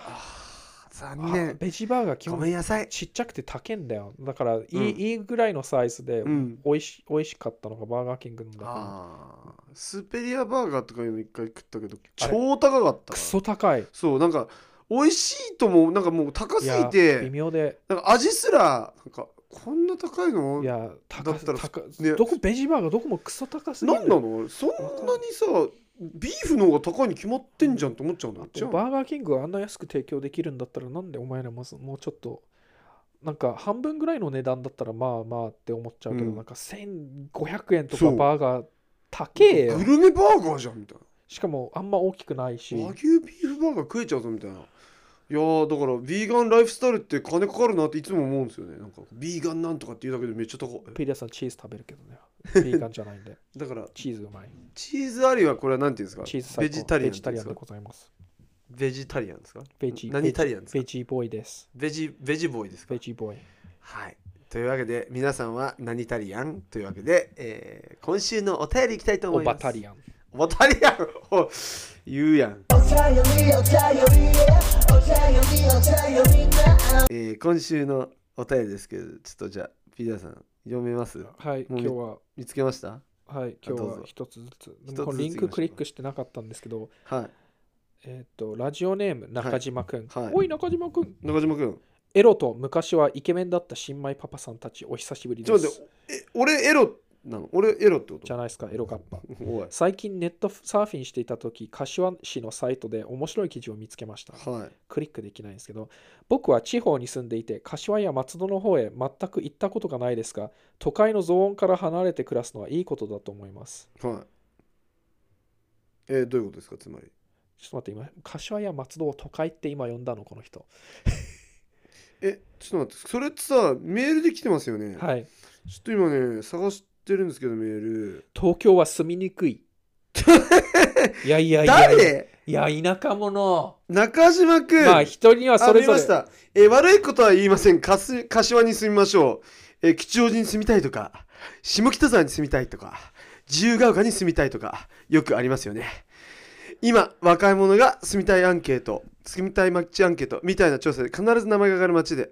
Speaker 1: 残
Speaker 2: あ
Speaker 1: 念
Speaker 2: ベジバーガー基
Speaker 1: ご
Speaker 2: 本
Speaker 1: めんなさい
Speaker 2: ちっちゃくて高いんだよ。だからいい,、
Speaker 1: うん
Speaker 2: いいぐらいのサイズで
Speaker 1: うん
Speaker 2: 美味し,、美味しかったのがバーガーキングのだから。
Speaker 1: あースペリアバーガーとかいうの一回食ったけど
Speaker 2: あれ
Speaker 1: 超高かった
Speaker 2: クソ高い。
Speaker 1: そうなんか美味しいともなんかもう高
Speaker 2: い
Speaker 1: すぎ
Speaker 2: や微
Speaker 1: て
Speaker 2: 妙で。
Speaker 1: なんか味すらなんかこんな高いの
Speaker 2: いや、高す
Speaker 1: だったら
Speaker 2: 高
Speaker 1: ね
Speaker 2: どこベジバーガーどこもクソ高すぎる。
Speaker 1: なんなのそんなにさビーフの方が高いに決まってんじゃんと思っちゃうんだ
Speaker 2: あ
Speaker 1: よ
Speaker 2: とバーガーキングがあんな安く提供できるんだったらなんでお前らまずもうちょっとなんか半分ぐらいの値段だったらまあまあって思っちゃうけど、
Speaker 1: うん
Speaker 2: なんか1500円と
Speaker 1: そ
Speaker 2: か
Speaker 1: う
Speaker 2: バーガー高えよ
Speaker 1: グ。ルメバーガーじゃんみたい
Speaker 2: しかもあんま大きくないし。
Speaker 1: な和牛ビーフバーガー食えちゃうぞみたいないやーだからビーガンライフスタイルって金かかるなっていつも思うんですよねなんかビーガンなんとかって言うだけでめっちゃ高い
Speaker 2: ピリアさんチーズ食べるけど ね。ビーガンじゃないんで。
Speaker 1: だから
Speaker 2: チーズうまい。
Speaker 1: チーズありはこれはなんていうんですか
Speaker 2: チーズ最
Speaker 1: ベ
Speaker 2: 高
Speaker 1: ジタリアン
Speaker 2: ベジタリアンで
Speaker 1: っていうんですか
Speaker 2: ございます。
Speaker 1: ベジタリアンですか
Speaker 2: ベジ
Speaker 1: 何タリアンですか
Speaker 2: ベジボーイです。
Speaker 1: ベジベジボーイですか
Speaker 2: ベジボーイ。
Speaker 1: はい。というわけで、皆さんは何タリアンというわけで、えー今週のお便りいきたいと
Speaker 2: オ
Speaker 1: 思い
Speaker 2: バ
Speaker 1: ます。
Speaker 2: タリアン。
Speaker 1: ン。オバタリアンお 言うやん、えー今週のお便りですけど、ちょっとじゃあ、ピザさん、読めます
Speaker 2: はい、今
Speaker 1: もう
Speaker 2: 日は、
Speaker 1: 見つけました
Speaker 2: はい、今日
Speaker 1: どう
Speaker 2: は
Speaker 1: ぞ
Speaker 2: 一つずつ。で
Speaker 1: 一つずつ
Speaker 2: もこのリン
Speaker 1: 行きまし
Speaker 2: ク
Speaker 1: ょう
Speaker 2: クリックしてなかったんですけど、
Speaker 1: は
Speaker 2: えーっと、ラジオネーム中島くん。
Speaker 1: はいはい
Speaker 2: おい、中島くん。
Speaker 1: い。中島くん。
Speaker 2: エロと昔はイケメンだった新米パパさんたち、お久しぶり
Speaker 1: ちょ
Speaker 2: で
Speaker 1: っと待っ
Speaker 2: す。
Speaker 1: て、え俺エロなの俺エロってこ
Speaker 2: じ
Speaker 1: と
Speaker 2: ゃないですか、エロカッパ。
Speaker 1: おい。
Speaker 2: 最近ネットサーフィンしていた時柏市のサイトで面白い記事を見つけました。
Speaker 1: はい。
Speaker 2: クリックできないんですけど僕は地方に住んでいて柏や松戸の方へ全く行ったことがないですが都会のゾーンから離れて暮らすのはいいことだと思います
Speaker 1: はい。えーどういうことですかつまり。
Speaker 2: ちょっと待って今柏や松戸を都会って今呼んだのこの人
Speaker 1: え、ちょっと待って、それってさ、メールで来てますよね。
Speaker 2: はい
Speaker 1: ちょっと今ね、探してるんですけど、メール。
Speaker 2: 東京は住みにくい いやいやいやい
Speaker 1: 誰
Speaker 2: やいや田舎者
Speaker 1: 中島くん。
Speaker 2: まあ人には
Speaker 1: あ
Speaker 2: それ
Speaker 1: 見
Speaker 2: ぞ
Speaker 1: まし
Speaker 2: れ
Speaker 1: た。えー悪いことは言いません。かす柏に住みましょう。えー吉祥寺に住みたいとか、下北沢に住みたいとか、自由が丘に住みたいとか、よくありますよね。今若い者が住みたいアンケート住みたい街アンケートみたいな調査で必ず名前が上がる街で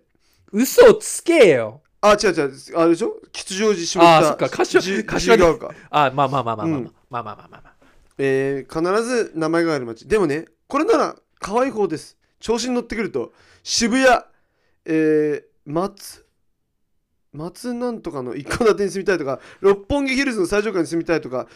Speaker 2: 嘘をつけよ
Speaker 1: あ違う違うあれでしょ吉祥寺下
Speaker 2: あーそっか
Speaker 1: 北
Speaker 2: 柏
Speaker 1: じゅ
Speaker 2: 柏
Speaker 1: 自由が丘
Speaker 2: あまあまあまあまあまあ
Speaker 1: うん
Speaker 2: まあまあまあまあまあ
Speaker 1: えー必ず名前がある街でもねこれなら可愛い方です調子に乗ってくると渋谷えー松松なんとかの一戸建てに住みたいとか六本木ヒルズの最上階に住みたいとか、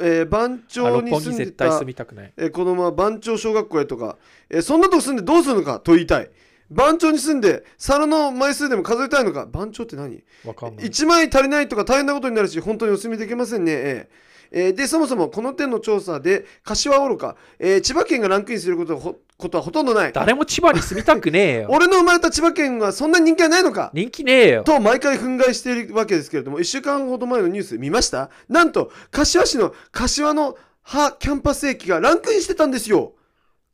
Speaker 1: えー番
Speaker 2: あ
Speaker 1: 町
Speaker 2: 六
Speaker 1: に
Speaker 2: 本木
Speaker 1: 住んで
Speaker 2: 絶対
Speaker 1: た
Speaker 2: 住みたくない
Speaker 1: えー子供は番町小学校へとか、えーそんなとこ住んでどうするのかと言いたい番町に住んで皿の枚数でも数えたいのか番町って何
Speaker 2: わかんない
Speaker 1: 1枚足りないとか大変なことになるし本当にお勧めできませんね、えええーでそもそもこの点の調査で柏はおろか、えー千葉県がランクインすることはほことはほとんどない
Speaker 2: 誰も千葉に住みたくねえよ
Speaker 1: 俺の生まれた千葉県はそんなに人気はないのか
Speaker 2: 人気ねえよ
Speaker 1: と毎回憤慨しているわけですけれども1週間ほど前のニュース見ましたなんと柏市の柏の葉キャンパス駅がランクインしてたんですよ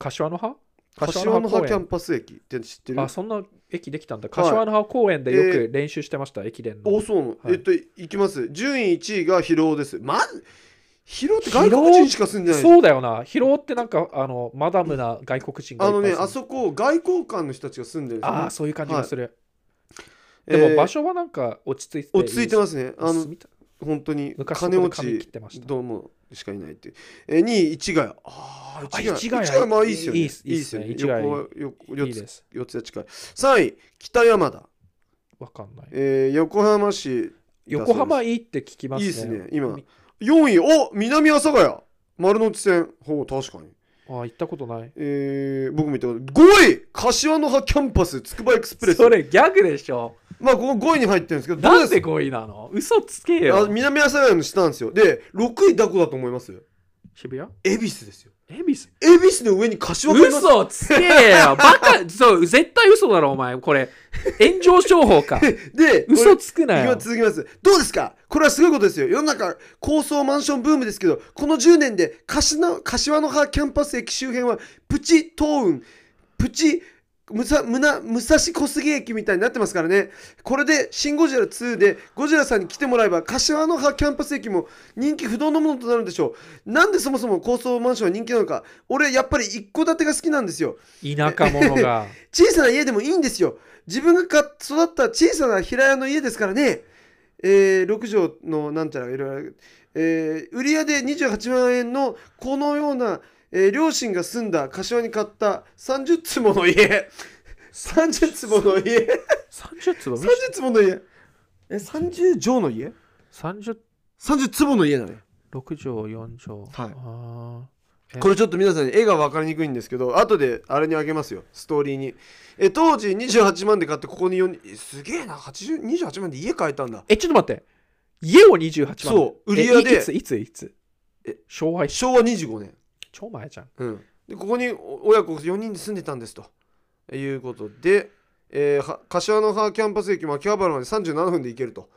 Speaker 2: 柏の葉
Speaker 1: 柏の葉
Speaker 2: 公
Speaker 1: キャン
Speaker 2: 園
Speaker 1: パス駅って知ってる
Speaker 2: あそんな駅できたんだ柏の葉公園でよく練習してました駅伝
Speaker 1: お
Speaker 2: の
Speaker 1: そうなの、
Speaker 2: はい
Speaker 1: えっといきます順位1位が広尾ですま広尾って
Speaker 2: 広尾
Speaker 1: 外国人しか住んでない
Speaker 2: そうだよな広尾ってなんかあのマダムな外国人がい
Speaker 1: あ
Speaker 2: っぱ
Speaker 1: の
Speaker 2: い住
Speaker 1: ね
Speaker 2: んで
Speaker 1: あそこ外交官の人たちが住んでるんですよね
Speaker 2: ああそういう感じがする
Speaker 1: え
Speaker 2: で
Speaker 1: ー
Speaker 2: も場所はなんか落ち着いて
Speaker 1: 落ち着いて
Speaker 2: ま
Speaker 1: ますねあの本当に
Speaker 2: 昔
Speaker 1: 金
Speaker 2: そ
Speaker 1: 持
Speaker 2: こで髪切
Speaker 1: ち
Speaker 2: ってました
Speaker 1: どうもしかいないっていう、えー、2位市ヶ谷ああ
Speaker 2: あ市ヶ谷
Speaker 1: 市ヶ谷まあいいですよね
Speaker 2: いいっすいいっすね
Speaker 1: いいっ
Speaker 2: 市
Speaker 1: す
Speaker 2: ヶ谷
Speaker 1: よね横
Speaker 2: い
Speaker 1: 横
Speaker 2: い
Speaker 1: 四つ
Speaker 2: です
Speaker 1: 四つ谷近い3位北山田、
Speaker 2: わかんない
Speaker 1: えー、横浜市
Speaker 2: 横浜いいって聞きますね
Speaker 1: いいっすね今4位お南阿佐ヶ谷丸の内線ほう確かに
Speaker 2: ああ行ったことない
Speaker 1: えー、僕も言ったこと5位柏の葉キャンパスつくばエクスプレス
Speaker 2: それギャグでしょ
Speaker 1: まあここ5位に入ってるんですけどどう
Speaker 2: な
Speaker 1: で
Speaker 2: ん
Speaker 1: すか
Speaker 2: で5位なの嘘つけ
Speaker 1: あ
Speaker 2: よ
Speaker 1: 南阿佐ヶ谷の下なんですよで6位どこだと思います
Speaker 2: 渋谷
Speaker 1: 恵比寿ですよ
Speaker 2: 恵比寿
Speaker 1: 恵比寿の上に柏がいます
Speaker 2: 嘘つけよバカそう絶対嘘だろお前これ炎上商法か
Speaker 1: で こ
Speaker 2: 嘘
Speaker 1: れ
Speaker 2: つくなよ
Speaker 1: 今続きますどうですかこれはすごいことですよ世の中高層マンションブームですけどこの10年で柏の柏の葉キャンパス駅周辺はプチ東雲プチむさむな武蔵小杉駅みたいになってますからねこれで「シン・ゴジラ2」でゴジラさんに来てもらえば柏の葉キャンパス駅も人気不動のものとなるんでしょうなんでそもそも高層マンションは人気なのか俺やっぱり一戸建てが好きなんですよ
Speaker 2: 田舎者が
Speaker 1: 小さな家でもいいんですよ自分がか育った小さな平屋の家ですからねえー6畳のなんちゃらいろいろある、えー売り家で28万円のこのような、えー両親が住んだ柏に買った30坪の家30坪の家
Speaker 2: 30坪
Speaker 1: 30坪の家え30畳の家
Speaker 2: 30
Speaker 1: 30坪の家なのよ
Speaker 2: 六畳四畳
Speaker 1: はい
Speaker 2: あえ
Speaker 1: これちょっと皆さんに絵が分かりにくいんですけど後であれにあげますよストーリーにえ当時28万で買ってここに4人すげえな80 28万で家買えたんだ
Speaker 2: ーえちょっと待って家を28万
Speaker 1: そう売り
Speaker 2: え
Speaker 1: 上げ
Speaker 2: いついついつ
Speaker 1: え
Speaker 2: 昭和
Speaker 1: 昭和25年、
Speaker 2: 超前じゃん
Speaker 1: うん、でここにお親子4人で住んでたんですということで、えーは柏の葉キャンパス駅も秋葉原まで37分で行けると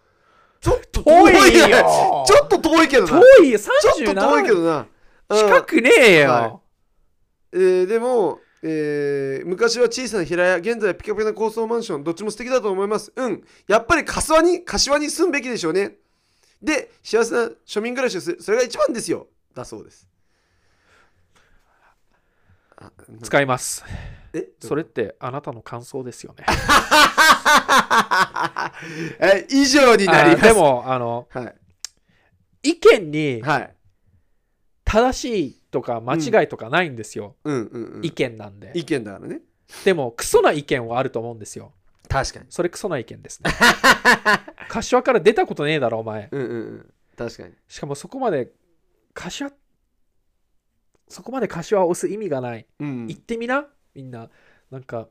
Speaker 1: ちょっと
Speaker 2: 遠
Speaker 1: 遠
Speaker 2: い
Speaker 1: い
Speaker 2: よ
Speaker 1: ねちょっと遠いけどな
Speaker 2: 遠いよ
Speaker 1: ちょっと遠いけ
Speaker 2: 37
Speaker 1: どな、うん
Speaker 2: 近くねえよ、
Speaker 1: はえーでも、えー昔は小さな平屋現在はピカピカな高層マンションどっちも素敵だと思いますうんやっぱり柏に柏に住むべきでしょうねで幸せな庶民暮らしをするそれが一番ですよだそうですあな
Speaker 2: 使います
Speaker 1: え
Speaker 2: それってあなたの感想ですよね
Speaker 1: え以上になります
Speaker 2: あでもあの
Speaker 1: はい
Speaker 2: 意見に
Speaker 1: はい
Speaker 2: 正しいとか間違いとかないんですよ、
Speaker 1: うんうん、うん、
Speaker 2: 意見なんで
Speaker 1: 意見だからね
Speaker 2: でもクソな意見はあると思うんですよ
Speaker 1: 確かに
Speaker 2: それクソな意見ですね柏から出たことねえだろお前
Speaker 1: うんうんうん確かに
Speaker 2: しかもそこまで柏そこまで柏を押す意味がない
Speaker 1: うん
Speaker 2: 行ってみなみんななんか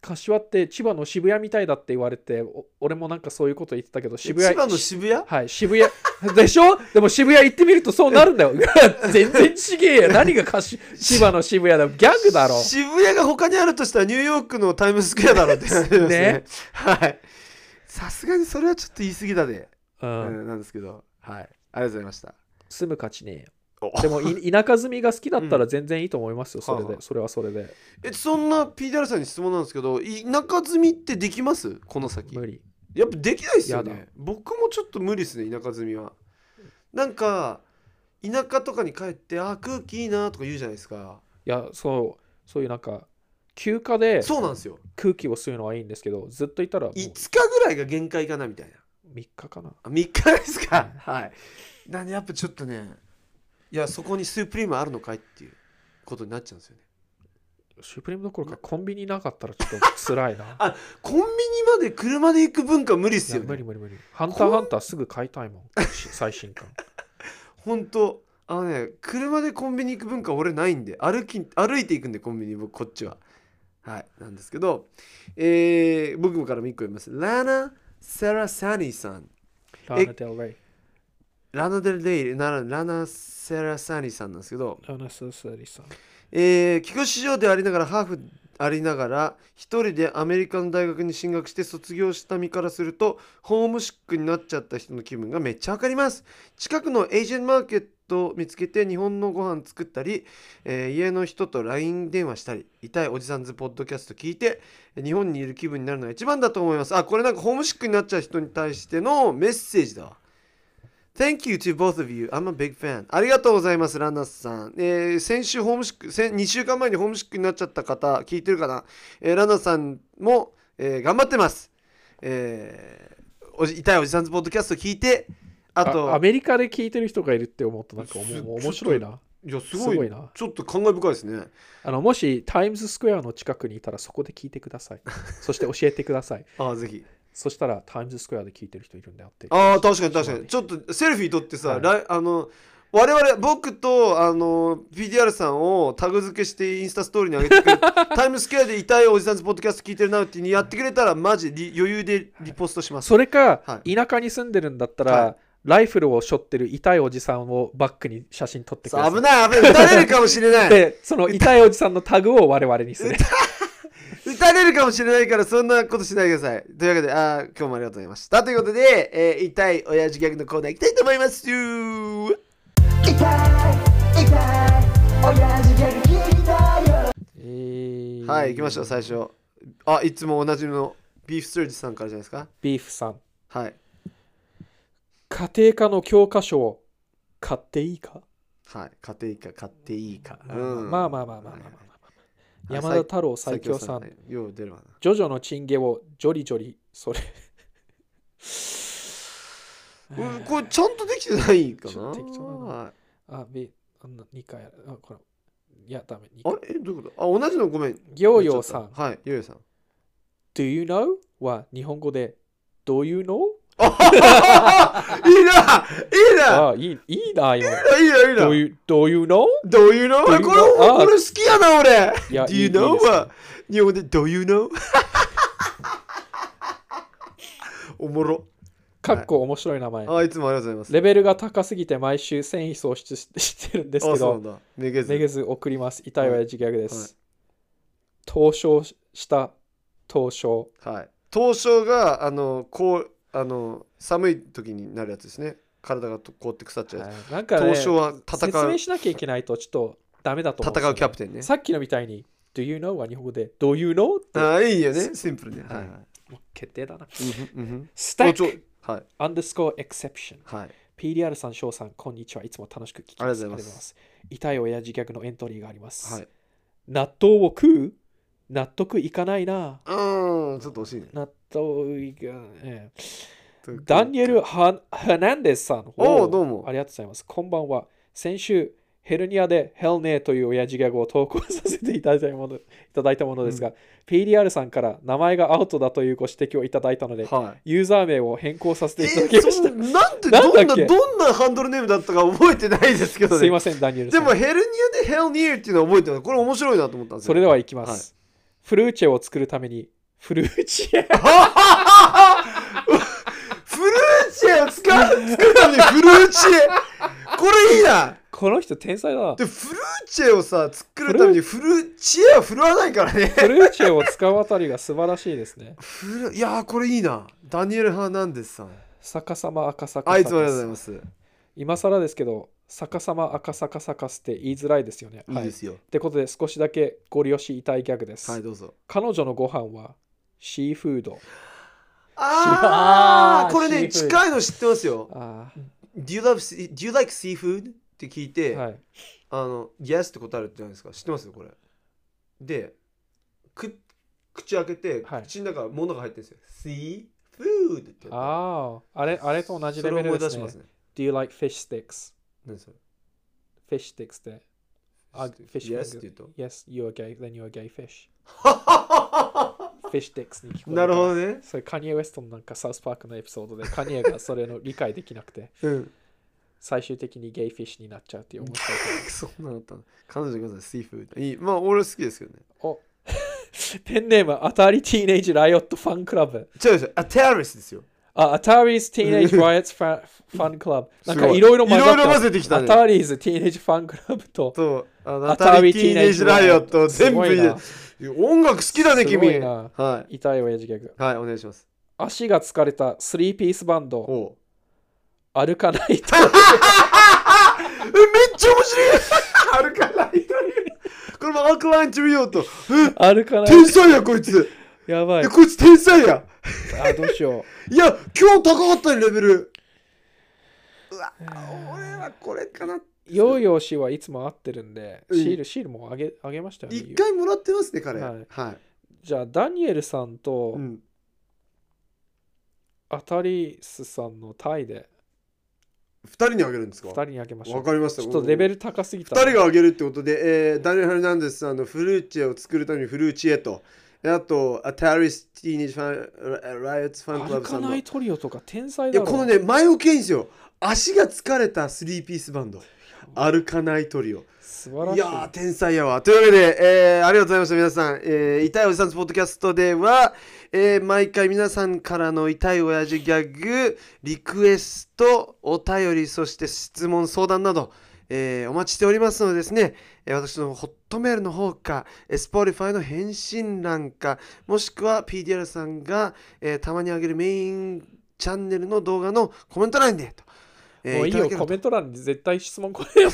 Speaker 2: 柏って千葉の渋谷みたいだって言われてお俺もなんかそういうこと言ってたけど渋谷
Speaker 1: 千葉の渋谷
Speaker 2: はい渋谷 でしょでも渋谷行ってみるとそうなるんだようわ全然ちげえよ何が柏千葉の渋谷だギャグだろ
Speaker 1: 渋谷が他にあるとしたらニューヨークのタイムズスクエアだろうって話ですね
Speaker 2: ね
Speaker 1: はいさすがにそれはちょっと言い過ぎだで、
Speaker 2: う、
Speaker 1: うんん、なんですけどはいありがとうございました
Speaker 2: 住む価値ねえよ
Speaker 1: お
Speaker 2: でもい田舎住みが好きだったら全然いいと思いますよ、
Speaker 1: ん
Speaker 2: それ
Speaker 1: はあは
Speaker 2: で
Speaker 1: あ
Speaker 2: それはそれで
Speaker 1: えそんな PDR さんに質問なんですけど田舎住みってできますこの先
Speaker 2: 無理
Speaker 1: やっぱできないっすよ
Speaker 2: やだ
Speaker 1: ね僕もちょっと無理っすね田舎住みはなんか田舎とかに帰って「あー空気いいな」とか言うじゃないですか
Speaker 2: いやそうそういうなんか休暇で
Speaker 1: そうなんですよ
Speaker 2: 空気を吸うのはいいんですけどずっといたらもう
Speaker 1: 5
Speaker 2: 3
Speaker 1: 日ぐらいが限界かなみたいな
Speaker 2: 日かな
Speaker 1: あ3日ですかはいなんでやっぱちょっとねいやそこにスープリームあるのかいっていうことになっちゃうんですよね
Speaker 2: シュプリームどころかコンビニなかったらちょっと辛いな
Speaker 1: あコンビニまで車で行く文化無理っ
Speaker 2: い
Speaker 1: す
Speaker 2: や
Speaker 1: よ
Speaker 2: 無
Speaker 1: ね
Speaker 2: 理無理無理ハンターハンターすぐ買いたいもんし最新刊
Speaker 1: 本当あのね車でコンビニ行く文化俺ないんで歩き歩いていくんでコンビニ僕こっちははいなんですけどえー、僕からも1個言いますラーナ・サラ・サニーさん
Speaker 2: ラーナ・デル・レイ
Speaker 1: ラナ・デル・デイならラーナ・サラ・サニーさんなんですけど
Speaker 2: ラーナ・スーサリーさん
Speaker 1: えー、菊池城でありながらハーフありながら一人でアメリカの大学に進学して卒業した身からするとホームシックになっちゃった人の気分がめっちゃわかります近くのエージェントマーケットを見つけて日本のご飯作ったり、えー家の人と LINE 電話したり痛いおじさんズポッドキャスト聞いて日本にいる気分になるのが一番だと思いますあこれなんかホームシックになっちゃう人に対してのメッセージだわ Thank you to both of you. I'm a big fan. ありがとうございます、ランナスさん。えー先週ホームシック、先2週間前にホームシックになっちゃった方、聞いてるかな、えーランナスさんも、えー頑張ってます。えーおじ痛いおじさんズポッドキャスト聞いて、あ
Speaker 2: あ
Speaker 1: と、
Speaker 2: アメリカで聞いてる人がいるって思うとなんかおも
Speaker 1: す
Speaker 2: 面白いない
Speaker 1: や、す
Speaker 2: すごいな
Speaker 1: ちょっと感慨深いですね。
Speaker 2: あのもしタイムズスクエアの近くにいたらそこで聞いてくだ さいそして教えてください
Speaker 1: ああ、ぜひ。
Speaker 2: そしたらタイムズスクエアで聞いてる人いるんだよって
Speaker 1: ああ、確かに確か
Speaker 2: そう
Speaker 1: に。
Speaker 2: ね
Speaker 1: ちょっとセルフィー撮って
Speaker 2: は
Speaker 1: さ、
Speaker 2: い
Speaker 1: 来あの、我々、僕と、あの、PDR さんをタグ付けしてインスタストーリーに上げて くれるタイムスケアで痛いおじさんズポッドキャスト聞いてるなっていうにやってくれたら、マジリ余裕でリポストします。
Speaker 2: それか、
Speaker 1: は
Speaker 2: 田舎に住んでるんだったら、
Speaker 1: は
Speaker 2: ライフルを背負ってる痛いおじさんをバックに写真撮ってく
Speaker 1: さ
Speaker 2: だ
Speaker 1: あ
Speaker 2: さい
Speaker 1: 危ない、危ない。撃たれるかもしれない。
Speaker 2: でその痛いおじさんのタグを我々にす る
Speaker 1: 撃たれるかもしれないから、そんなことしないでください。 というわけで、あー今日もありがとうございました。ということで、えー痛い親父ギャグのコーナー行きたいと思います。
Speaker 3: 痛い痛い親父ギャグ聞きたいよ
Speaker 1: はい、行きましょう、最初。あ、いつもおなじみのビーフストージさんからじゃないですか。
Speaker 2: ビーフさん
Speaker 1: はい。
Speaker 2: 家庭科の教科書を買っていいか、
Speaker 1: はい、買っていいか買っていいか、
Speaker 2: まあまあまあまあまあまあまあまあ、山田太郎最強さん
Speaker 1: はいよう出るわな
Speaker 2: ジョジョのチンゲをジョリジョリそれ
Speaker 1: うんこれちゃんとできてないか
Speaker 2: ち
Speaker 1: な
Speaker 2: ょ適当だな
Speaker 1: はい
Speaker 2: あビあんな2回やるあこれいやダメ二
Speaker 1: あ
Speaker 2: 回
Speaker 1: れえどういうことあ同じのごめん
Speaker 2: ヨーヨーさん
Speaker 1: はいヨーヨーさん
Speaker 2: Do you know? は日本語でどういうの
Speaker 1: いいないいな
Speaker 2: あいいいいなよ。
Speaker 1: いいないい
Speaker 2: どう
Speaker 1: な
Speaker 2: いうどういうの
Speaker 1: どういうのこ
Speaker 2: Do
Speaker 1: れ
Speaker 2: you
Speaker 1: こ
Speaker 2: know？あ
Speaker 1: れ好きやな俺
Speaker 2: いや
Speaker 1: Do you
Speaker 2: いいいいです
Speaker 1: know? は日本語でどういうの おもろ
Speaker 2: かっこ面白い名前。
Speaker 1: あいつもありがとうござい
Speaker 2: レベルが高すぎて毎週戦意喪失ししてるんです
Speaker 1: ますあ
Speaker 2: け
Speaker 1: そうなん
Speaker 2: ど、
Speaker 1: だめげず
Speaker 2: めげず送ります。痛い親父ギャグで
Speaker 1: はい
Speaker 2: す。凍傷した凍傷。
Speaker 1: はい。凍傷があのこうあの寒い時になるやつですね。体がと凍って腐っちゃうや
Speaker 2: はいなん
Speaker 1: つ。
Speaker 2: か
Speaker 1: 凍
Speaker 2: ね、
Speaker 1: 傷は戦
Speaker 2: 説明
Speaker 1: う
Speaker 2: しなきゃいけないとちょっとダメだと思う、
Speaker 1: 戦うキャプテンね。
Speaker 2: さっきのみたいに、Do you know? は日本語でどういうのって
Speaker 1: ああいいよね。シンプルね。はいはい。
Speaker 2: もう決定だな。
Speaker 1: うんうんうん
Speaker 2: スタ
Speaker 1: お
Speaker 2: ッ
Speaker 1: ちょ
Speaker 2: ク
Speaker 1: はい
Speaker 2: アンダースコアエクセプション。
Speaker 1: はい。
Speaker 2: PDR さん、翔さん、こんにちは。いつも楽しく聞きます。
Speaker 1: ありがとうご
Speaker 2: あり
Speaker 1: ざいます
Speaker 2: がとうございます。痛い親父ギャグのエントリーがあります。
Speaker 1: はい。
Speaker 2: 納豆を食う納得いかないな。
Speaker 1: うーんちょっと惜しいね。
Speaker 2: 納豆いか、ええダニエル・ハハナンデスさん。
Speaker 1: おうどうも
Speaker 2: ありがとうございます。こんばんは。先週、ヘルニアでヘルネーという親父ギャグを投稿させていただいたものいただいたものですが、PDR さんから名前がアウトだというご指摘をいただいたので、
Speaker 1: はい。
Speaker 2: ユーザー名を変更させていただき
Speaker 1: え
Speaker 2: ま
Speaker 1: そ
Speaker 2: し
Speaker 1: んなんて
Speaker 2: なん
Speaker 1: ど
Speaker 2: だっ
Speaker 1: んな
Speaker 2: け
Speaker 1: どんなハンドルネームだったか覚えてないですけ
Speaker 2: た。
Speaker 1: ど
Speaker 2: すい
Speaker 1: ね。
Speaker 2: ません、ダニエルさ
Speaker 1: で
Speaker 2: ん。
Speaker 1: もヘルニアでヘルニエルっていうのは覚えてない。これ面白いなと思ったんですよ。
Speaker 2: それではいきます。フルーチェを作るために、フルーチェ
Speaker 1: フルーチェを使う作ったのにフルーチェこれいいな
Speaker 2: この人天才だな。
Speaker 1: でフルーチェをさ作るためにフルーチェは振るわないからね
Speaker 2: フルーチェを使うあたりが素晴らしいですね。
Speaker 1: フルいやーこれいいなダニエル・ハーナンデスさん
Speaker 2: 逆さま赤坂
Speaker 1: あいつもありがとうございます
Speaker 2: 今更ですけど、逆さま赤坂坂すって言いづらいですよね。
Speaker 1: いい
Speaker 2: はい。
Speaker 1: で
Speaker 2: っ
Speaker 1: すよ
Speaker 2: てことで少しだけゴリ押し痛いギャグです。
Speaker 1: はいどうぞ
Speaker 2: 彼女のご飯はシーフード。
Speaker 1: ああ
Speaker 2: あー
Speaker 1: これね
Speaker 2: シーフード
Speaker 1: 近いの知ってますよ
Speaker 2: ああ、
Speaker 1: Do you, love, sea- do you like seafood? って聞いて、
Speaker 2: はい。
Speaker 1: あの「Yes」って答えるってじゃないですか知ってますよこれでく口開けて、
Speaker 2: はい
Speaker 1: 口の中物が入ってるんですよ「See food」ってやっ
Speaker 2: ああ、あれ、あれと同
Speaker 1: て
Speaker 2: じ
Speaker 1: そ
Speaker 2: レ
Speaker 1: れ
Speaker 2: ベル
Speaker 1: 思い
Speaker 2: で
Speaker 1: 出
Speaker 2: す
Speaker 1: し
Speaker 2: ね。
Speaker 1: ますね
Speaker 2: Do you like fish sticks?
Speaker 1: 何それ
Speaker 2: Fish sticks って。あ
Speaker 1: Yes
Speaker 2: fish
Speaker 1: Yes
Speaker 2: finger
Speaker 1: って言うと
Speaker 2: Yes, you are gay, then you are gay fish. fish sticks に聞こえ る
Speaker 1: なるほどね
Speaker 2: それカニエ・ウェストのなんかサウスパークのエピソードでカニエがそれの理解できなくて
Speaker 1: うん
Speaker 2: 最終的にゲイフィッシュになっちゃうっていう面白いと
Speaker 1: そんなのあったの彼女がさ See food いいまあ俺好きですけどね
Speaker 2: こ ろおペンネームアタリティーネイジ・ライオットファンクラブ
Speaker 1: 違う違うあテラリスですよ
Speaker 2: あアタリーズ・ティーネイ ジ・ライオットファンファンクラブなんかいろいろ混
Speaker 1: い
Speaker 2: ざ
Speaker 1: ろい
Speaker 2: っ
Speaker 1: ろ
Speaker 2: た
Speaker 1: 混ぜてきた
Speaker 2: ア
Speaker 1: ね
Speaker 2: タリーズ・ティーネイジ・ファンクラブと
Speaker 1: とあの
Speaker 2: ア
Speaker 1: ア
Speaker 2: タ
Speaker 1: タ
Speaker 2: リ
Speaker 1: リ
Speaker 2: テ
Speaker 1: テ
Speaker 2: ィー
Speaker 1: ィー
Speaker 2: ネ
Speaker 1: ネ
Speaker 2: イ
Speaker 1: イ
Speaker 2: ジ
Speaker 1: ジ
Speaker 2: ラ
Speaker 1: ラ
Speaker 2: イ
Speaker 1: イ
Speaker 2: オ
Speaker 1: オ
Speaker 2: ッ
Speaker 1: ッ
Speaker 2: ト
Speaker 1: ト
Speaker 2: す
Speaker 1: 全
Speaker 2: ご
Speaker 1: 部
Speaker 2: い
Speaker 1: 入
Speaker 2: な
Speaker 1: れ音楽好きだね
Speaker 2: すご
Speaker 1: 君
Speaker 2: いな
Speaker 1: はい
Speaker 2: 痛い親父ギャグ
Speaker 1: はいお願いします
Speaker 2: 足が疲れたスリーピースバンド
Speaker 1: おう
Speaker 2: 歩かないと
Speaker 1: えめっちゃ面 白い歩かないというこれもアクラインチ見ようとえ
Speaker 2: 歩かない
Speaker 1: 天 才やこいつ
Speaker 2: やばい
Speaker 1: えこいつ天才や
Speaker 2: あどうし よう
Speaker 1: いや今日高かったねレベルうわ俺はこれかな
Speaker 2: ヨーヨー氏はいつも合ってるんで、
Speaker 1: うん
Speaker 2: シール、シールもあげあげましたよね。
Speaker 1: 一回もらってますね彼
Speaker 2: は
Speaker 1: はいい、
Speaker 2: じゃあ、ダニエルさんと、
Speaker 1: うん、
Speaker 2: アタリスさんのタイで
Speaker 1: 2人にあげるんですか
Speaker 2: 2人にあげましょ
Speaker 1: わ
Speaker 2: う。
Speaker 1: かりました
Speaker 2: ちょっとレベ
Speaker 1: ル
Speaker 2: ル高すぎたな。
Speaker 1: 2人があげるってことで、えーダニエル・ハルナンデスさんのフルーチェを作るためにフルーチェとえあとアタリス・ティーニッシュファン・ライオッツ・ファンクラ
Speaker 2: 歩
Speaker 1: ブさ
Speaker 2: か
Speaker 1: んの
Speaker 2: ないトリオとか天才
Speaker 1: い
Speaker 2: だ
Speaker 1: や
Speaker 2: ろ。
Speaker 1: このね前置きがいいんですよ足が疲れたスリーピースバンド歩かないトリオ
Speaker 2: 素晴らし
Speaker 1: い
Speaker 2: い。
Speaker 1: やー天才やわというわけで、えーありがとうございました皆さん、えー痛いおじさんスポッドキャストでは、えー毎回皆さんからの痛い親父ギャグリクエストお便りそして質問相談など、えーお待ちしておりますのでですねえー私のホットメールの方か、えー Spotify の返信欄か、もしくは PDR さんが、えーたまに上げるメインチャンネルの動画のコメント欄でと、えー
Speaker 2: もういい
Speaker 1: ただ
Speaker 2: よ、
Speaker 1: ければ
Speaker 2: コメント欄に絶対質問来 れよ。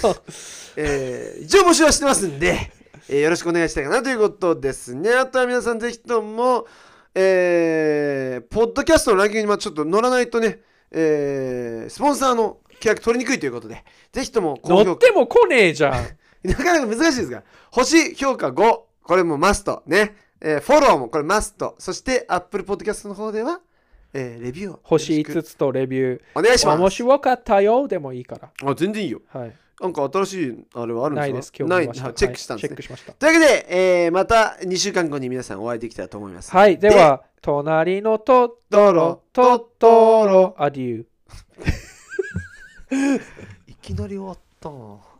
Speaker 1: えー、一応募集はしてますんで、えーよろしくお願いしたいかなということですね。あとは皆さんぜひとも、えーポッドキャストのランキングにまあちょっと乗らないとね、えースポンサーの契約取りにくいということで、ぜひとも
Speaker 2: 乗
Speaker 1: 高評
Speaker 2: っ
Speaker 1: 価、
Speaker 2: ても来ねえじゃん。
Speaker 1: なかなか難しいですが、星評価5、これもマストね、えーフォローもこれマスト、そして Apple Podcast の方では、えーレビューをよろ
Speaker 2: 星
Speaker 1: しく
Speaker 2: 5つとレビュ
Speaker 1: お願いし
Speaker 2: ー。
Speaker 1: ま
Speaker 2: 面
Speaker 1: す。
Speaker 2: 白かったよでもいいから。
Speaker 1: あ全然いいよ。
Speaker 2: はい。
Speaker 1: なんか新しいあれはあるんですか
Speaker 2: ないです、今日
Speaker 1: な
Speaker 2: 見
Speaker 1: い
Speaker 2: ました
Speaker 1: あチェックしたんです
Speaker 2: はいチェッ
Speaker 1: ね
Speaker 2: ク。しました。
Speaker 1: というわけで、えーまた2週間後に皆さんお会いできたらと思います。
Speaker 2: はい、では、隣のト
Speaker 1: ど
Speaker 2: トロ、トトロ、アデュー。
Speaker 1: いきなり終わったな。